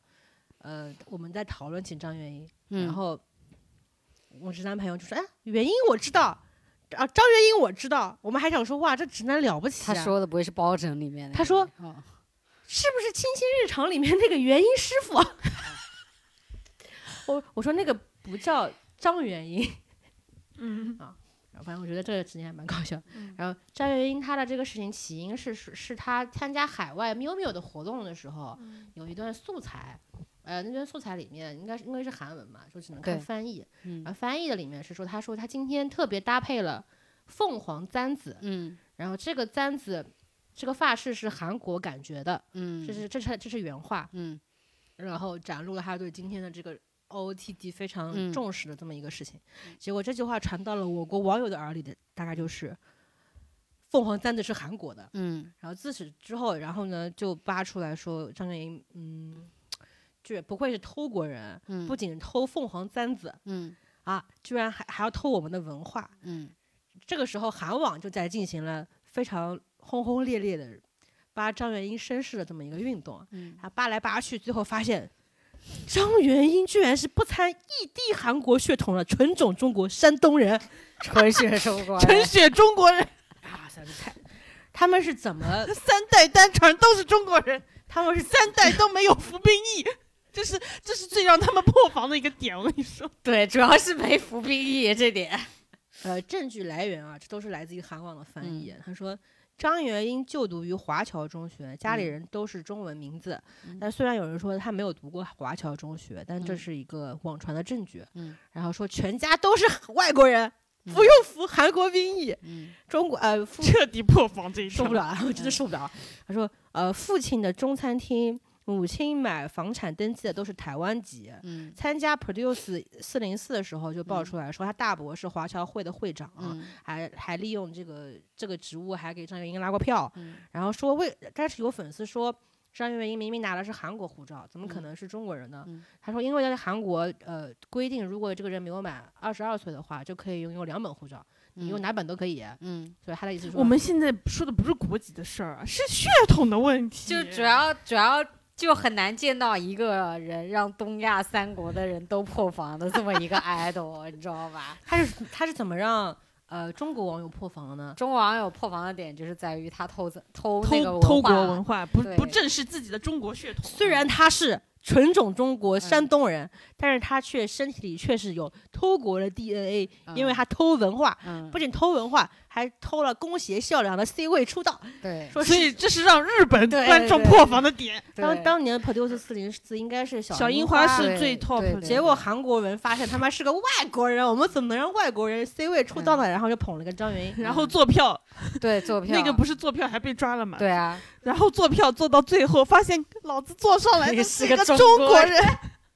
Speaker 1: 呃，我们在讨论起张元英，
Speaker 2: 嗯
Speaker 1: 然后我直男朋友就说：“哎，元英我知道，啊，张元英我知道。”我们还想说：“哇，这直男了不起、
Speaker 2: 他
Speaker 1: 啊！”
Speaker 2: 说的不会是包拯里面的？
Speaker 1: 他说
Speaker 2: 哦，
Speaker 1: 是不是《亲亲日常》里面那个元英师傅？啊 我我说那个不叫张元英，
Speaker 3: 嗯
Speaker 1: 然后反正我觉得这个之前还蛮搞笑。
Speaker 3: 嗯，
Speaker 1: 然后张元英她的这个事情起因是是是她参加海外喵喵的活动的时候，有一段素材，呃，那段素材里面应该是因为是韩文嘛，就只能看
Speaker 2: 对
Speaker 1: 翻译。
Speaker 2: 嗯
Speaker 1: 然后呃翻译的里面是说，她说她今天特别搭配了凤凰簪子，
Speaker 2: 嗯
Speaker 1: 然后这个簪子这个发饰是韩国感觉的，
Speaker 2: 嗯，
Speaker 1: 这是这是这是原话，
Speaker 2: 嗯
Speaker 1: 然后展露了她对今天的这个。OOTD 非常
Speaker 2: 嗯
Speaker 1: 重视的这么一个事情，结果这句话传到了我国网友的耳里的，大概就是凤凰簪子是韩国的，
Speaker 2: 嗯
Speaker 1: 然后自此之后，然后呢就扒出来说张元英，嗯，居不愧是偷国人，
Speaker 2: 嗯
Speaker 1: 不仅偷凤凰簪子
Speaker 2: 嗯
Speaker 1: 啊，居然还还要偷我们的文化。
Speaker 2: 嗯
Speaker 1: 这个时候，韩网就在进行了非常轰轰烈烈的扒张元英身世的这么一个运动，
Speaker 2: 嗯
Speaker 1: 啊，扒来扒去，最后发现。张元英居然是不掺一滴韩国血统的纯种中国山东人，
Speaker 2: 纯血收官
Speaker 3: 纯血中国人，
Speaker 1: 啊，实在是太，他们是怎么
Speaker 3: 三代单传都是中国人，
Speaker 1: 他们是
Speaker 3: 三代都没有服兵役，这是这是最让他们破防的一个点。我跟 你说，
Speaker 4: 对，主要是没服兵役这点。
Speaker 1: 呃，证据来源啊，这都是来自于韩网的翻译。
Speaker 2: 嗯
Speaker 1: 他说，张元英就读于华侨中学，家里
Speaker 2: 嗯
Speaker 1: 人都是中文名字。
Speaker 2: 嗯
Speaker 1: 但虽然有人说他没有读过华侨中学，但这
Speaker 2: 嗯
Speaker 1: 是一个网传的证据。
Speaker 2: 嗯
Speaker 1: 然后说全家都是外国人，
Speaker 2: 嗯
Speaker 1: 不用服韩国兵役。
Speaker 2: 嗯
Speaker 1: 中国呃，父
Speaker 3: 彻底破防这一
Speaker 1: 受
Speaker 3: 招
Speaker 1: 不。了啊了，我真的受不了了。他说，呃，父亲的中餐厅，母亲买房产登记的都是台湾籍。
Speaker 2: 嗯
Speaker 1: 参加 Produce 四零四的时候，就爆
Speaker 2: 嗯
Speaker 1: 出来说他大伯是华侨会的会长，啊
Speaker 2: 嗯
Speaker 1: 还还利用这个这个职务，还给张元英拉过票，
Speaker 2: 嗯
Speaker 1: 然后说为，但是有粉丝说张元英明明拿的是韩国护照，怎么可
Speaker 2: 嗯
Speaker 1: 能是中国人呢？
Speaker 2: 嗯
Speaker 1: 他说，因为在韩国呃规定，如果这个人没有满二十二岁的话，就可以拥有两本护照，你用
Speaker 2: 嗯
Speaker 1: 哪本都可以。
Speaker 2: 嗯
Speaker 1: 所以他的意思是说，
Speaker 3: 我们现在说的不是国籍的事儿啊，是血统的问题。
Speaker 4: 就主要主要就很难见到一个人让东亚三国的人都破防的这么一个 idol，你知道吧？
Speaker 1: 他是他是怎么让呃中国网友破防的呢？
Speaker 4: 中国网友破防的点就是在于他偷自偷那个
Speaker 3: 偷
Speaker 4: 文
Speaker 3: 偷
Speaker 4: 化
Speaker 3: 国文化，不
Speaker 4: 对
Speaker 3: 不正视自己的中国血统。
Speaker 1: 虽
Speaker 2: 嗯
Speaker 1: 然他是纯种中国
Speaker 4: 嗯
Speaker 1: 山东人，但是他却身体里确实有偷国的 DNA，、因为
Speaker 2: 嗯
Speaker 1: 他偷文化。
Speaker 2: 嗯
Speaker 1: 不仅偷文化，还偷了宫胁孝良的 C 位出道。
Speaker 2: 对
Speaker 1: 说
Speaker 3: 所以这是让日本
Speaker 4: 对
Speaker 3: 观众
Speaker 4: 对
Speaker 3: 破防的点。
Speaker 1: 当
Speaker 2: 对
Speaker 1: 当年 Produce 四零四应该是小
Speaker 3: 小
Speaker 1: 樱
Speaker 3: 樱
Speaker 1: 花
Speaker 3: 花
Speaker 1: 是，
Speaker 3: 是最
Speaker 2: 对
Speaker 3: top
Speaker 2: 对
Speaker 3: 的
Speaker 2: 对
Speaker 1: 结果韩国人发现他妈是个外国人，我们怎么能让外国人 C 位出道呢？然后就捧了个张元英。
Speaker 3: 然后坐票，
Speaker 2: 对坐票
Speaker 3: 那个不是坐嗯票还被抓了嘛？
Speaker 2: 对啊，
Speaker 3: 然后坐票坐到最后，发现老子坐上 来的
Speaker 4: 是
Speaker 3: 个
Speaker 4: 个
Speaker 3: 中
Speaker 4: 中
Speaker 3: 国
Speaker 4: 国
Speaker 3: 人，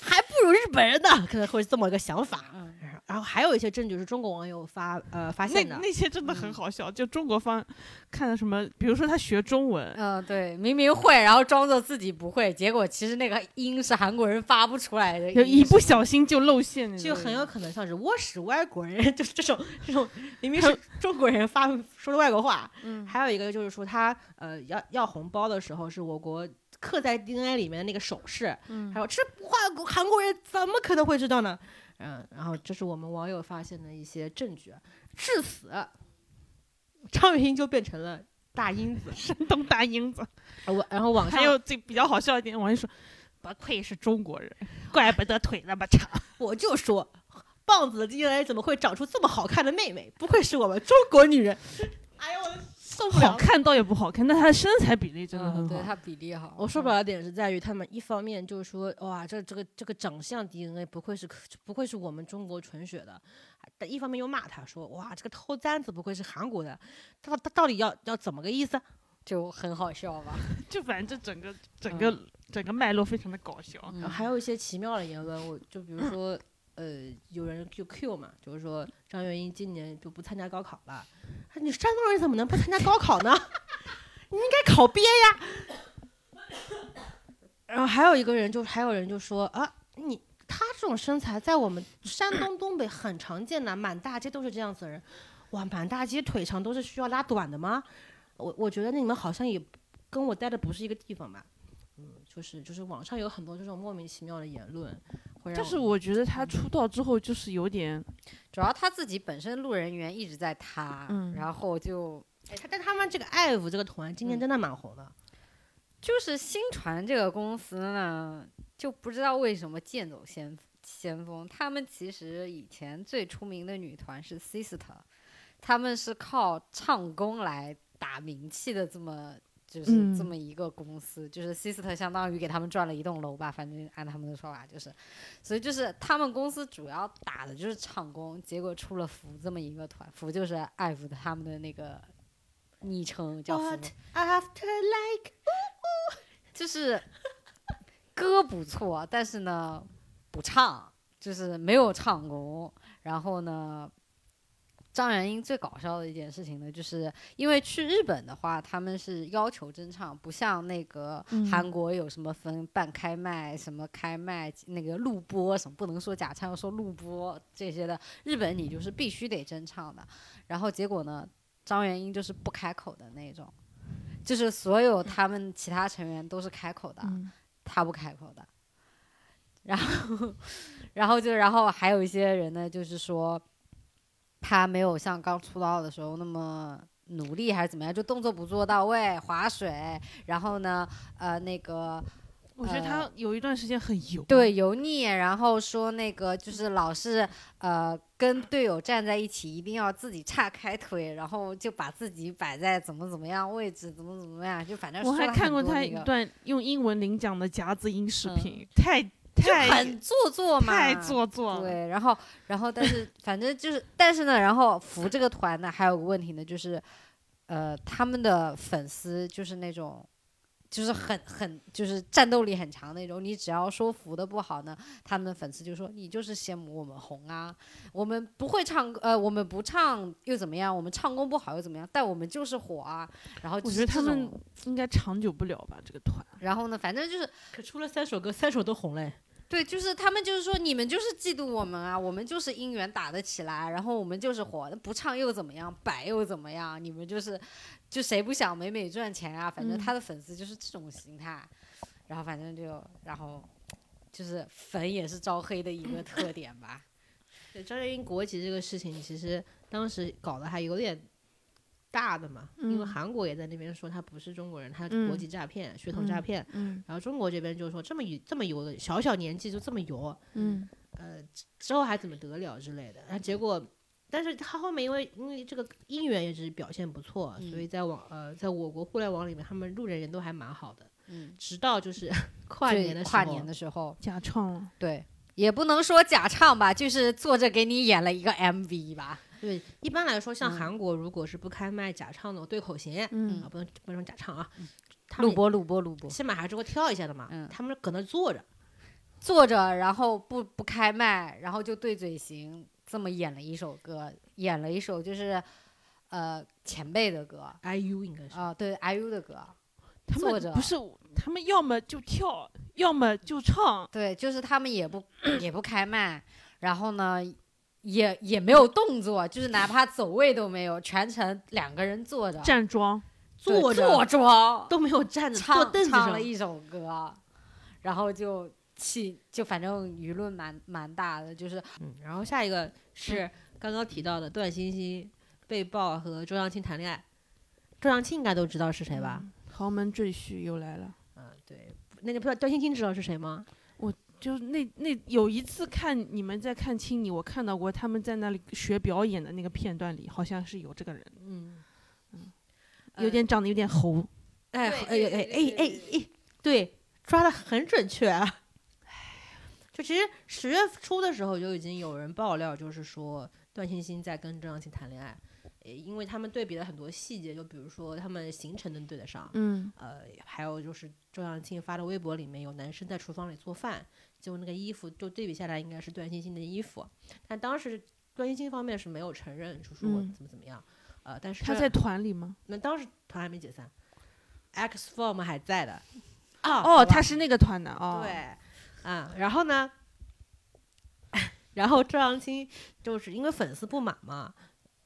Speaker 1: 还不如日本人呢，可能会是这么一个想法。
Speaker 4: 嗯
Speaker 1: 然后还有一些证据是中国网友发呃发
Speaker 3: 那
Speaker 1: 现的，
Speaker 3: 那些真的嗯很好笑。就中国方看了什么，比如说他学中 文，
Speaker 4: 嗯，对，明明会，然后装作自己不会，结果其实那个音是韩国人发不出来的
Speaker 3: 就
Speaker 4: 音
Speaker 3: 一
Speaker 4: 是，
Speaker 3: 呃不小心就露馅那种，
Speaker 1: 就很有可能像是我是外国人， 就是这种这种明明 是中国人发说的外国话。
Speaker 3: 嗯
Speaker 1: 还有一个就是说他呃要要红包的时候，是我国刻在 DNA 里面的那个手势。
Speaker 3: 嗯
Speaker 1: 还有这外国韩国人怎么可能会知道呢？嗯，然后这是我们网友发现的一些证据。至此， 张元英就变成了大英 子。
Speaker 3: 山东大英子。
Speaker 1: 而我然后网上
Speaker 3: 还有这比较好笑一点，我就说不愧是中国人，怪不得腿那么长。
Speaker 1: 我就说，棒子的 DNA 怎么会长出这么好看的妹妹？不愧是我们中国女人。哎呦，我受不了 了。
Speaker 3: 好看倒也不好看，但他的身材比例真的
Speaker 4: 嗯，
Speaker 3: 很
Speaker 4: 对
Speaker 3: 好。
Speaker 4: 他比例好，嗯
Speaker 1: 我受不了的点是在于他们一方面就是说，哇，这这个这个长相 DNA 不愧是不愧是我们中国纯血的，但一方面又骂他说，哇，这个偷簪子不愧是韩国的，他他到底要要怎么个意思？
Speaker 4: 就很好笑吧？
Speaker 3: 就反正这整个整个、整个脉络非常的搞笑。
Speaker 2: 嗯
Speaker 1: 然后还
Speaker 4: 嗯
Speaker 1: 有一些奇妙的言论，我就比如说，呃，有人就 Q 嘛，就是说张元英今年就不参加高考了，啊你山东人怎么 能不参加高考呢？你应该考编呀。 然后还有一个人就还有人就说啊，你他这种身材在我们山东东北很常见的，满大街都是这样子的人，哇，满大街腿长都是需要拉短的吗？我我觉得你们好像也跟我待的不是一个地方吧。嗯，就是就是网上有很多这种莫名其妙的言论，会让我
Speaker 3: 但是我觉得他出道之后就是有点，
Speaker 2: 主要他自己本身路人缘一直在塌，
Speaker 3: 嗯
Speaker 2: 然后就
Speaker 1: 哎他但他们这个 IVE 这个团今
Speaker 3: 嗯
Speaker 1: 年真的蛮红的，
Speaker 2: 就是新传这个公司呢，就不知道为什么剑走先先锋。他们其实以前最出名的女团是 Sister，他们是靠唱功来打名气的，这么就是这
Speaker 3: 嗯
Speaker 2: 么一个公司，就是 Sister 相当于给他们赚了一栋楼吧，反正按他们的说法就是，所以就是他们公司主要打的就是唱功，结果出了福这么一个团，福就是爱福他们的那个昵称叫福。
Speaker 1: What After Life
Speaker 2: 就是歌不错，但是呢不唱，就是没有唱功。然后呢，张元英最搞笑的一件事情呢，就是因为去日本的话，他们是要求真唱，不像那个
Speaker 3: 嗯
Speaker 2: 韩国有什么分半开麦、什么开麦、那个录播什么，不能说假唱，要说录播这些的。日本你就是必须得真唱的。然后结果呢，张元英就是不开口的那种。就是所有他们其他成员都是开口的，
Speaker 3: 嗯
Speaker 2: 他不开口的。然后，然后就然后还有一些人呢，就是说他没有像刚出道的时候那么努力，还是怎么样，就动作不做到位，划水，然后呢，呃，那个
Speaker 3: 我觉得他有一段时间很油，
Speaker 2: 呃对，油腻，然后说那个就是老是呃跟队友站在一起，一定要自己岔开腿，然后就把自己摆在怎么怎么样位置，怎么怎么样，就反正
Speaker 3: 我
Speaker 2: 说
Speaker 3: 还
Speaker 2: 了
Speaker 3: 看
Speaker 2: 很
Speaker 3: 过
Speaker 2: 多
Speaker 3: 他
Speaker 2: 那
Speaker 3: 一
Speaker 2: 个
Speaker 3: 段用英文领奖的夹子音视
Speaker 2: 嗯
Speaker 3: 频，太
Speaker 2: 就
Speaker 3: 太
Speaker 2: 很做作嘛，
Speaker 3: 太做作了。
Speaker 2: 对，然后然后但是反正就是，但是呢，然后扶这个团呢，还有个问题呢，就是呃，他们的粉丝就是那种。就是很很就是战斗力很强那种，你只要说服的不好呢，他们的粉丝就说你就是羡慕我们红啊，我们不会唱歌呃，我们不唱又怎么样，我们唱功不好又怎么样，但我们就是火啊。然后就
Speaker 3: 我觉
Speaker 2: 是
Speaker 3: 得他
Speaker 2: 这
Speaker 3: 们
Speaker 2: 种，
Speaker 3: 应该长久不了吧，这个团。
Speaker 2: 然后呢，反正就是
Speaker 1: 可出了三首歌，三首都红嘞。
Speaker 2: 对，就是他们就是说你们就是嫉妒我们啊，我们就是姻缘打得起来，然后我们就是火，不唱又怎么样，摆又怎么样，你们就是就谁不想美美赚钱啊？反正
Speaker 3: 嗯
Speaker 2: 他的粉丝就是这种心态，然后反正就然后就是粉也是招黑的一 个特点吧。
Speaker 1: 对张元英国籍这个事情，其实当时搞得还有点大的嘛，因为
Speaker 3: 嗯
Speaker 1: 韩国也在那边说他不是中国人，他
Speaker 3: 嗯
Speaker 1: 国籍诈骗、血统诈
Speaker 3: 嗯
Speaker 1: 骗，
Speaker 3: 嗯
Speaker 1: 然后中国这边就说这么油这么油的小小年纪就这么油，
Speaker 3: 嗯
Speaker 1: 呃，之后还怎么得了之类的。然后结果，但是他后面因为因为这个姻缘也是表现不错，所
Speaker 2: 嗯
Speaker 1: 以在网呃在我国互联网里面，他们路人缘都还蛮好的。
Speaker 2: 嗯，
Speaker 1: 直到就是 跨
Speaker 2: 对
Speaker 1: 年的时候，
Speaker 2: 跨年的时候，
Speaker 3: 假唱了。
Speaker 2: 对，也不能说假唱吧，就是坐着给你演了一个 MV 吧。
Speaker 1: 对，一般来说，像
Speaker 2: 嗯
Speaker 1: 韩国如果是不开麦假唱的对口型，
Speaker 3: 嗯
Speaker 1: 啊，不能不能假唱啊，他
Speaker 2: 嗯录
Speaker 1: 们
Speaker 2: 播录播录播，
Speaker 1: 起码还是会跳一下的嘛。
Speaker 2: 嗯
Speaker 1: 他们搁那坐着，
Speaker 2: 坐着，然后不不开麦，然后就对嘴型这么演了一首歌，演了一首就是呃前辈的歌啊、
Speaker 1: ，IU 应该是。
Speaker 2: 对 IU 的歌，
Speaker 3: 他
Speaker 2: 坐
Speaker 3: 们
Speaker 2: 着
Speaker 3: 不是他们要么就跳，要么就唱，
Speaker 2: 对，就是他们也不也不开麦，然后呢也也没有动作，就是哪怕走位都没有，全程两个人坐着
Speaker 3: 站桩。
Speaker 2: 对
Speaker 1: 坐着
Speaker 2: 坐庄
Speaker 1: 都没有站着，坐
Speaker 2: 唱
Speaker 1: 凳子
Speaker 2: 唱
Speaker 1: 上
Speaker 2: 了一首歌，然后就气就反正舆论蛮蛮大的，就是
Speaker 1: 嗯，然后下一个
Speaker 2: 嗯
Speaker 1: 是刚刚提到的段欣欣被曝和周扬青谈恋爱，周扬青应该都知道是谁
Speaker 2: 嗯
Speaker 1: 吧？
Speaker 3: 嗯豪门赘婿又来了。
Speaker 1: 嗯，对，那个不知道段欣欣知道是谁吗？
Speaker 3: 就是那那有一次看你们在看《青你》，我看到过他们在那里学表演的那个片段里，好像是有这个人，
Speaker 1: 嗯嗯，
Speaker 3: 有点长得有点猴，
Speaker 1: 哎
Speaker 2: 对
Speaker 1: 哎哎
Speaker 2: 对
Speaker 1: 哎
Speaker 2: 对对
Speaker 1: 哎哎，对，抓的很准确啊。就其实十月初的时候就已经有人爆料，就是说段欣欣在跟周扬青谈恋爱，呃因为他们对比了很多细节，就比如说他们行程能对得上，
Speaker 3: 嗯，
Speaker 1: 呃，还有就是周扬青发的微博里面有男生在厨房里做饭，结果那个衣服就对比下来应该是段欣欣的衣服，但当时段欣欣方面是没有承认，就说我
Speaker 3: 嗯
Speaker 1: 怎么怎么样，呃，但是
Speaker 3: 他在团里吗？
Speaker 1: 那当时团还没解散，X Form 还在的，啊，
Speaker 3: 哦，
Speaker 1: 他
Speaker 3: 他是那个团的哦。
Speaker 1: 对，啊，然后呢，然后周扬青就是因为粉丝不满嘛，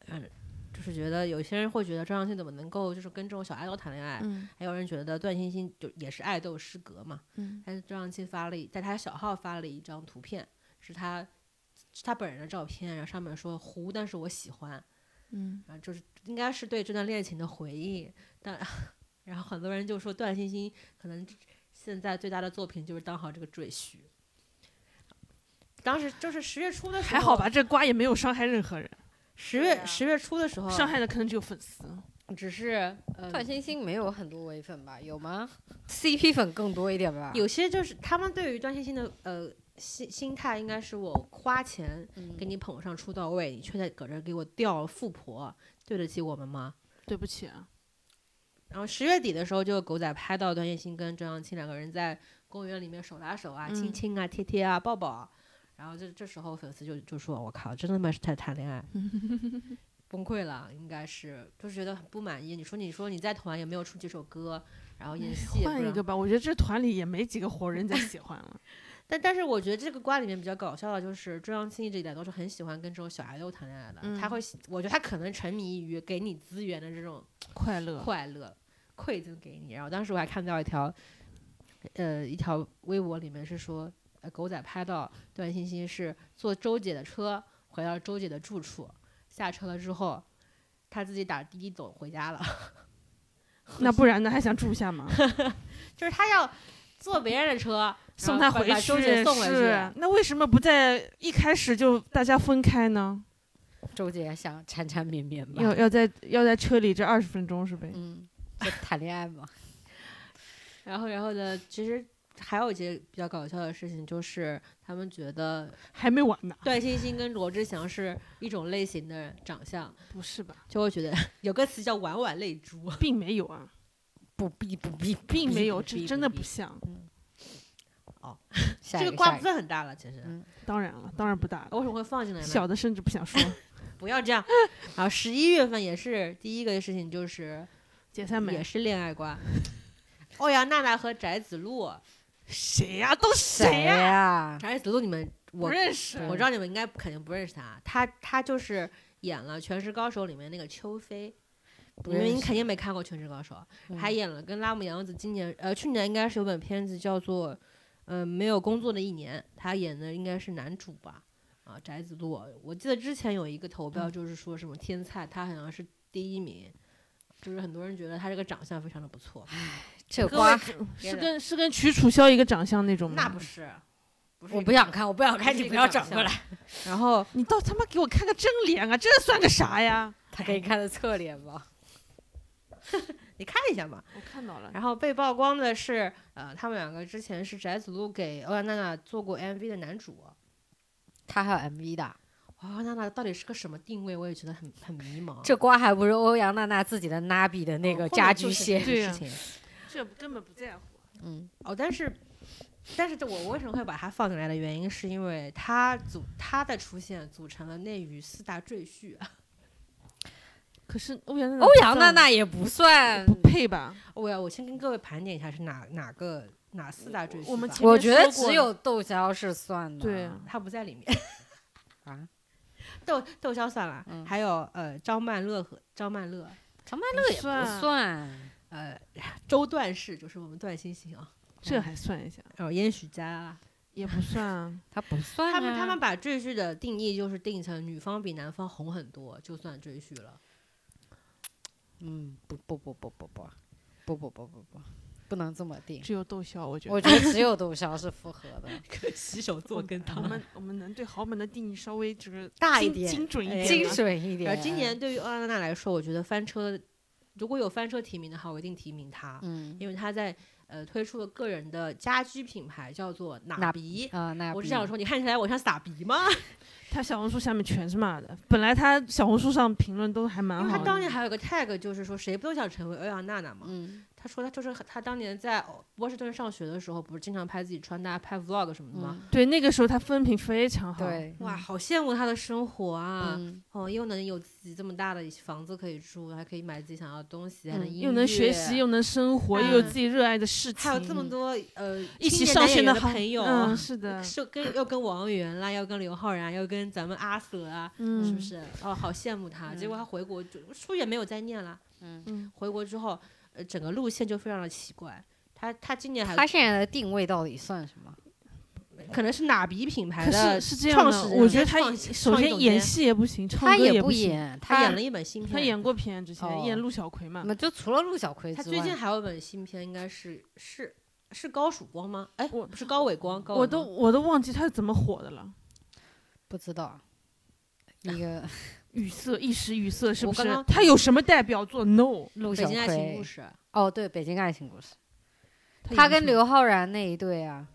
Speaker 1: 嗯，就是觉得有些人会觉得周扬青怎么能够就是跟这种小爱豆谈恋爱，
Speaker 5: 嗯
Speaker 1: 还有人觉得段欣欣就也是爱豆失格嘛，
Speaker 5: 嗯
Speaker 1: 但是周扬青发了一在他小号发了一张图片，是他是他本人的照片，然后上面说糊，但是我喜欢，
Speaker 5: 嗯
Speaker 1: 啊，就是应该是对这段恋情的回忆。但然后很多人就说段欣欣可能现在最大的作品就是当好这个赘婿。当时就是十月初的时候，
Speaker 3: 还好吧，？这瓜也没有伤害任何人，
Speaker 1: 十月
Speaker 2: 对啊
Speaker 1: 十、月初的时候，
Speaker 3: 伤害的可能只有粉丝。
Speaker 1: 只是呃，
Speaker 2: 段欣欣没有很多唯粉吧？有吗？CP 粉更多一点吧？
Speaker 1: 有些就是他们对于段欣欣的呃心心态应该是我花钱
Speaker 2: 嗯，
Speaker 1: 给你捧上出道位，你却在搁这儿给我吊富婆，对得起我们吗？
Speaker 3: 对不起啊，
Speaker 1: 然后十月底的时候，就有狗仔拍到段艺昕跟周扬青两个人在公园里面手拉手啊、
Speaker 3: 嗯
Speaker 1: 亲亲啊、贴贴啊、抱抱啊。然后这这时候粉丝就就说：“我靠，真他妈是在谈恋 爱，崩溃了，应该是就是觉得很不满意。”你说你说你在团也没有出几首歌，然后演戏也不
Speaker 3: 哎换一
Speaker 1: 让
Speaker 3: 个吧。我觉得这团里也没几个活人在喜欢了。
Speaker 1: 但但是我觉得这个瓜里面比较搞笑的就是周扬青一直以来都是很喜欢跟这种小爱豆谈恋爱的，他
Speaker 3: 嗯
Speaker 1: 会喜我觉得他可能沉迷于给你资源的这种
Speaker 3: 快乐，
Speaker 1: 快乐馈赠给你。然后当时我还看到一条，呃，一条微博里面是说，呃，狗仔拍到段欣欣是坐周姐的车回到周姐的住处，下车了之后，她自己打滴滴走回家了，
Speaker 3: 那不然呢？还想住下吗？
Speaker 1: 就是她要坐别人的车
Speaker 3: 送
Speaker 1: 然
Speaker 3: 他
Speaker 1: 后
Speaker 3: 回
Speaker 1: 把
Speaker 3: 去
Speaker 1: 周姐送回
Speaker 3: 是
Speaker 1: 去。，
Speaker 3: 那为什么不在一开始就大家分开呢？
Speaker 2: 周姐想缠缠绵绵吧？
Speaker 3: 要要在要在车里这二十分钟是呗？
Speaker 2: 嗯，就谈恋爱嘛。
Speaker 1: 然后，然后呢，其实。还有一些比较搞笑的事情，就是他们觉得
Speaker 3: 还没完呢？
Speaker 1: 段欣欣跟罗志祥是一种类型的长相，
Speaker 3: 不是吧？
Speaker 1: 就会觉得 有个词叫“婉婉泪珠”，
Speaker 3: 并没有啊，
Speaker 2: 不必不必，
Speaker 3: 并没有，
Speaker 1: 不必
Speaker 3: 这真的
Speaker 1: 不必
Speaker 3: 不像。
Speaker 2: 下
Speaker 1: 这
Speaker 2: 一
Speaker 1: 个
Speaker 2: 个
Speaker 1: 瓜
Speaker 2: 下一
Speaker 1: 不是很大了，其实。啊
Speaker 2: 嗯
Speaker 3: 当然了，当然不大
Speaker 1: 我为
Speaker 3: 了，
Speaker 1: 什么会放进来呢？
Speaker 3: 小的甚至不想说
Speaker 1: 不要这样。然后十一月份也是第一个事情，就是
Speaker 3: 解散
Speaker 1: 也
Speaker 3: 没？
Speaker 1: 是恋爱瓜，欧阳娜娜和翟子路。
Speaker 3: 谁呀？都
Speaker 2: 谁
Speaker 3: 谁呀？
Speaker 2: 呀？
Speaker 1: 翟子路你们
Speaker 3: 不
Speaker 1: 我
Speaker 3: 认识。
Speaker 1: 我知道你们应该肯定不认识他，他他就是演了《全职高手》里面那个邱飞，
Speaker 2: 不
Speaker 1: 你们
Speaker 2: 认识
Speaker 1: 肯定没看过《全职高手》，还
Speaker 2: 嗯
Speaker 1: 演了跟拉姆洋子今年呃去年应该是有本片子叫做嗯、呃没有工作的一年，他演的应该是男主吧啊翟子路，我记得之前有一个投
Speaker 2: 嗯
Speaker 1: 标就是说什么天菜，他好像是第一名，就是很多人觉得他这个长相非常的不错，
Speaker 2: 这
Speaker 3: 各
Speaker 2: 瓜
Speaker 3: 位
Speaker 1: 别
Speaker 3: 是
Speaker 1: 的
Speaker 3: 跟是跟瞿楚萧一个长相那种吗？
Speaker 1: 那不是，不是
Speaker 2: 嗯我
Speaker 1: 一
Speaker 2: 不
Speaker 1: 个
Speaker 2: 想看，我不想看，
Speaker 1: 不是
Speaker 2: 你
Speaker 1: 一
Speaker 2: 不
Speaker 1: 个
Speaker 2: 要
Speaker 1: 长
Speaker 2: 转过
Speaker 1: 相
Speaker 2: 来。
Speaker 1: 然后
Speaker 3: 你倒他妈给我看个正脸啊！这算个啥呀？
Speaker 2: 他给你看的侧脸吧？
Speaker 1: 你看一下嘛，
Speaker 3: 我看到了，
Speaker 1: 然后被曝光的是，呃，他们两个之前是翟子路给欧阳娜娜做过 MV 的男主。
Speaker 2: 他还有 MV 的，
Speaker 1: 欧阳娜娜到底是个什么定位？我也觉得很很迷茫。
Speaker 2: 这瓜还不是欧阳娜娜自己的 Nabi 的那
Speaker 1: 哦
Speaker 2: 个
Speaker 1: 后
Speaker 2: 家
Speaker 1: 面就
Speaker 2: 居
Speaker 1: 是
Speaker 2: 蟹？
Speaker 1: 这件事
Speaker 3: 对
Speaker 1: 情。
Speaker 3: 这根本不在乎。
Speaker 2: 嗯，
Speaker 1: 哦，但是，但是这我为什么会把它放进来的原因，是因为它组它的出现组成了内娱四大赘婿。
Speaker 3: 可是欧阳娜娜
Speaker 2: 欧
Speaker 3: 不
Speaker 2: 阳娜
Speaker 3: 算
Speaker 2: 娜也不算
Speaker 3: 不，配吧？
Speaker 1: 我要我先跟各位盘点一下是哪哪个哪四大赘婿吧。
Speaker 3: 我们前
Speaker 2: 我
Speaker 3: 面
Speaker 2: 觉得
Speaker 3: 说过
Speaker 2: 只有窦骁是算的。
Speaker 3: 对
Speaker 1: 他不在里面
Speaker 2: 啊。
Speaker 1: 窦窦骁算了，
Speaker 2: 嗯
Speaker 1: 还有呃张曼乐和张曼乐，
Speaker 2: 张曼乐也不
Speaker 3: 算
Speaker 2: 算，
Speaker 1: 呃周段氏就是我们段欣欣啊，
Speaker 3: 这还算一下，
Speaker 1: 还
Speaker 2: 哦
Speaker 1: 有燕许佳啊，
Speaker 3: 也不算啊。
Speaker 2: 他不算啊。
Speaker 1: 他们他们把赘婿的定义就是定成女方比男方红很多，就算赘婿了。
Speaker 2: 嗯，不不不不不不不不不不不，不能这么定。
Speaker 3: 只有窦骁，我觉
Speaker 2: 我
Speaker 3: 得。
Speaker 2: 觉得只有窦骁是符合的。
Speaker 1: 洗手做羹
Speaker 3: 我
Speaker 2: 嗯
Speaker 3: 们我们能对豪门的定义稍微就是
Speaker 2: 大一
Speaker 3: 精
Speaker 2: 点
Speaker 3: 精准一
Speaker 1: 哎
Speaker 3: 点
Speaker 2: 精
Speaker 3: 吗，
Speaker 2: 准一
Speaker 1: 然
Speaker 2: 点。
Speaker 1: 后今年，对于欧阳娜娜来说，我觉得翻车，如果有翻车提名的话，我一定提名她，
Speaker 2: 嗯
Speaker 1: 因为她在呃推出了个人的家居品牌，叫做哪
Speaker 2: 哪
Speaker 1: 鼻。
Speaker 2: 啊，那
Speaker 1: 我只
Speaker 2: 不
Speaker 1: 想说，你看起来我像傻逼吗？
Speaker 3: 他小红书下面全是骂的。本来他小红书上评论都还蛮
Speaker 1: 因为她
Speaker 3: 好
Speaker 1: 当
Speaker 2: 啊
Speaker 3: 的，
Speaker 1: 年还有个 tag，就是说谁不都想成为欧阳娜娜嘛。
Speaker 2: 嗯，
Speaker 1: 他说他就是他当年在波士顿上学的时候，不是经常拍自己穿搭、拍 vlog 什么的吗？
Speaker 2: 嗯，
Speaker 3: 对，那个时候他风评非常好。
Speaker 2: 对，
Speaker 1: 哇，好羡慕他的生活啊！
Speaker 2: 嗯，
Speaker 1: 哦，又能有自己这么大的房子可以住，还可以买自己想要的东西，还能
Speaker 2: 嗯
Speaker 1: 音
Speaker 3: 又能学
Speaker 1: 乐
Speaker 3: 习，，又能生活，又有自己热爱的事
Speaker 1: 嗯
Speaker 3: 情，
Speaker 1: 还有这么多呃
Speaker 3: 一
Speaker 1: 青
Speaker 3: 起
Speaker 1: 年
Speaker 3: 上
Speaker 1: 男
Speaker 3: 线
Speaker 1: 演员的
Speaker 3: 好
Speaker 1: 朋友，啊
Speaker 3: 嗯，是的，
Speaker 1: 是跟又跟王源啦，又跟刘昊然，又跟咱们阿 Sir 啊，
Speaker 3: 嗯，
Speaker 1: 是不？是？哦，好羡慕他。结果他回国就书也没有再念了。
Speaker 3: 嗯，
Speaker 1: 回国之后，呃，整个路线就非常的奇怪。他他今年还
Speaker 2: 嗯他现在的定位到底算什么？
Speaker 1: 可能是哪笔品牌
Speaker 3: 可
Speaker 1: 的
Speaker 3: 是是这样
Speaker 1: 创
Speaker 3: 的
Speaker 1: 始，人
Speaker 3: 我觉
Speaker 1: 兼
Speaker 3: 得他
Speaker 1: 创
Speaker 3: 首
Speaker 1: 创意
Speaker 3: 先
Speaker 1: 总
Speaker 3: 演
Speaker 1: 监
Speaker 3: 戏也不行，唱
Speaker 2: 他
Speaker 3: 歌
Speaker 2: 也
Speaker 3: 不行。
Speaker 2: 演，
Speaker 1: 他
Speaker 2: 他
Speaker 1: 演了一本新片，
Speaker 3: 他演过片，之前演
Speaker 2: 哦
Speaker 3: 陆小葵嘛
Speaker 2: 怎，么就除了陆小葵
Speaker 1: 他
Speaker 2: 之
Speaker 1: 最
Speaker 2: 外，
Speaker 1: 近还有一本新片，应该是是是高曙光吗？哎，
Speaker 3: 我
Speaker 1: 不是高伟光，高
Speaker 3: 我
Speaker 1: 伟
Speaker 3: 都
Speaker 1: 光
Speaker 3: 我都忘记他是怎么火的了。
Speaker 2: 不知道一个
Speaker 3: 语塞一时语塞是
Speaker 1: 我
Speaker 3: 不
Speaker 1: 刚
Speaker 3: 是
Speaker 1: 刚？
Speaker 3: 他有什么代表作？No，
Speaker 2: 陆
Speaker 1: 北
Speaker 2: 小
Speaker 1: 京爱情
Speaker 2: 葵
Speaker 1: 故，事，
Speaker 2: 哦，对，《北京爱情故事》，
Speaker 3: 演
Speaker 2: 他
Speaker 3: 的
Speaker 2: 跟
Speaker 3: 是
Speaker 2: 刘昊然那一对啊，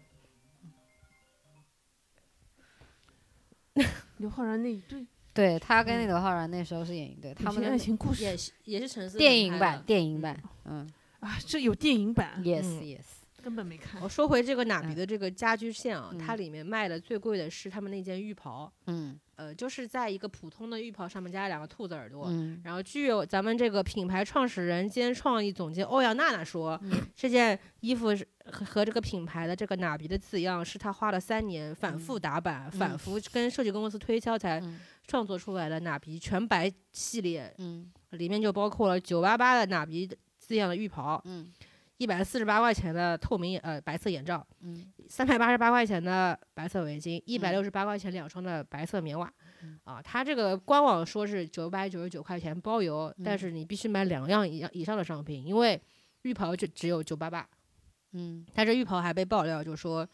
Speaker 3: 刘昊然那一对，
Speaker 2: 对他跟刘昊然那时候是演一对，他
Speaker 3: 北京
Speaker 2: 们的
Speaker 3: 爱情故事
Speaker 1: 也是也是陈思
Speaker 2: 电
Speaker 1: 诚
Speaker 2: 影
Speaker 1: 拍
Speaker 2: 版，
Speaker 1: 的。
Speaker 2: 电影版，嗯
Speaker 3: 啊，这有电影版，
Speaker 2: ，yes
Speaker 1: 嗯
Speaker 2: yes，
Speaker 3: 根本没看
Speaker 2: 哦
Speaker 1: 我。说回这个哪比的这个家居线啊，
Speaker 2: 嗯
Speaker 1: 它里面卖的最贵的是他们那件浴袍，
Speaker 2: 嗯
Speaker 1: 呃，就是在一个普通的浴袍上面加了两个兔子耳朵。
Speaker 2: 嗯，
Speaker 1: 然后据咱们这个品牌创始人兼创意总监欧阳娜娜说，
Speaker 2: 嗯
Speaker 1: 这件衣服是和和这个品牌的这个哪比的字样是她花了三年反复打版、反复跟设计公司推销才
Speaker 2: 嗯
Speaker 1: 创作出来的哪比全白系列，
Speaker 2: 嗯
Speaker 1: 里面就包括了九八八的哪比字样的浴袍，
Speaker 2: 嗯
Speaker 1: 一百四十八块钱的透明眼呃白色眼罩，
Speaker 2: 嗯
Speaker 1: 三百八十八块钱的白色围巾，一百六十八块钱两双的白色棉袜。
Speaker 2: 嗯
Speaker 1: 啊，它这个官网说是九百九十九块钱包邮，但
Speaker 2: 嗯
Speaker 1: 是你必须买两样以以上的商品，因为浴袍就只有九八八。
Speaker 2: 嗯
Speaker 1: 但是浴袍还被爆料就说，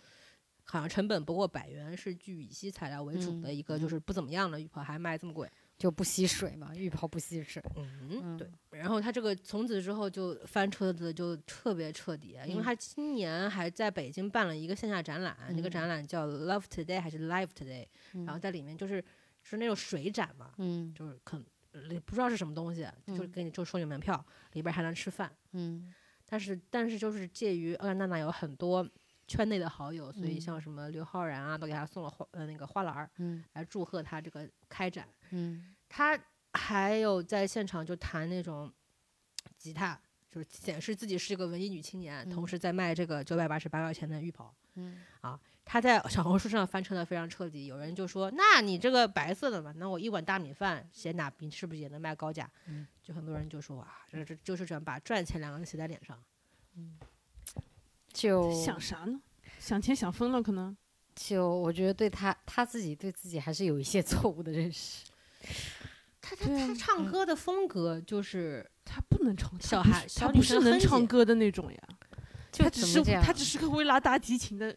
Speaker 1: 好像成本不过百元，是据乙烯材料为主
Speaker 2: 嗯
Speaker 1: 的一个就是不怎么样的浴袍，还卖这么贵。
Speaker 2: 就不吸水嘛，浴袍不吸水，
Speaker 1: 嗯，
Speaker 2: 嗯
Speaker 1: 对。然后他这个从此之后就翻车子就特别彻底，啊因为
Speaker 2: 嗯
Speaker 1: 他今年还在北京办了一个线下展览，那个
Speaker 2: 嗯
Speaker 1: 展览叫 Love Today 还是 Live Today，、
Speaker 2: 然
Speaker 1: 然后在里面就是就是那种水展嘛，
Speaker 2: 嗯
Speaker 1: 就是可能呃不知道是什么东西，啊就是
Speaker 2: 嗯
Speaker 1: 给你就收你门票，里边还能吃饭。
Speaker 2: 嗯
Speaker 1: 但是但是就是介于欧阳娜娜有很多圈内的好友，所以
Speaker 2: 嗯
Speaker 1: 像什么刘昊然啊，都给他送了花呃那个花篮儿
Speaker 2: 嗯
Speaker 1: 来祝贺他这个开展。
Speaker 2: 嗯
Speaker 1: 他还有在现场就弹那种吉他，就是显示自己是个文艺女青年，同
Speaker 2: 嗯
Speaker 1: 时在卖这个九百八十八块钱的浴袍。
Speaker 2: 嗯
Speaker 1: 他在小红书上翻车的非常彻底，有人就说：“那你这个白色的嘛，那我一碗大米饭写哪比是不是也能卖高价？”
Speaker 2: 嗯
Speaker 1: 就很多人就说：“哇，这这就是想把赚钱两个字写在脸上。
Speaker 2: 就
Speaker 3: 想啥呢？想钱想疯了，可能
Speaker 2: 就我觉得对他他自己对自己还是有一些 错误的认识，
Speaker 1: 他”他
Speaker 3: 对
Speaker 1: 他
Speaker 3: 啊
Speaker 2: 嗯
Speaker 1: 唱歌的风格就是
Speaker 3: 他不能唱，他
Speaker 1: 小
Speaker 3: 不是
Speaker 1: 孩小
Speaker 3: 他
Speaker 1: 女
Speaker 3: 不是
Speaker 1: 生
Speaker 3: 能
Speaker 1: 哼
Speaker 3: 唱
Speaker 1: 唧
Speaker 3: 歌的那种呀。
Speaker 2: 就
Speaker 3: 他只
Speaker 2: 怎
Speaker 3: 是
Speaker 2: 么这样
Speaker 3: 他只是个会拉大提琴的，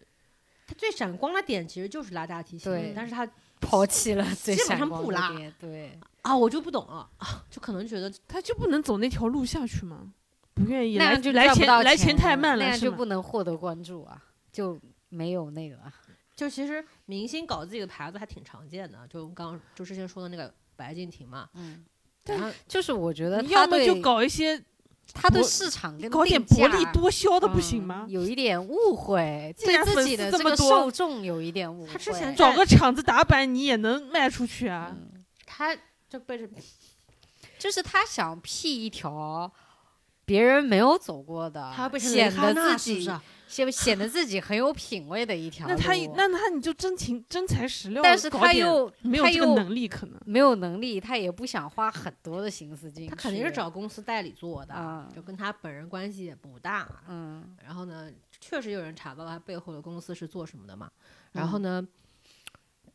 Speaker 1: 他最闪光的点其实就是拉大提琴
Speaker 2: 对，
Speaker 1: 但是他
Speaker 2: 抛弃了最
Speaker 1: 基本
Speaker 2: 闪
Speaker 1: 上
Speaker 2: 光
Speaker 1: 不
Speaker 2: 的
Speaker 1: 拉
Speaker 2: 点，对，
Speaker 1: 啊我就不懂了啊，就可能觉得
Speaker 3: 他就不能走那条路下去吗？不愿意，
Speaker 2: 那
Speaker 3: 来
Speaker 2: 样就
Speaker 3: 来
Speaker 2: 赚不
Speaker 3: 钱
Speaker 2: 到
Speaker 3: 来钱太慢
Speaker 2: 那
Speaker 3: 了，
Speaker 2: 样
Speaker 3: 是
Speaker 2: 就
Speaker 3: 吗？
Speaker 2: 不能获得关注啊，就没有那个啊，
Speaker 1: 就其实明星搞自己的牌子还挺常见的，就我们刚刚就之前说的那个白敬亭嘛，
Speaker 2: 嗯，
Speaker 1: 然后
Speaker 2: 就是我觉得
Speaker 3: 你
Speaker 2: 他
Speaker 3: 要么
Speaker 2: 对
Speaker 3: 就搞一些，
Speaker 2: 他对
Speaker 3: 薄
Speaker 2: 市场跟
Speaker 3: 搞点
Speaker 2: 定
Speaker 3: 薄利
Speaker 2: 价
Speaker 3: 多销的不行吗
Speaker 2: 嗯？有一点误会，
Speaker 3: 既
Speaker 2: 对
Speaker 3: 然粉
Speaker 2: 自己
Speaker 3: 丝
Speaker 2: 的
Speaker 3: 这么
Speaker 2: 个
Speaker 3: 多
Speaker 2: 受众有一点误会。
Speaker 1: 他之前
Speaker 3: 找个厂子打板，你也能卖出去啊。
Speaker 2: 嗯
Speaker 1: 他就被这
Speaker 2: 就是他想辟一条别人没有走过的，
Speaker 1: 他被
Speaker 2: 啊显得自
Speaker 1: 是不
Speaker 2: 己
Speaker 1: 是啊？
Speaker 2: 显显得自己很有品味的一条
Speaker 3: 那他
Speaker 2: 路
Speaker 3: 那他你就真情真材实料，
Speaker 2: 但是
Speaker 3: 搞
Speaker 2: 他
Speaker 3: 点
Speaker 2: 又
Speaker 3: 没有
Speaker 2: 他
Speaker 3: 这个
Speaker 2: 又
Speaker 3: 能力，可能
Speaker 2: 没有能力，他也不想花很多的心思进去。
Speaker 1: 他肯定是找公司代理做的，
Speaker 2: 啊
Speaker 1: 就跟他本人关系也不大。
Speaker 2: 嗯
Speaker 1: 然后呢，确实有人查到了他背后的公司是做什么的嘛。
Speaker 2: 嗯
Speaker 1: 然后呢，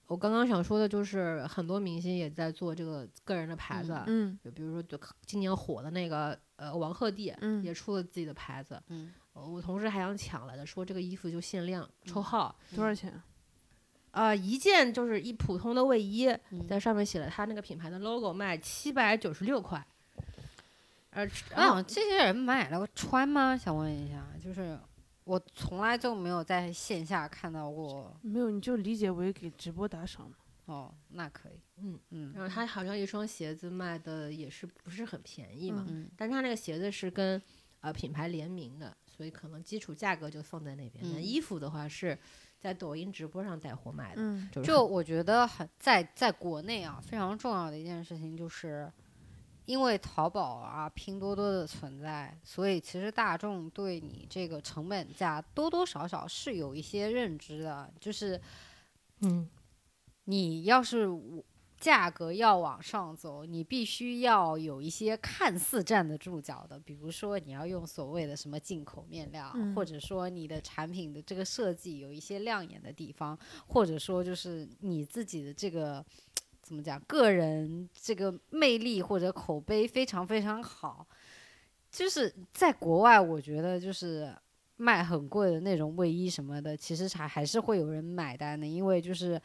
Speaker 1: 我刚刚想说的就是，很多明星也在做这个个人的牌子，啊
Speaker 3: 嗯
Speaker 1: 就比如说，就今年火的那个呃王鹤棣，
Speaker 3: 嗯
Speaker 1: 也出了自己的牌子。
Speaker 2: 嗯
Speaker 1: 呃我同事还想抢来的，说这个衣服就限量抽号，
Speaker 3: 多少钱？啊
Speaker 1: 呃，一件就是一普通的卫衣，
Speaker 2: 嗯
Speaker 1: 在上面写了他那个品牌的 logo，卖七百九十六块。呃，然后
Speaker 2: 啊，这些人买了穿吗？想问一下，就是我从来就没有在线下看到过。
Speaker 3: 没有，你就理解为给直播打赏嘛。
Speaker 2: 哦，那可以。
Speaker 1: 嗯然
Speaker 2: 嗯
Speaker 1: 后他好像一双鞋子卖的也是不是很便宜嘛，
Speaker 2: 嗯
Speaker 1: 但是他那个鞋子是跟呃品牌联名的，所以可能基础价格就放在那边。那
Speaker 2: 嗯
Speaker 1: 衣服的话是在抖音直播上带货卖的，
Speaker 5: 嗯，
Speaker 1: 就是
Speaker 2: 就我觉得很在在国内啊，非常重要的一件事情就是，因为淘宝啊、拼多多的存在，所以其实大众对你这个成本价多多少少是有一些认知的。就是
Speaker 1: 嗯，
Speaker 2: 你要是价格要往上走，你必须要有一些看似站得住脚的，比如说你要用所谓的什么进口面料，
Speaker 5: 嗯
Speaker 2: 或者说你的产品的这个设计有一些亮眼的地方，或者说就是你自己的这个怎么讲，个人这个魅力或者口碑非常非常好。就是在国外，我觉得就是卖很贵的那种卫衣什么的，其实还还是会有人买单的，因为就是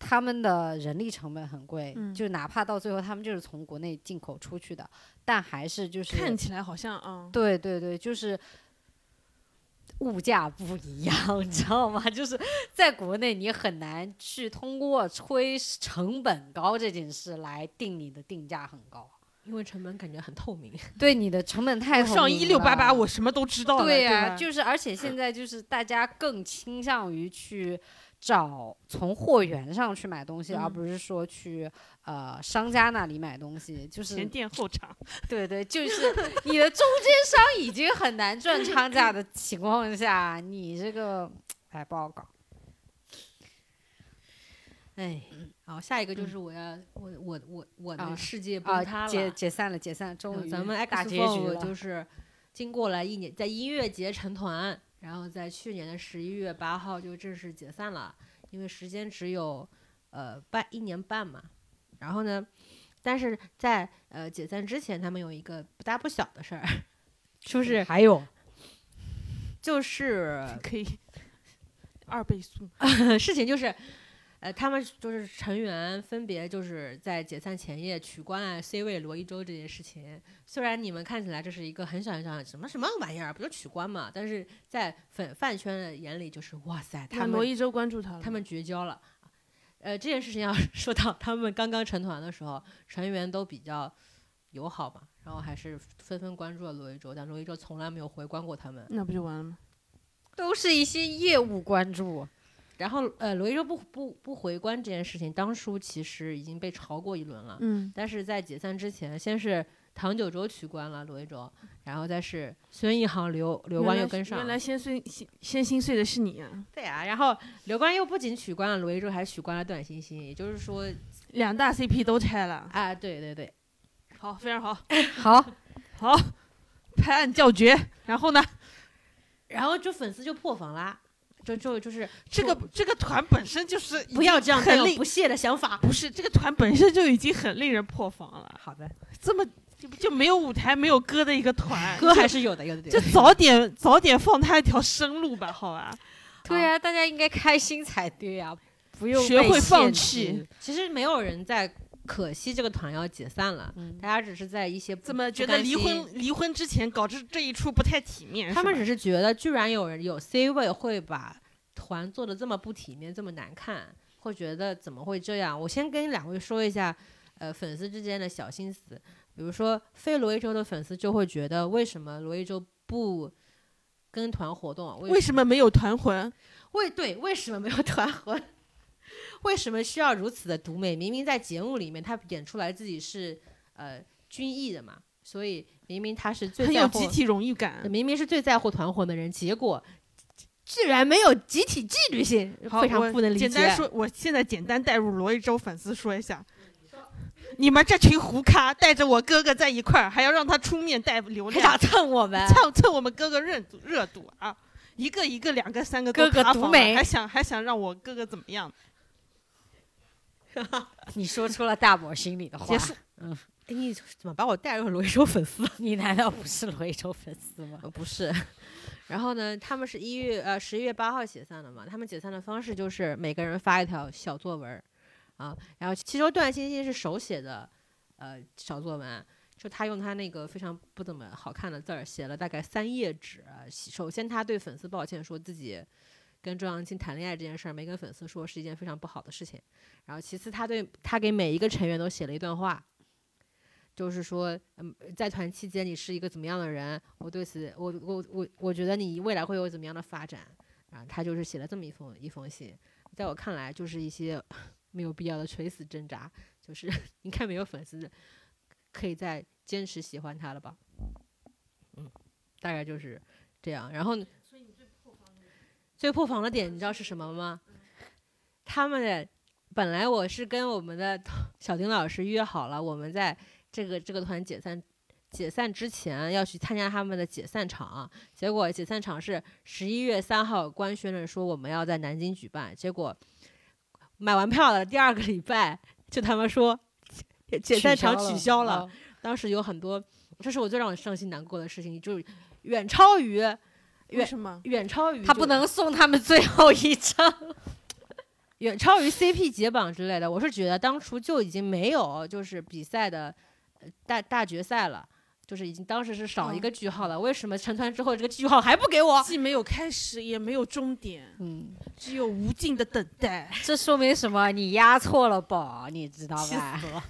Speaker 2: 他们的人力成本很贵，
Speaker 5: 嗯
Speaker 2: 就哪怕到最后他们就是从国内进口出去的，但还是就是
Speaker 3: 看起来好像啊，
Speaker 2: 对对对，就是物价不一样， 你知道吗？就是在国内，你很难去通过吹成本高这件事来定你的定价很高，
Speaker 1: 因为成本感觉很透明，
Speaker 2: 对你的成本太透
Speaker 3: 上
Speaker 2: 明
Speaker 3: 一六八八
Speaker 2: 了
Speaker 3: 我什么都知道了，
Speaker 2: 啊对
Speaker 3: 呀、
Speaker 2: 呀、就是而且现在就是大家更倾向于去找从货源上去买东西，而
Speaker 5: 嗯
Speaker 2: 不是说去呃商家那里买东西。就是
Speaker 3: 前店后厂，
Speaker 2: 对对，就是你的中间商已经很难赚差价的情况下，你这个哎不好搞。
Speaker 1: 哎，好，下一个就是我要、我我我我的世界崩塌
Speaker 2: 嗯啊，
Speaker 1: 了，
Speaker 2: 解解散了，解散了，
Speaker 1: 然
Speaker 2: 终
Speaker 1: 后
Speaker 2: 于
Speaker 1: 咱们
Speaker 2: 大
Speaker 1: X
Speaker 2: 结局
Speaker 1: Four
Speaker 2: 了。
Speaker 1: 就是经过了一年，在音乐节成团，然后在去年的十一月八号就正式解散了，因为时间只有呃半一年半嘛。然后呢，但是在呃解散之前，他们有一个不大不小的事儿， 就是
Speaker 2: 还有
Speaker 1: 就是
Speaker 3: 可以 二倍速，
Speaker 1: 事情就是，呃，他们就是成员分别就是在解散前夜取关了 C 位罗一周这件事情。虽然你们看起来这是一个很小很小的什么什么玩意儿，不就取关嘛，但是在粉饭圈的眼里就是哇塞，他
Speaker 3: 罗
Speaker 1: 们
Speaker 3: 一周关注他了，
Speaker 1: 他们绝交了。呃，这件事情要 说到他们刚刚成团的时候，成员都比较友好嘛，然后还是纷纷关注了罗一周，但罗一周从来没有回关过他们。
Speaker 3: 那不就完了吗？
Speaker 2: 都是一些业务关注，
Speaker 1: 然后呃，罗一舟不不不回关这件事情，当初其实已经被炒过一轮了。
Speaker 5: 嗯
Speaker 1: 但是在解散之前，先是唐九洲取关了罗一舟，然后再是孙一航、刘刘
Speaker 3: 原
Speaker 1: 欢
Speaker 3: 来
Speaker 1: 又
Speaker 3: 是
Speaker 1: 跟上了。
Speaker 3: 原来先碎先先心碎的是你啊，
Speaker 1: 对啊，然后刘欢又不仅取关了罗一舟，还取关了段欣欣，也就是说
Speaker 3: 两大 CP 都拆了，
Speaker 1: 啊，对对对，
Speaker 3: 好，非常好，
Speaker 2: 好，
Speaker 3: 好，拍案叫绝。然后呢，
Speaker 1: 然后就粉丝就破防啦，就就就是
Speaker 3: 这个这个团本身就是已
Speaker 1: 不要这样带
Speaker 3: 很
Speaker 1: 有
Speaker 3: 令
Speaker 1: 不屑的想法。
Speaker 3: 不是这个团本身就已经很令人破防了，
Speaker 1: 好的，
Speaker 3: 这么就就没有舞台没有歌的一个 团，
Speaker 1: 歌还是有的，有的有
Speaker 3: 就
Speaker 1: 的。
Speaker 3: 早点早点放他一条生路吧，好吧？
Speaker 2: 对呀、大家应该开心才对呀、不用
Speaker 3: 学
Speaker 2: 被
Speaker 3: 会放
Speaker 2: 限
Speaker 3: 弃
Speaker 2: 制。
Speaker 1: 其实没有人在可惜这个团要解散了，
Speaker 2: 嗯
Speaker 1: 大家只是在一些不
Speaker 3: 怎么
Speaker 1: 不
Speaker 3: 觉得
Speaker 1: 甘
Speaker 3: 离
Speaker 1: 心
Speaker 3: 婚离婚之前搞这这一出不太体面？
Speaker 1: 他们只
Speaker 3: 是吧
Speaker 1: 是觉得，居然有人有 C 位会把团做的这么不体面，这么难看，会觉得怎么会这样？我先跟两位说一下，呃，粉丝之间的小心思。比如说，非罗一周的粉丝就会觉得，为什么罗一周不跟团活动？啊为
Speaker 3: 为什么没有团魂？
Speaker 1: 为对为什么没有团魂？ 为什么需要如此的独美？明明在节目里面，他演出来自己是呃军艺的嘛，所以明明他是最
Speaker 3: 很
Speaker 1: 在
Speaker 3: 有
Speaker 1: 乎
Speaker 3: 集体荣誉感。
Speaker 1: 明明是最在乎团魂的人，结果居然没有集体纪律性，
Speaker 3: 好，
Speaker 1: 非常不能理解。
Speaker 3: 我简单说，我现在简单带入罗一周粉丝说一下，你们这群胡咖带着我哥哥在一块儿，还要让他出面带流
Speaker 1: 还想，
Speaker 3: 量
Speaker 1: 蹭我 们，
Speaker 3: 蹭蹭我们哥哥热度热度啊！一个一个，两个三个都
Speaker 2: 哥哥
Speaker 3: 塌
Speaker 2: 独
Speaker 3: 房了
Speaker 2: 美
Speaker 3: 还想还想让我哥哥怎么样？
Speaker 2: 你说出了大魔心里的话。
Speaker 3: 结束，
Speaker 1: 哎你怎么把我带入罗一舟粉丝？
Speaker 2: 你难道不是罗一舟粉丝吗？
Speaker 1: 呃，不是。 然后呢，他们是一月呃十一月八号解散的嘛。他们解散的方式就是每个人发一条小作文儿啊，然后其中段欣欣是手写的呃小作文，就他用他那个非常不怎么好看的字儿写了大概三页纸。啊首先，他对粉丝抱歉，说自己跟周扬青谈恋爱这件事儿没跟粉丝说是一件非常不好的事情。然后，其次他对他给每一个成员都写了一段话，就是说，嗯，在团期间你是一个怎么样的人？我对此，我我我我觉得你未来会有怎么样的发展？然后他就是写了这么一封一封信，在我看来就是一些 没有必要的垂死挣扎，就是 你看没有粉丝可以再坚持喜欢他了吧？嗯，大概就是这样。然后最破防的点你知道是什么吗？他们的本来我是跟我们的小丁老师约好了，我们在这个这个团解散解散之前要去参加他们的解散场，结果解散场是十一月三号官宣了说我们要在南京举办，结果买完票的第二个礼拜就他们说解解散场取消了，
Speaker 4: 啊
Speaker 2: 哦
Speaker 1: 当时有很多，这是我最让我伤心难过的事情，就是远超于
Speaker 3: 为什么？
Speaker 1: 远超于
Speaker 4: 他
Speaker 1: 嗯就
Speaker 4: 不能送他们最后一张。
Speaker 1: 远超于 CP 解绑之类的。我是觉得当初就已经没有就是比赛的呃大大决赛了，就是已经当时是少一
Speaker 3: 嗯
Speaker 1: 个句号了。为什么成团之后这个句号还不给我？
Speaker 3: 既没有开始，也没有终点，
Speaker 2: 嗯，
Speaker 3: 只有无尽的等待。
Speaker 4: 这说明什么？你押错了宝，你知道
Speaker 1: 气
Speaker 4: 吧？
Speaker 1: 死了！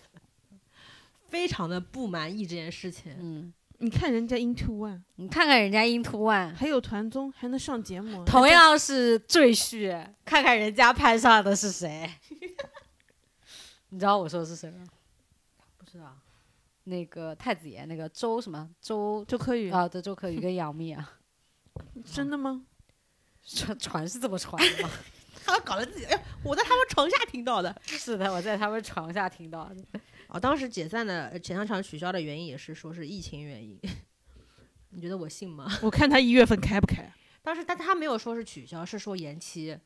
Speaker 1: 非常的不满意这件事情。
Speaker 4: 嗯，
Speaker 3: 你看人家 Into One，
Speaker 4: 你看看人家 Into One，
Speaker 3: 还有团综，还能上节目，
Speaker 4: 同样是赘婿，看看人家攀上的是谁。 你知道我说的是谁吗？
Speaker 2: 不知道，
Speaker 4: 那个太子爷，那个周什么周
Speaker 3: 就可以。
Speaker 4: 啊，对，周可宇跟杨幂啊，
Speaker 3: 真的吗？
Speaker 4: 传传是这么传的吗？
Speaker 1: 他们搞得自己，哎呦，我在他们床下听到的。
Speaker 4: 是的，我在他们床下听到的。
Speaker 1: 哦，当时解散的呃解散场取消的原因也是说是疫情原因。 你觉得我信吗？
Speaker 3: 我看他一月份开不开，
Speaker 1: 当时但他没有说是取消，是说延期。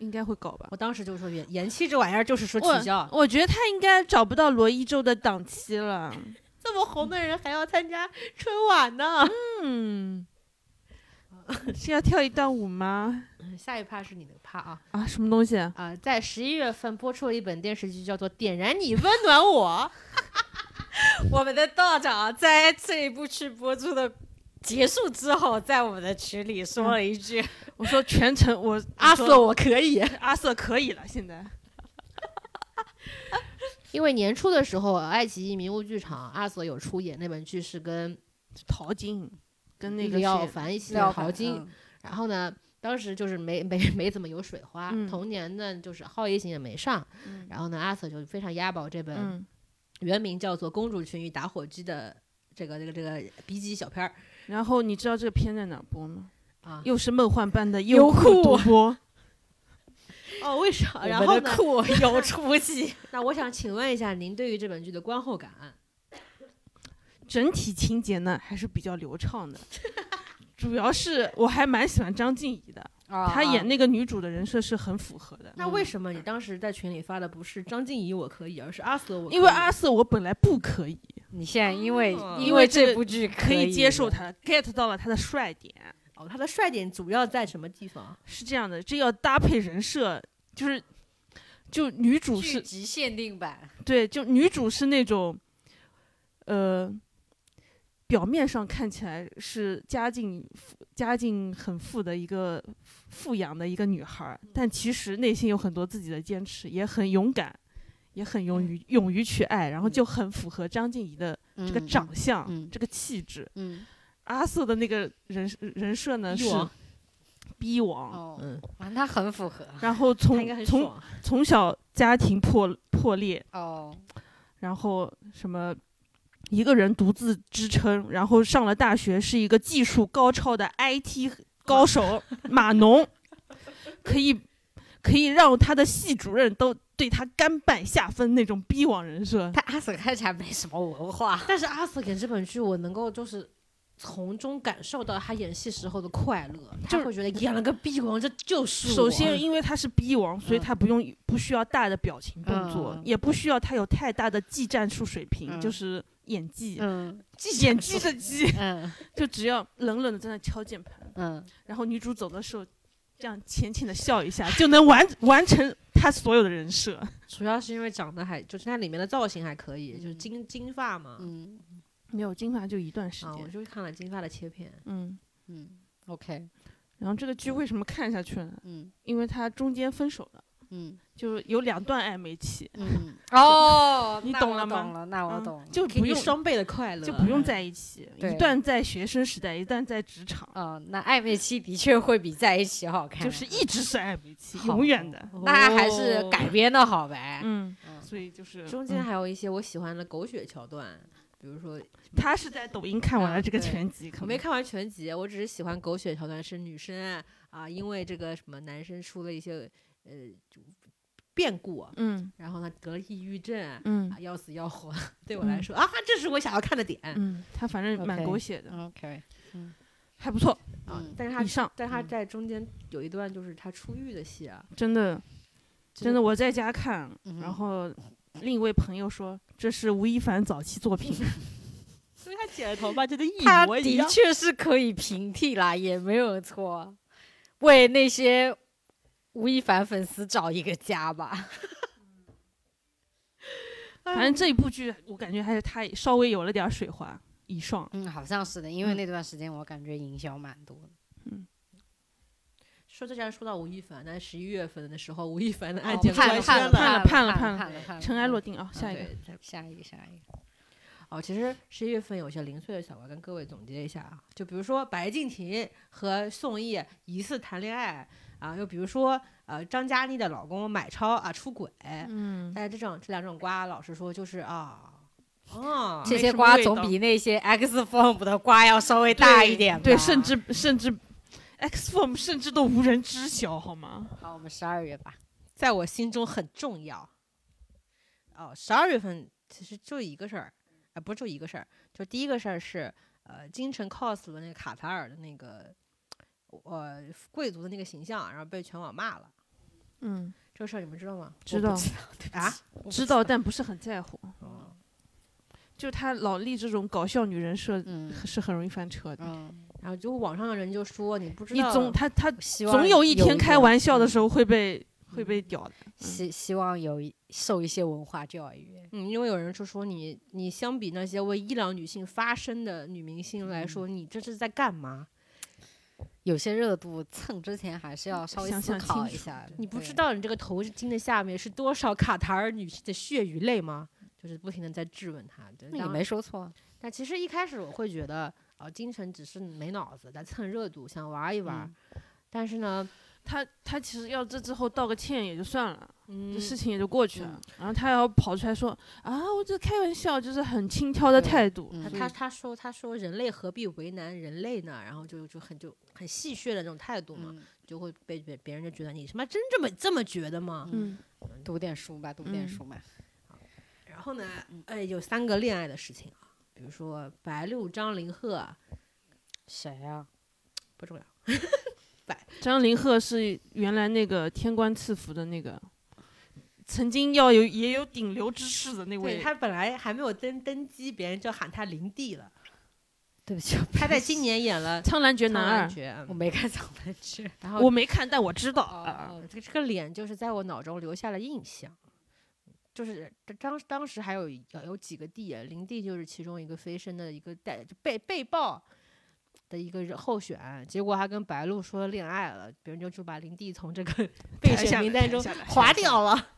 Speaker 3: 应该会搞吧。
Speaker 1: 我当时就说延延期这玩意儿就是说取消。啊
Speaker 3: 我觉得他应该找不到罗一舟的档期了。
Speaker 1: 这么红的人还要参加春晚呢？
Speaker 3: 嗯， 是要跳一段舞吗？
Speaker 1: 嗯下一趴是你的趴啊
Speaker 3: 啊，什么东西？
Speaker 1: 啊、在十一月份播出了一本电视剧，叫做《点燃你，温暖我
Speaker 4: 我们的道长在这一部剧播出的结束之后，在我们的群里说了一句
Speaker 3: 我说全程我：“
Speaker 1: 阿
Speaker 3: 说
Speaker 1: 瑟，我可以。
Speaker 3: 阿瑟可以了，现在。”
Speaker 1: 因为年初的时候，爱奇艺迷雾剧场阿瑟有出演那本剧，是跟
Speaker 3: 陶晶跟那个
Speaker 1: 李耀
Speaker 3: 谁
Speaker 1: 凡嗯一起
Speaker 3: 廖
Speaker 1: 的
Speaker 3: 凡
Speaker 1: 淘金。然后呢，当时就是没没没怎么有水花，
Speaker 3: 嗯
Speaker 1: 同年呢就是浩一行也没上。
Speaker 3: 嗯
Speaker 1: 然后呢，阿瑟就非常押宝这本
Speaker 3: 嗯，
Speaker 1: 原名叫做《公主裙与打火机》的这个这个这个 B 级小片儿
Speaker 3: 然后你知道这个片在哪儿播吗？
Speaker 1: 啊。
Speaker 3: 又是梦幻般的
Speaker 4: 优
Speaker 3: 酷
Speaker 4: 酷
Speaker 3: 独播，
Speaker 1: 哦，为啥？然
Speaker 4: 我
Speaker 1: 后
Speaker 4: 们
Speaker 1: 呢
Speaker 4: 的？酷 有出息。
Speaker 1: 那我想请问一下，您对于这本剧的观后感？
Speaker 3: 整体情节呢还是比较流畅的。主要是我还蛮喜欢张婧仪的，
Speaker 2: 啊
Speaker 4: 啊
Speaker 3: 她演那个女主的人设是很符合的。
Speaker 1: 那为什么你当时在群里发的不是张婧仪我可以，而是阿瑟我可以？
Speaker 3: 因为阿瑟我本来不可以，
Speaker 4: 啊你现在因为
Speaker 1: 哦
Speaker 4: 因
Speaker 3: 因为
Speaker 4: 为
Speaker 3: 这
Speaker 4: 这部剧
Speaker 3: 可
Speaker 4: 以
Speaker 3: 以接受
Speaker 4: 他，
Speaker 3: 他，get 到了他的帅点。
Speaker 1: 哦，他的帅点主要在什么地方？
Speaker 3: 是这样的，这要搭配人设，就是就女主
Speaker 4: 剧
Speaker 3: 是
Speaker 4: 集限定版，
Speaker 3: 对，就女主是那种，呃，表面上看起来是家境富家境很富的一个富养的一个女
Speaker 1: 嗯
Speaker 3: 孩儿，但其实内心有很多自己的坚持，也很勇敢，也很勇于勇于去爱，
Speaker 1: 嗯
Speaker 3: 然后就很符合张婧仪的
Speaker 2: 这
Speaker 3: 这个长相、
Speaker 2: 嗯
Speaker 3: 这个气质。
Speaker 2: 嗯，
Speaker 3: 阿瑟的那个人人设呢
Speaker 1: 逼
Speaker 3: 是
Speaker 1: 王
Speaker 3: 逼王，
Speaker 2: 哦，
Speaker 1: 嗯，
Speaker 4: 反正他很符合。
Speaker 3: 然后
Speaker 1: 他应该
Speaker 3: 从
Speaker 1: 很
Speaker 3: 从
Speaker 1: 爽。啊
Speaker 3: 从小家庭破破裂，
Speaker 2: 哦，
Speaker 3: 然后什么一个人独自支撑，然后上了大学是一个技术高超的 IT 高手码农，可以可以让他的系主任都对他甘拜下风那种逼网人设。
Speaker 4: 他阿瑟看起来没什么文化，
Speaker 1: 但是阿瑟演这本剧，我能够就是从中感受到他演戏时候的快乐，就
Speaker 3: 就
Speaker 1: 是会觉得演了个逼王，这就是我
Speaker 3: 首 先，因为他是逼王，所以他不用不需要大的表情动作
Speaker 2: 嗯，
Speaker 3: 也不需要他有太大的技战术水平，
Speaker 2: 嗯
Speaker 3: 就是演技，
Speaker 2: 嗯
Speaker 3: 演技的技，
Speaker 2: 嗯
Speaker 3: 就只要冷冷的在那敲键盘。
Speaker 2: 嗯，
Speaker 3: 然后女主走的时候，这样浅浅的笑一下，就能完完成她所有的人设。
Speaker 1: 主要是因为长得还就是它里面的造型还可以，就是
Speaker 2: 嗯
Speaker 1: 金金发嘛。
Speaker 2: 嗯
Speaker 3: 没有金发就一段时
Speaker 1: 啊，我
Speaker 3: 间，
Speaker 1: 就是看了金发的切片。
Speaker 3: 嗯。
Speaker 2: 嗯，OK，
Speaker 3: 然后这个剧为什么看下去呢？
Speaker 2: 嗯
Speaker 3: 因为它中间分手了，
Speaker 2: 嗯
Speaker 3: 就是有两段暧昧期，
Speaker 2: 嗯， 哦，
Speaker 3: 你
Speaker 2: 那
Speaker 3: 懂
Speaker 2: 我
Speaker 3: 了吗
Speaker 2: 懂了，那我
Speaker 3: 嗯
Speaker 2: 懂了，
Speaker 3: 就
Speaker 1: 给
Speaker 3: 不
Speaker 1: 你
Speaker 3: 用
Speaker 1: 双倍的快乐，
Speaker 3: 就不用在一起，
Speaker 1: 嗯
Speaker 2: 对
Speaker 3: 一段在学生时代，一段在职场，
Speaker 2: 嗯、那暧昧期的确会比在一起好看，
Speaker 1: 嗯
Speaker 3: 就是一直是暧昧期，
Speaker 2: 好
Speaker 3: 永远的。
Speaker 2: 那还是改编的好呗。
Speaker 3: 嗯
Speaker 2: 嗯，
Speaker 3: 所以就 是嗯
Speaker 1: 中间还有一些我喜欢的狗血桥段，比如说
Speaker 3: 他是在抖音看完了这个
Speaker 1: 嗯对
Speaker 3: 全集，可
Speaker 1: 我
Speaker 3: 能
Speaker 1: 没看完全集，我只是喜欢狗血桥段是女生啊，因为这个什么男生出了一些呃就变故，啊
Speaker 3: 嗯
Speaker 1: 然后呢得了抑郁症，啊
Speaker 3: 嗯
Speaker 1: 要死要活， 对我来说啊，这是我想要看的点
Speaker 3: 嗯，他反正蛮
Speaker 2: OK
Speaker 3: 狗血的，
Speaker 2: 嗯 OK，
Speaker 3: 还不错。
Speaker 1: 啊
Speaker 2: 嗯。
Speaker 1: 但是他
Speaker 3: 以上
Speaker 1: 但是他
Speaker 2: 嗯
Speaker 1: 在中间有一段就是他出狱的戏啊，
Speaker 3: 真的
Speaker 2: 这
Speaker 3: 真的我在家看，
Speaker 2: 嗯哼
Speaker 3: 然后另一位朋友说这是吴亦凡早期 作品，
Speaker 1: 所以他剪了头发真的一
Speaker 2: 他
Speaker 1: 模一
Speaker 2: 的
Speaker 1: 样。
Speaker 2: 确是可以平替啦，也没有错。为那些吴亦凡粉丝找一个家吧。
Speaker 3: 反正这一部剧我感觉还是他稍微有了点水花。以上
Speaker 2: 嗯，好像是的，因为
Speaker 3: 嗯
Speaker 2: 那段时间我感觉营销蛮多的。
Speaker 1: 说这然说到吴亦凡，但十一月份的时候，吴亦凡的案
Speaker 3: 哎
Speaker 2: 哦
Speaker 1: 件
Speaker 2: 判
Speaker 1: 官宣
Speaker 2: 判
Speaker 1: 了，
Speaker 2: 了
Speaker 3: 判了
Speaker 2: 了
Speaker 3: 判了
Speaker 2: 判了判了，
Speaker 3: 尘埃落定啊，
Speaker 2: 嗯
Speaker 3: 下一个
Speaker 1: 对，他
Speaker 2: 下一个下一个。
Speaker 1: 哦，其实十一月份有些零碎的小瓜跟各位总结一下啊，就比如说白敬亭和宋轶疑似谈恋爱啊，又比如说呃张嘉倪的老公买超啊出轨，哎
Speaker 3: 嗯，
Speaker 1: 但是这种这两种瓜，老实说就是啊，哦，
Speaker 2: 这
Speaker 3: 没
Speaker 2: 些
Speaker 3: 什么
Speaker 2: 瓜
Speaker 3: 味
Speaker 2: 总
Speaker 3: 道
Speaker 2: 比那些 X Form 的瓜要稍微大一点吧。
Speaker 3: 对，甚至甚至 X Form 甚至都无人知晓，好吗？
Speaker 2: 好，我们十二月吧。
Speaker 1: 在我心中很重要。哦，十二月份其实就一个事儿，啊、不是就一个事儿，就第一个事儿是呃，金晨 cos 了那个卡塔尔的那个呃贵族的那个形象，然后被全网骂了。
Speaker 3: 嗯，
Speaker 1: 这个事儿你们知道吗？
Speaker 3: 知道
Speaker 1: 啊，
Speaker 3: 知道，但不是很在乎。
Speaker 1: 嗯
Speaker 3: 就她老立这种搞笑女人设，
Speaker 2: 嗯
Speaker 3: 是很容易翻车的。
Speaker 2: 嗯，
Speaker 1: 然后就网上的人就说你不知
Speaker 3: 你
Speaker 1: 道，
Speaker 3: 总她她
Speaker 2: 希望
Speaker 3: 总有一嗯天
Speaker 2: 个
Speaker 3: 开玩笑的时候会被会被屌的。
Speaker 2: 希希望有一受一些文化教育。
Speaker 1: 嗯，因为有人就说你你相比那些为伊朗女性发声的女明星来说，你这是在干嘛？
Speaker 2: 有些热度蹭之前还是要稍微
Speaker 3: 想
Speaker 2: 思
Speaker 3: 想
Speaker 2: 考
Speaker 3: 清
Speaker 2: 一
Speaker 3: 楚
Speaker 2: 下的。
Speaker 1: 你不知
Speaker 2: 对，
Speaker 1: 道你这个头巾的下面是多少卡塔尔女性的血与泪吗？就是不停的在质问他。对
Speaker 2: 那
Speaker 1: 当
Speaker 2: 也没说错。
Speaker 1: 但其实一开始我会觉得，哦，金晨只是没脑子，在蹭热度，想玩一玩。但是呢，
Speaker 3: 她她其实要这之后道个歉也就算了，
Speaker 1: 嗯
Speaker 3: 这，事情也就过去了。然后她要跑出来说啊，我这开玩笑，就是很轻佻的
Speaker 2: 对
Speaker 3: 态度。
Speaker 1: 他
Speaker 2: 嗯
Speaker 1: 他他说他说人类何必为难人类呢？然后就就很就很戏谑的那种态度嘛，
Speaker 2: 嗯，
Speaker 1: 就会被别别人就觉得你他妈真这么这么觉得吗？
Speaker 3: 嗯
Speaker 2: 读点书吧，读点
Speaker 3: 嗯
Speaker 2: 书吧。
Speaker 1: 然后呢
Speaker 2: 嗯，
Speaker 1: 哎，有三个恋爱的事情啊，比如说白鹿、张凌赫
Speaker 2: 谁啊 呀？
Speaker 1: 不重要，
Speaker 3: 张凌赫是原来那个天官赐福的那个，曾经要有也有顶流之势的那
Speaker 1: 对
Speaker 3: 位。
Speaker 1: 他本来还没有登登基，别人就喊他灵帝了。
Speaker 2: 对不起，
Speaker 1: 他在今年演 了《
Speaker 3: 苍兰诀
Speaker 1: 苍
Speaker 3: 男
Speaker 1: 兰
Speaker 3: 二，
Speaker 1: 诀》
Speaker 2: 我
Speaker 1: 嗯，
Speaker 2: 没看长文 剧。
Speaker 1: 然
Speaker 3: 我
Speaker 1: 后
Speaker 3: 没看，但我知道啊。
Speaker 2: 哦，
Speaker 1: 这个这个脸就是在我脑中留下了印象。就是当当时还有有有几个帝啊，灵帝就是其中一个飞升的一个代就被被曝的一个人候选，结果他跟白鹿说恋爱了，别人就就把灵帝从这个备
Speaker 3: 下
Speaker 1: 选名单中划掉了。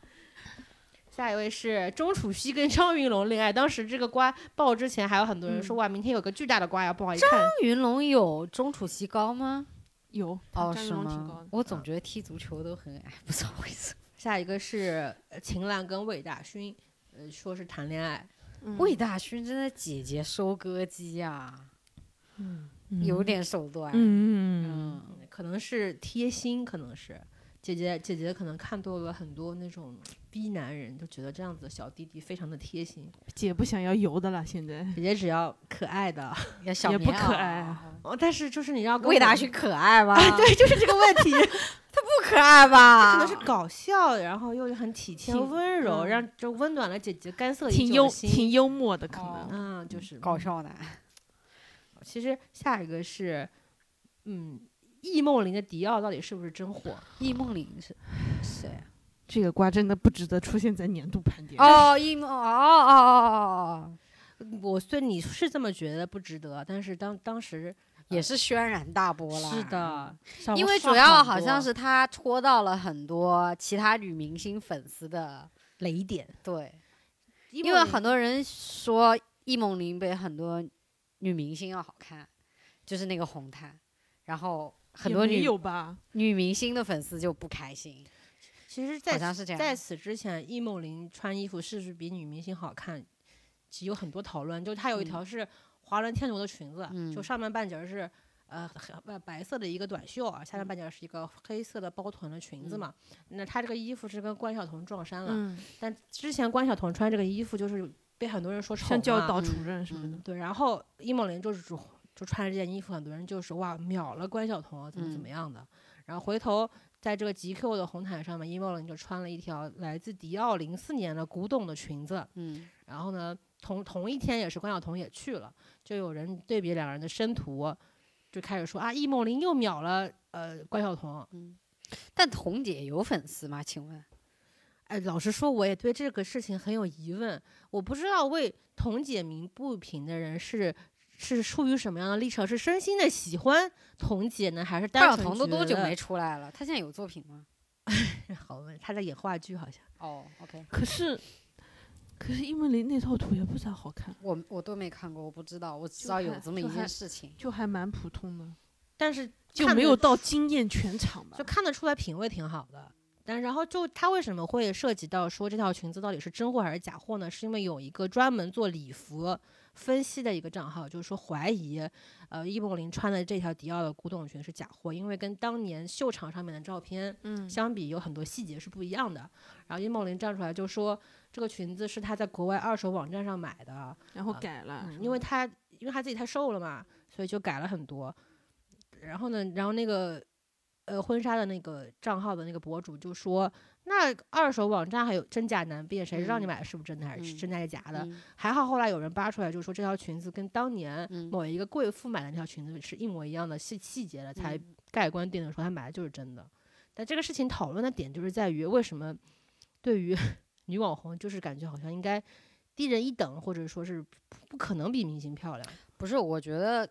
Speaker 1: 下一位是钟楚曦跟张云龙恋爱，当时这个瓜爆之前，还有很多人说、哇，明天有个巨大的瓜要爆，一看
Speaker 2: 张云龙有钟楚曦高吗？
Speaker 3: 有
Speaker 2: 哦，
Speaker 3: 张云
Speaker 2: 是
Speaker 3: 龙挺高
Speaker 2: 吗
Speaker 3: 的？嗯
Speaker 2: 我总觉得踢足球都很矮，不知道为什么。
Speaker 1: 下一个是呃秦岚跟魏大勋，呃，说是谈恋爱，
Speaker 3: 嗯
Speaker 2: 魏大勋真的姐姐收割机啊，有点手段。
Speaker 3: 嗯嗯嗯
Speaker 2: 嗯
Speaker 1: 可能是贴心，可能是姐姐姐姐可能看到了很多那种逼男人，就觉得这样子的小弟弟非常的贴心，
Speaker 3: 姐不想要油的了，现在
Speaker 1: 姐姐只要可爱的，
Speaker 2: 也小啊
Speaker 3: 也不
Speaker 2: 棉
Speaker 3: 可
Speaker 2: 袄
Speaker 3: 爱
Speaker 1: 哦，但是就是你要跟
Speaker 2: 魏
Speaker 1: 我
Speaker 2: 大
Speaker 1: 们
Speaker 2: 勋可爱吧？
Speaker 1: 啊对，就是这个问 题。
Speaker 2: 不可爱吧？
Speaker 1: 可能是搞笑，然后又很体贴、
Speaker 3: 啊挺
Speaker 1: 温柔，
Speaker 3: 嗯
Speaker 1: 让就温暖了姐姐干涩已
Speaker 3: 挺
Speaker 1: 久
Speaker 3: 幽
Speaker 1: 的心。
Speaker 3: 挺幽默的，可
Speaker 2: 哦
Speaker 3: 能
Speaker 1: 嗯，就是
Speaker 2: 搞。笑男。
Speaker 1: 其实下一个是，嗯，易梦玲的迪奥到底是不是真火？
Speaker 2: 易梦玲是谁啊？
Speaker 3: 这个瓜真的不值得出现在年度盘点。
Speaker 2: 哦，易梦，哦哦哦哦哦哦
Speaker 1: 我虽然你是这么觉得不值得，但是当当时
Speaker 6: 也是轩然大波啦。
Speaker 1: 是，的，上
Speaker 2: 因为
Speaker 1: 上
Speaker 2: 主要
Speaker 1: 很
Speaker 2: 好像
Speaker 1: 多
Speaker 2: 是他戳到了很多其他女明星粉丝的，
Speaker 1: 雷点，
Speaker 2: 对，
Speaker 1: 因
Speaker 2: 因为很多人说易梦玲比很多女明星要好看，就是那个红毯，然后很
Speaker 3: 也
Speaker 2: 多
Speaker 3: 没
Speaker 2: 女
Speaker 3: 有吧？
Speaker 2: 女明星的粉丝就不开心，
Speaker 1: 其实
Speaker 2: 好
Speaker 1: 在
Speaker 2: 像是这样，
Speaker 1: 在此之前，易梦玲穿衣服是不是比女明星好看，其实有很多讨论。就她有一条是华伦天奴的裙子，
Speaker 2: 嗯
Speaker 1: 就上半半截儿是呃黑呃白色的一个短袖啊，下半半截儿是一个黑色的包臀的裙子嘛。那她这个衣服是跟关晓彤撞衫了，
Speaker 3: 嗯，
Speaker 1: 但之前关晓彤穿这个衣服就是被很多人说丑
Speaker 3: 像教
Speaker 1: 嘛
Speaker 3: 导
Speaker 2: 嗯
Speaker 3: 主任什么的，
Speaker 1: 对，然后易梦玲就是主就穿着这件衣服，很多人就是哇秒了关晓彤啊怎么怎么样的。然后回头在这个 GQ 的红毯上面，易梦玲就穿了一条来自迪奥零四年的古董的裙子。
Speaker 2: 嗯，
Speaker 1: 然后呢，同同一天也是关晓彤也去了，就有人对比两人的身图，就开始说啊，易梦玲又秒了呃关晓彤。
Speaker 2: 但彤姐有粉丝吗？请问，
Speaker 1: 哎，老实说，我也对这个事情很有疑问。我不知道为彤姐鸣不平的人是是出于什么样的立场，是真心的喜欢彤姐呢，还是单
Speaker 2: 关
Speaker 1: 纯
Speaker 2: 晓彤都多久没
Speaker 1: 出？
Speaker 2: 出来了？她现在有作品吗？
Speaker 1: 好问，她在演话剧好像。
Speaker 2: 哦，OK，
Speaker 3: 可是可是易梦玲那套图也不咋好看，
Speaker 2: 我我都没看过，我不知道，我
Speaker 3: 就
Speaker 2: 知道有
Speaker 3: 还
Speaker 2: 这么
Speaker 3: 就
Speaker 2: 一件
Speaker 3: 还
Speaker 2: 事情。
Speaker 3: 就还蛮普通的，
Speaker 1: 但是
Speaker 3: 就
Speaker 1: 看
Speaker 3: 没
Speaker 1: 得
Speaker 3: 有到惊艳全场吧
Speaker 1: 就？看得出来品味挺好的。但然后就它为什么会涉及到说这条裙子到底是真货还是假货呢？是因为有一个专门做礼服分析的一个账号，就是说怀疑，呃，易梦玲穿的这条迪奥的古董裙是假货，因为跟当年秀场上面的照片
Speaker 3: 嗯，
Speaker 1: 相比，有很多细节是不一样的。然后易梦玲站出来就说，这个裙子是她在国外二手网站上买的，
Speaker 3: 然后
Speaker 1: 啊
Speaker 3: 改了
Speaker 1: 嗯
Speaker 3: 什么的，
Speaker 1: 因为她因为她自己太瘦了嘛，所以就改了很多。然后呢，然后那个呃婚纱的那个账号的那个博主就说，那二手网站还有真假难辨，谁知道你
Speaker 2: 嗯
Speaker 1: 买的是不是真的还是
Speaker 2: 嗯
Speaker 1: 真的还是假的？
Speaker 2: 嗯
Speaker 1: 还好后来有人扒出来，就说这条裙子跟当年
Speaker 2: 嗯
Speaker 1: 某一个贵妇买的那条裙子是一模一样的细细节了，才
Speaker 2: 嗯
Speaker 1: 盖棺定论说她买的就是真的。但这个事情讨论的点就是在于，为什么对于 女网红，就是感觉好像应该低人一等，或者说是不不可能比明星漂亮。
Speaker 2: 不是，我觉得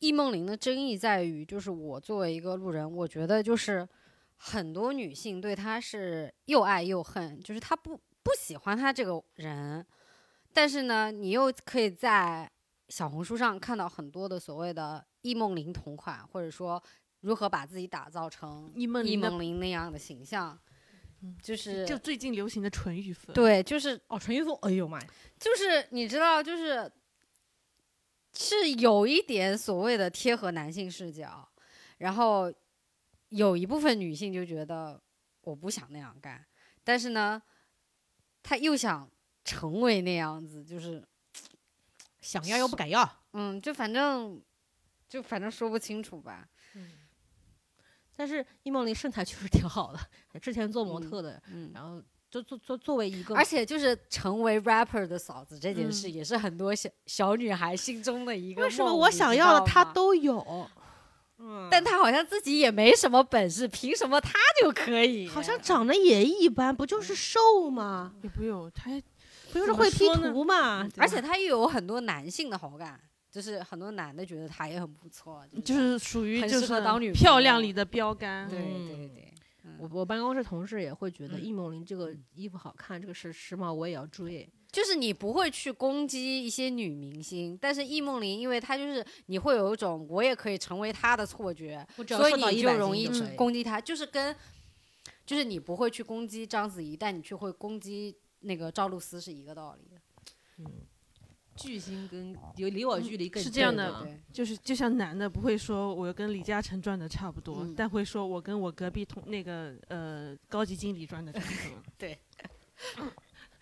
Speaker 2: 易梦玲的争议在于，就是我作为一个路人，我觉得就是很多女性对她是又爱又恨，就是她不不喜欢她这个人，但是呢，你又可以在小红书上看到很多的所谓的易梦玲同款，或者说如何把自己打造成
Speaker 3: 易梦
Speaker 2: 易
Speaker 3: 玲的
Speaker 2: 梦玲那样的形象
Speaker 3: 嗯，
Speaker 2: 就是
Speaker 3: 就最近流行的纯欲风，
Speaker 2: 对，就是
Speaker 1: 哦，陈玉凤，哎呦妈呀，
Speaker 2: 就是你知道，就是是有一点所谓的贴合男性视角，然后有一部分女性就觉得我不想那样干，但是呢，她又想成为那样子，就是
Speaker 1: 想要又不敢要。
Speaker 2: 嗯，就反正就反正说不清楚吧。
Speaker 1: 但是易梦玲身材确实挺好的，之前做模
Speaker 2: 嗯
Speaker 1: 特的，
Speaker 2: 嗯，
Speaker 1: 然后就做做作为一个，
Speaker 2: 而且就是成为 rapper 的嫂子这件事，
Speaker 3: 嗯
Speaker 2: 也是很多小小女孩心中的一个梦。
Speaker 1: 为什么
Speaker 2: 你
Speaker 1: 我
Speaker 2: 知
Speaker 1: 想要的
Speaker 2: 道
Speaker 1: 她
Speaker 2: 吗
Speaker 1: 都有？嗯，
Speaker 2: 但他好像自己也没什么本事，凭什么他就可以？
Speaker 1: 好像长得也一般，不就是瘦吗？
Speaker 3: 也不用，他
Speaker 1: 不就是
Speaker 3: 怎么
Speaker 1: 会 P
Speaker 3: 说呢
Speaker 1: 图吗？对吧
Speaker 2: 而且他又有很多男性的好感，就是很多男的觉得他也很不错，
Speaker 3: 就是是属于
Speaker 2: 很
Speaker 3: 就
Speaker 2: 适合
Speaker 3: 是
Speaker 2: 当女朋
Speaker 3: 漂
Speaker 2: 友
Speaker 3: 亮里的标杆。
Speaker 2: 对
Speaker 1: 嗯
Speaker 2: 对对，嗯
Speaker 1: 我我办公室同事也会觉得
Speaker 3: 嗯
Speaker 1: 易梦玲这个衣服好看，这个是时髦，我也要追。
Speaker 2: 就是你不会去攻击一些女明星，但是易梦玲，因为她就是你会有一种我也可以成为她的错觉，
Speaker 1: 我只要
Speaker 2: 所以
Speaker 1: 瘦到
Speaker 2: 你
Speaker 1: 一
Speaker 2: 就
Speaker 1: 百
Speaker 2: 容
Speaker 1: 斤
Speaker 2: 易
Speaker 1: 就
Speaker 2: 去
Speaker 1: 可以。
Speaker 2: 攻击她，就是跟就是你不会去攻击章子怡，但你却会攻击那个赵露思是一个道理的。
Speaker 1: 巨星跟离离我距离更
Speaker 3: 是这
Speaker 1: 近
Speaker 3: 样
Speaker 1: 了
Speaker 3: 的
Speaker 1: 啊
Speaker 2: 对对对
Speaker 3: 就是就像男的不会说我跟李嘉诚赚的差不多，
Speaker 2: 嗯
Speaker 3: 但会说我跟我隔壁同那个呃高级经理赚的差不多。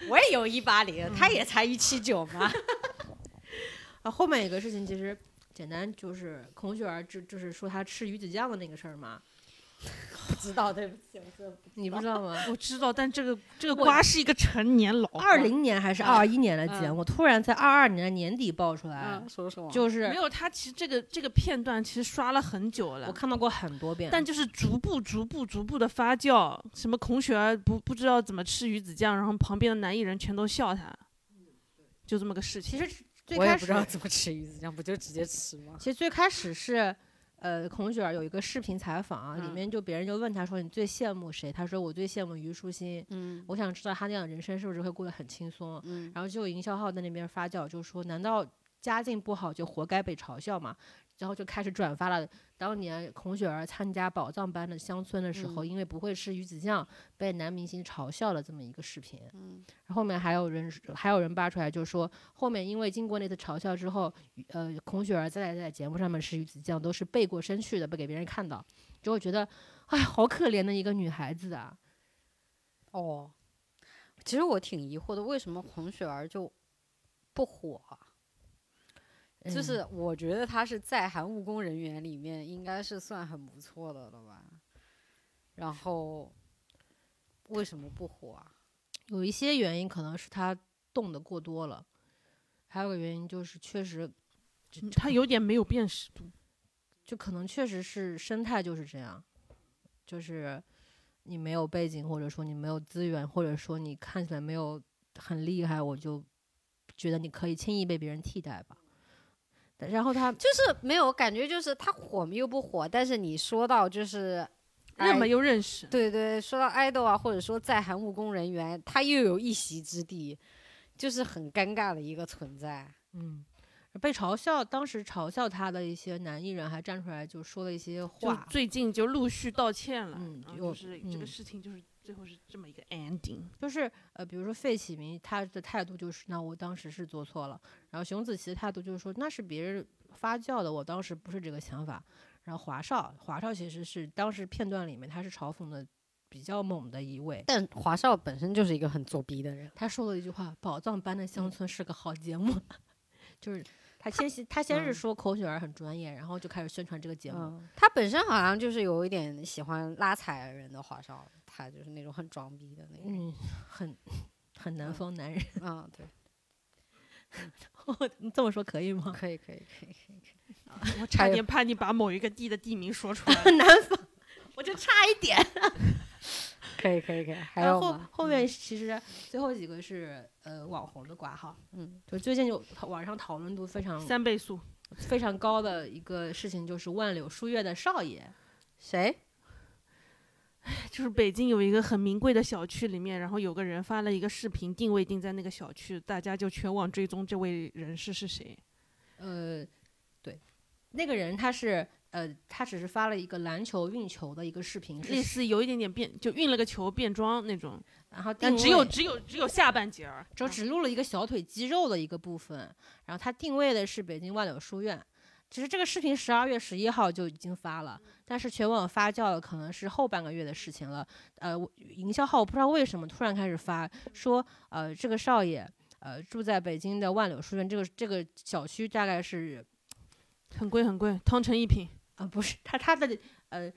Speaker 2: 我也有一八零，她也才一七九嘛。
Speaker 1: 嗯 啊，后面一个事情其实简单，就是孔雪儿就就是说她吃鱼子酱的那个事儿嘛，
Speaker 2: 知道，对不起，
Speaker 1: 你不知道吗？
Speaker 3: 我知道，但这个这个
Speaker 1: 我啊
Speaker 3: 瓜是一个成年老瓜
Speaker 1: 二零年还是二一年的节
Speaker 2: 嗯
Speaker 1: 目，突然在二二年的年底爆出来，
Speaker 2: 说说就
Speaker 1: 就是
Speaker 3: 没有他，其实这个这个片段其实刷了很久
Speaker 1: 我
Speaker 3: 了。
Speaker 1: 看到过很多遍，
Speaker 3: 但就是逐步、逐步、逐步的发酵，什么孔雪儿不不知道怎么吃鱼子酱，然后旁边的男艺人全都笑他，就这么个事
Speaker 1: 嗯
Speaker 3: 情。
Speaker 1: 其实最
Speaker 2: 我也
Speaker 1: 开
Speaker 2: 不知道
Speaker 1: 始
Speaker 2: 怎么吃鱼子酱，不就直接吃吗？
Speaker 1: 其实最开始是，呃，孔雪儿有一个视频采访啊，里
Speaker 2: 嗯
Speaker 1: 面就别人就问他说你最羡慕谁？他说我最羡慕虞书欣，
Speaker 2: 嗯
Speaker 1: 我想知道他那样的人生是不是会过得很轻松。
Speaker 2: 嗯，
Speaker 1: 然后就有营销号在那边发酵，就说难道家境不好就活该被嘲笑吗？然后就开始转发了当年孔雪儿参加宝藏班的乡村的时
Speaker 2: 嗯
Speaker 1: 候，因为不会吃鱼子酱被男明星嘲笑了这么一个视频。
Speaker 2: 嗯
Speaker 1: 然后后面还有人还有人扒出来，就说后面因为经过那次嘲笑之后，呃，孔雪儿再在节目上面吃鱼子酱都是背过身去的，被给别人看到，就会觉得，哎，好可怜的一个女孩子啊。
Speaker 2: 哦，其实我挺疑惑的，为什么孔雪儿就不火啊、就
Speaker 1: 嗯
Speaker 2: 是我觉得她是在韩务工人员里面应该是算很不错的了吧？然后为什么不火啊？
Speaker 1: 有一些原因可能是她动的过多了，还有个原因就是确实
Speaker 3: 嗯他有点没有辨识度。
Speaker 1: 就可能确实是生态就是这样，就是你没有背景，或者说你没有资源，或者说你看起来没有很厉害，我就觉得你可以轻易被别人替代吧。但然后他
Speaker 2: 就是没有感觉，就是她火又不火，但是你说到就是
Speaker 3: 认
Speaker 2: 哎
Speaker 3: 吧又认识，
Speaker 2: 对对，说到爱豆啊，或者说在韩务工人员，他又有一席之地，就是很尴尬的一个存在。
Speaker 1: 嗯，被嘲笑，当时嘲笑他的一些男艺人还站出来就说了一些
Speaker 3: 就
Speaker 1: 话，
Speaker 3: 最近就陆续道歉了，
Speaker 1: 嗯
Speaker 3: 然后
Speaker 1: 有
Speaker 3: 就是这
Speaker 1: 嗯
Speaker 3: 个事情就是最后是这么一个哎 ending。
Speaker 1: 就是呃，比如说费启鸣他的态度就是，那我当时是做错了。然后熊梓淇的态度就是说，那是别人发酵的，我当时不是这个想法。然后华少，华少其实是当时片段里面他是嘲讽的比较猛的一位，
Speaker 2: 但华少本身就是一个很作逼的人，
Speaker 1: 他说了一句话：“宝藏般的乡村是个好节目。 就是他先是他先是
Speaker 2: 嗯
Speaker 1: 说口雪儿很专业，然后就开始宣传这个节目。
Speaker 2: 嗯，他本身好像就是有一点喜欢拉踩的人的华少，他就是那种很装逼的那种。
Speaker 1: 嗯，很很南
Speaker 2: 嗯
Speaker 1: 方男人，
Speaker 2: 嗯，对，
Speaker 1: 你这么说可以吗？。
Speaker 2: 可以可以可以。
Speaker 3: 我差
Speaker 2: 有
Speaker 3: 点怕你把某一个地的地名说 出来
Speaker 1: 南方，我就差一点。
Speaker 2: 可以可以可以，还
Speaker 1: 然
Speaker 2: 有
Speaker 1: 后
Speaker 2: 吗？
Speaker 1: 后面其实最后几个是呃网红的挂号，
Speaker 2: 嗯，
Speaker 1: 就最近有网上讨论度非常
Speaker 3: 三倍速，
Speaker 1: 非常高的一个事情，就是万柳书院的少爷，
Speaker 2: 谁？
Speaker 3: 就是北京有一个很名贵的小区里面，然后有个人发了一个视频，定位定在那个小区，大家就全网追踪这位人士是谁。
Speaker 1: 呃，对，那个人他是呃他只是发了一个篮球运球的一个视频，
Speaker 3: 类
Speaker 1: 是
Speaker 3: 似有一点点变，就运了个球变装那种，
Speaker 1: 然后定
Speaker 3: 但只有
Speaker 1: 位
Speaker 3: 只有只有下半截儿，嗯
Speaker 1: 就只录了一个小腿肌肉的一个部分，然后他定位的是北京万柳书院。其实这个视频十二月十一号就已经发了，但是全网发酵了，可能是后半个月的事情了。呃，我营销号不知道为什么突然开始发，说呃这个少爷呃住在北京的万柳书院这个这个小区大概是
Speaker 3: 很贵很贵，汤臣一品。
Speaker 1: 啊、不是他他的呃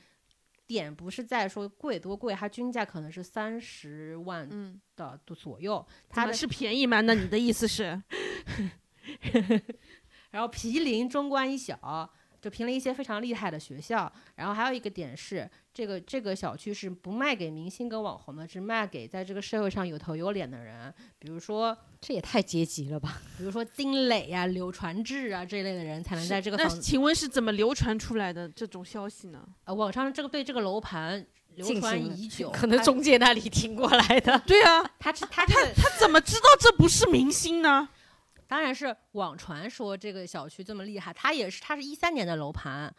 Speaker 1: 点不是在说贵多贵，它均价可能是三十万
Speaker 3: 嗯，
Speaker 1: 的左右，
Speaker 3: 他
Speaker 1: 它的
Speaker 3: 是便宜吗？那你的意思是？
Speaker 1: 然后毗邻中关一小，就评了一些非常厉害的学校。然后还有一个点是，这个这个小区是不卖给明星跟网红的，只卖给在这个社会上有头有脸的人，比如说
Speaker 2: 这也太阶级了吧！
Speaker 1: 比如说丁磊啊、柳传志啊这类的人才能
Speaker 3: 是
Speaker 1: 在这个
Speaker 3: 那
Speaker 1: 房子
Speaker 3: 请问是怎么流传出来的这种消息呢？
Speaker 1: 呃网上这个对这个楼盘流
Speaker 2: 进
Speaker 1: 传
Speaker 2: 行了
Speaker 1: 已久，
Speaker 2: 可能
Speaker 1: 他
Speaker 2: 中介那里听过来 的。
Speaker 3: 对啊，
Speaker 1: 他他他这 个
Speaker 3: 他怎么知道这不是明星呢？
Speaker 1: 当然是网传说这个小区这么厉害，它也是它是一三年的楼盘，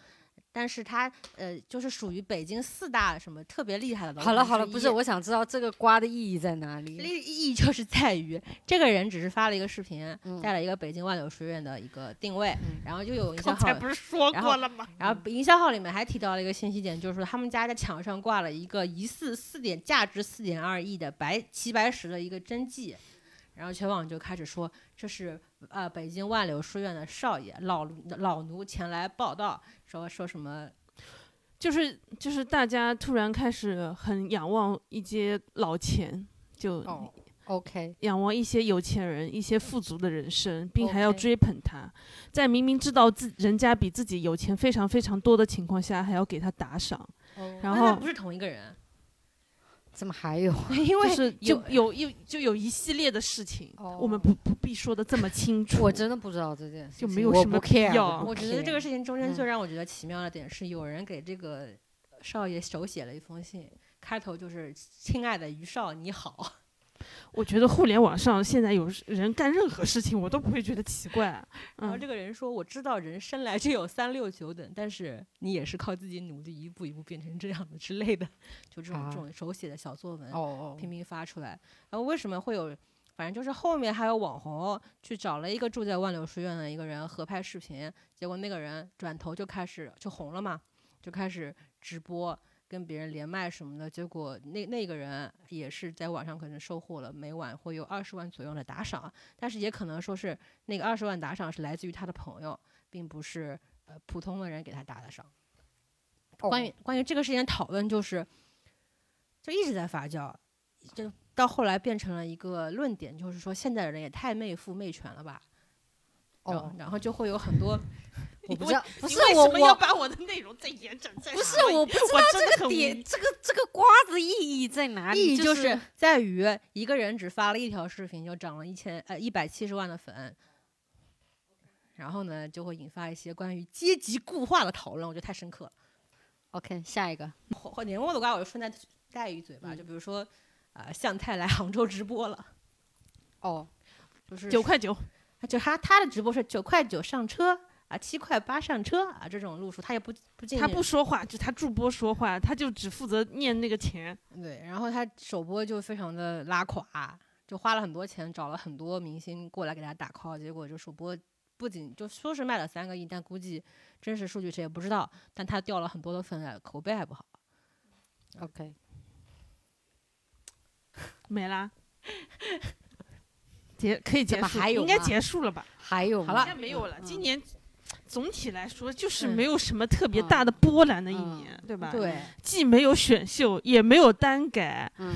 Speaker 1: 但是它呃就是属于北京四大什么特别厉害的楼盘
Speaker 2: 好了好了，
Speaker 1: 之
Speaker 2: 不
Speaker 1: 一
Speaker 2: 是，我想知道这个瓜的意义在哪里。
Speaker 1: 意义就是在于这个人只是发了一个视频，
Speaker 2: 嗯
Speaker 1: 带了一个北京万柳书院的一个定位，
Speaker 2: 嗯
Speaker 1: 然后就有营销
Speaker 3: 刚
Speaker 1: 号
Speaker 3: 才，不是嗯说
Speaker 1: 然后
Speaker 3: 过了吗？
Speaker 1: 然后营销号里面还提到了一个信息点，就是说他们家在墙上挂了一个疑似四点价值四点二亿的白齐白石的一个真迹，然后全网就开始说这是呃北京万柳书院的少爷老老奴前来报道，说说什么
Speaker 3: 就是就是大家突然开始很仰望一些老钱，就
Speaker 2: 哦，OK，
Speaker 3: 仰望一些有钱人、一些富足的人生，并还要
Speaker 2: OK
Speaker 3: 追捧他，在明明知道自人家比自己有钱非
Speaker 2: 哦
Speaker 3: 常非常多的情况下，还要给他打赏。然
Speaker 1: 那他
Speaker 3: 后
Speaker 1: 不是同一个人，
Speaker 2: 怎么还有？啊
Speaker 1: 因为
Speaker 3: 就是
Speaker 1: 有
Speaker 3: 就有一就有一系列的事情，
Speaker 2: 哦
Speaker 3: 我们不不必说的这么清 楚。
Speaker 2: 我真的不知道这件事
Speaker 3: 就
Speaker 2: 情，
Speaker 3: 没有
Speaker 2: 我
Speaker 3: 什么
Speaker 2: 不
Speaker 3: 必
Speaker 2: care，
Speaker 3: 要
Speaker 2: 不
Speaker 1: 我觉得
Speaker 2: care
Speaker 1: 这个事情中间
Speaker 2: 嗯
Speaker 1: 最让我觉得奇妙的点是，有人给这个少爷手写了一封信，开头就是“亲爱的于少，你好
Speaker 3: 我觉得互联网上现在有人干任何事情，我都不会觉得奇怪、”，
Speaker 1: 然后
Speaker 3: 嗯，
Speaker 1: 这个人说：“我知道人生来就有三六九等，但是你也是靠自己努力一步一步变成这样的之类的。”就这种
Speaker 2: 啊
Speaker 1: 这种手写的小作文，
Speaker 2: 哦
Speaker 1: 拼拼发出来。然后为什么会有？反正就是后面还有网红去找了一个住在万柳书院的一个人合拍视频，结果那个人转头就开始就红了嘛，就开始直播跟别人连麦什么的。结果那那个人也是在网上可能收获了每晚会有二十万左右的打赏，但是也可能说是那个二十万打赏是来自于他的朋友，并不是呃普通的人给他打的赏。
Speaker 2: 哦，
Speaker 1: 关于关于这个事情的讨论就是，就一直在发酵，就到后来变成了一个论点，就是说现在的人也太媚父媚权了吧。然后
Speaker 2: 哦，
Speaker 1: 然后就会有很 多
Speaker 2: 我不
Speaker 3: 因
Speaker 2: 知
Speaker 3: 为
Speaker 2: 道，不
Speaker 3: 你
Speaker 2: 是
Speaker 3: 为
Speaker 2: 我
Speaker 3: 什么要
Speaker 2: 我
Speaker 3: 把我的内容再延展？不
Speaker 2: 不是我不知
Speaker 3: 我
Speaker 2: 道
Speaker 3: 真的
Speaker 2: 这个
Speaker 3: 很无
Speaker 2: 点，
Speaker 3: 语
Speaker 2: 这个这个瓜子意义在哪里？
Speaker 1: 意义
Speaker 2: 就
Speaker 1: 就是在于一个人只发了一条视频就涨了一千呃一百七十万的粉，然后呢就会引发一些关于阶级固化的讨论，我觉得太深刻了。
Speaker 2: OK，下一个
Speaker 1: 或或年末的瓜，我就顺带带一嘴吧，就比如说啊、呃向太来杭州直播了，
Speaker 2: 哦，
Speaker 1: 就是
Speaker 3: 九块九，
Speaker 1: 就他他的直播是九块九上车啊，七块八上车啊这种路数，他也不不进
Speaker 3: 他不说话，就他助播说话，他就只负责念那个钱。
Speaker 1: 对，然后他首播就非常的拉垮，就花了很多钱找了很多明星过来给他打 call，结果就首播不仅就说是卖了三个亿，但估计真实数据谁也不知道，但他掉了很多的粉啊，口碑还不好。
Speaker 2: OK，
Speaker 3: 没啦，结可以结
Speaker 2: 怎么
Speaker 3: 束，
Speaker 2: 还有
Speaker 3: 应该
Speaker 2: 吗
Speaker 3: 结束了吧？
Speaker 2: 还有
Speaker 1: 好了
Speaker 2: 吗
Speaker 3: 应该没有了。
Speaker 2: 嗯
Speaker 3: 今年总体来说就是
Speaker 1: 嗯
Speaker 3: 没有什么特别
Speaker 2: 嗯
Speaker 3: 大的波澜的一
Speaker 2: 嗯
Speaker 3: 年，对吧？
Speaker 1: 对，
Speaker 3: 既没有选秀，也没有单改，
Speaker 2: 嗯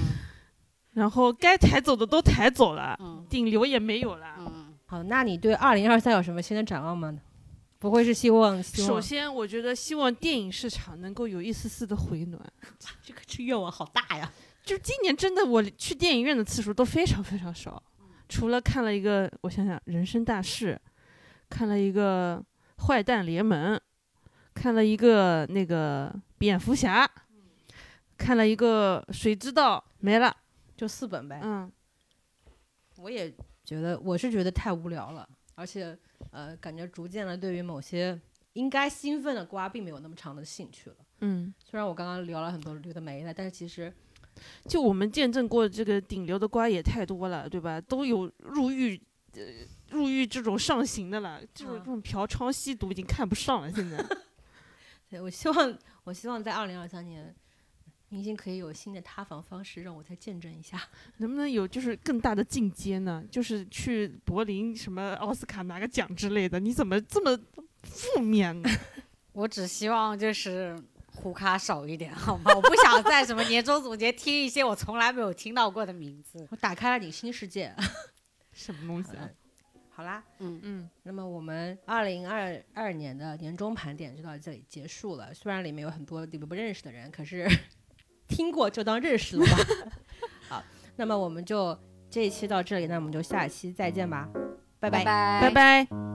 Speaker 3: 然后该抬走的都抬走了，
Speaker 2: 嗯
Speaker 3: 顶流也没有了。
Speaker 2: 嗯，
Speaker 1: 好，那你对二零二三有什么新的展望吗？不会是希望希望
Speaker 3: 首先，我觉得希望电影市场能够有一丝丝的回暖。
Speaker 1: 这个这愿望好大呀！
Speaker 3: 就是今年真的，我去电影院的次数都非常非常少，除了看了一个，我想想，《人生大事》，看了一个《坏蛋联盟》，看了一个那个《蝙蝠侠》，看了一个《谁知道》，没了。
Speaker 1: 就四本呗。
Speaker 3: 嗯，
Speaker 1: 我也觉得，我是觉得太无聊了，而且呃，感觉逐渐的对于某些应该兴奋的瓜，并没有那么长的兴趣了。
Speaker 3: 嗯，
Speaker 1: 虽然我刚刚聊了很多觉得没的，但是其实
Speaker 3: 就我们见证过这个顶流的瓜也太多了，对吧？都有入狱，呃，入狱这种上刑的了，这种
Speaker 1: 嗯
Speaker 3: 这种嫖娼吸毒已经看不上了，现在。
Speaker 1: 对呃我希望，我希望在二零二三年，明星可以有新的塌房方式，让我再见证一下。
Speaker 3: 能不能有就是更大的进阶呢？就是去柏林什么奥斯卡拿个奖之类的？你怎么这么负面呢？
Speaker 2: 我只希望就是。胡咖少一点好吗？我不想在什么年终总结听一些我从来没有听到过的名字。
Speaker 1: 我打开了你新世界。
Speaker 3: 什么东西啊？
Speaker 1: 好啦，
Speaker 3: 嗯，
Speaker 1: 那么我们二零二二年的年终盘点就到这里结束了。虽然里面有很多你们不认识的人，可是 听过就当认识了吧。好，那么我们就这一期到这里，那我们就下一期再见吧，拜拜
Speaker 2: 拜
Speaker 3: 拜拜。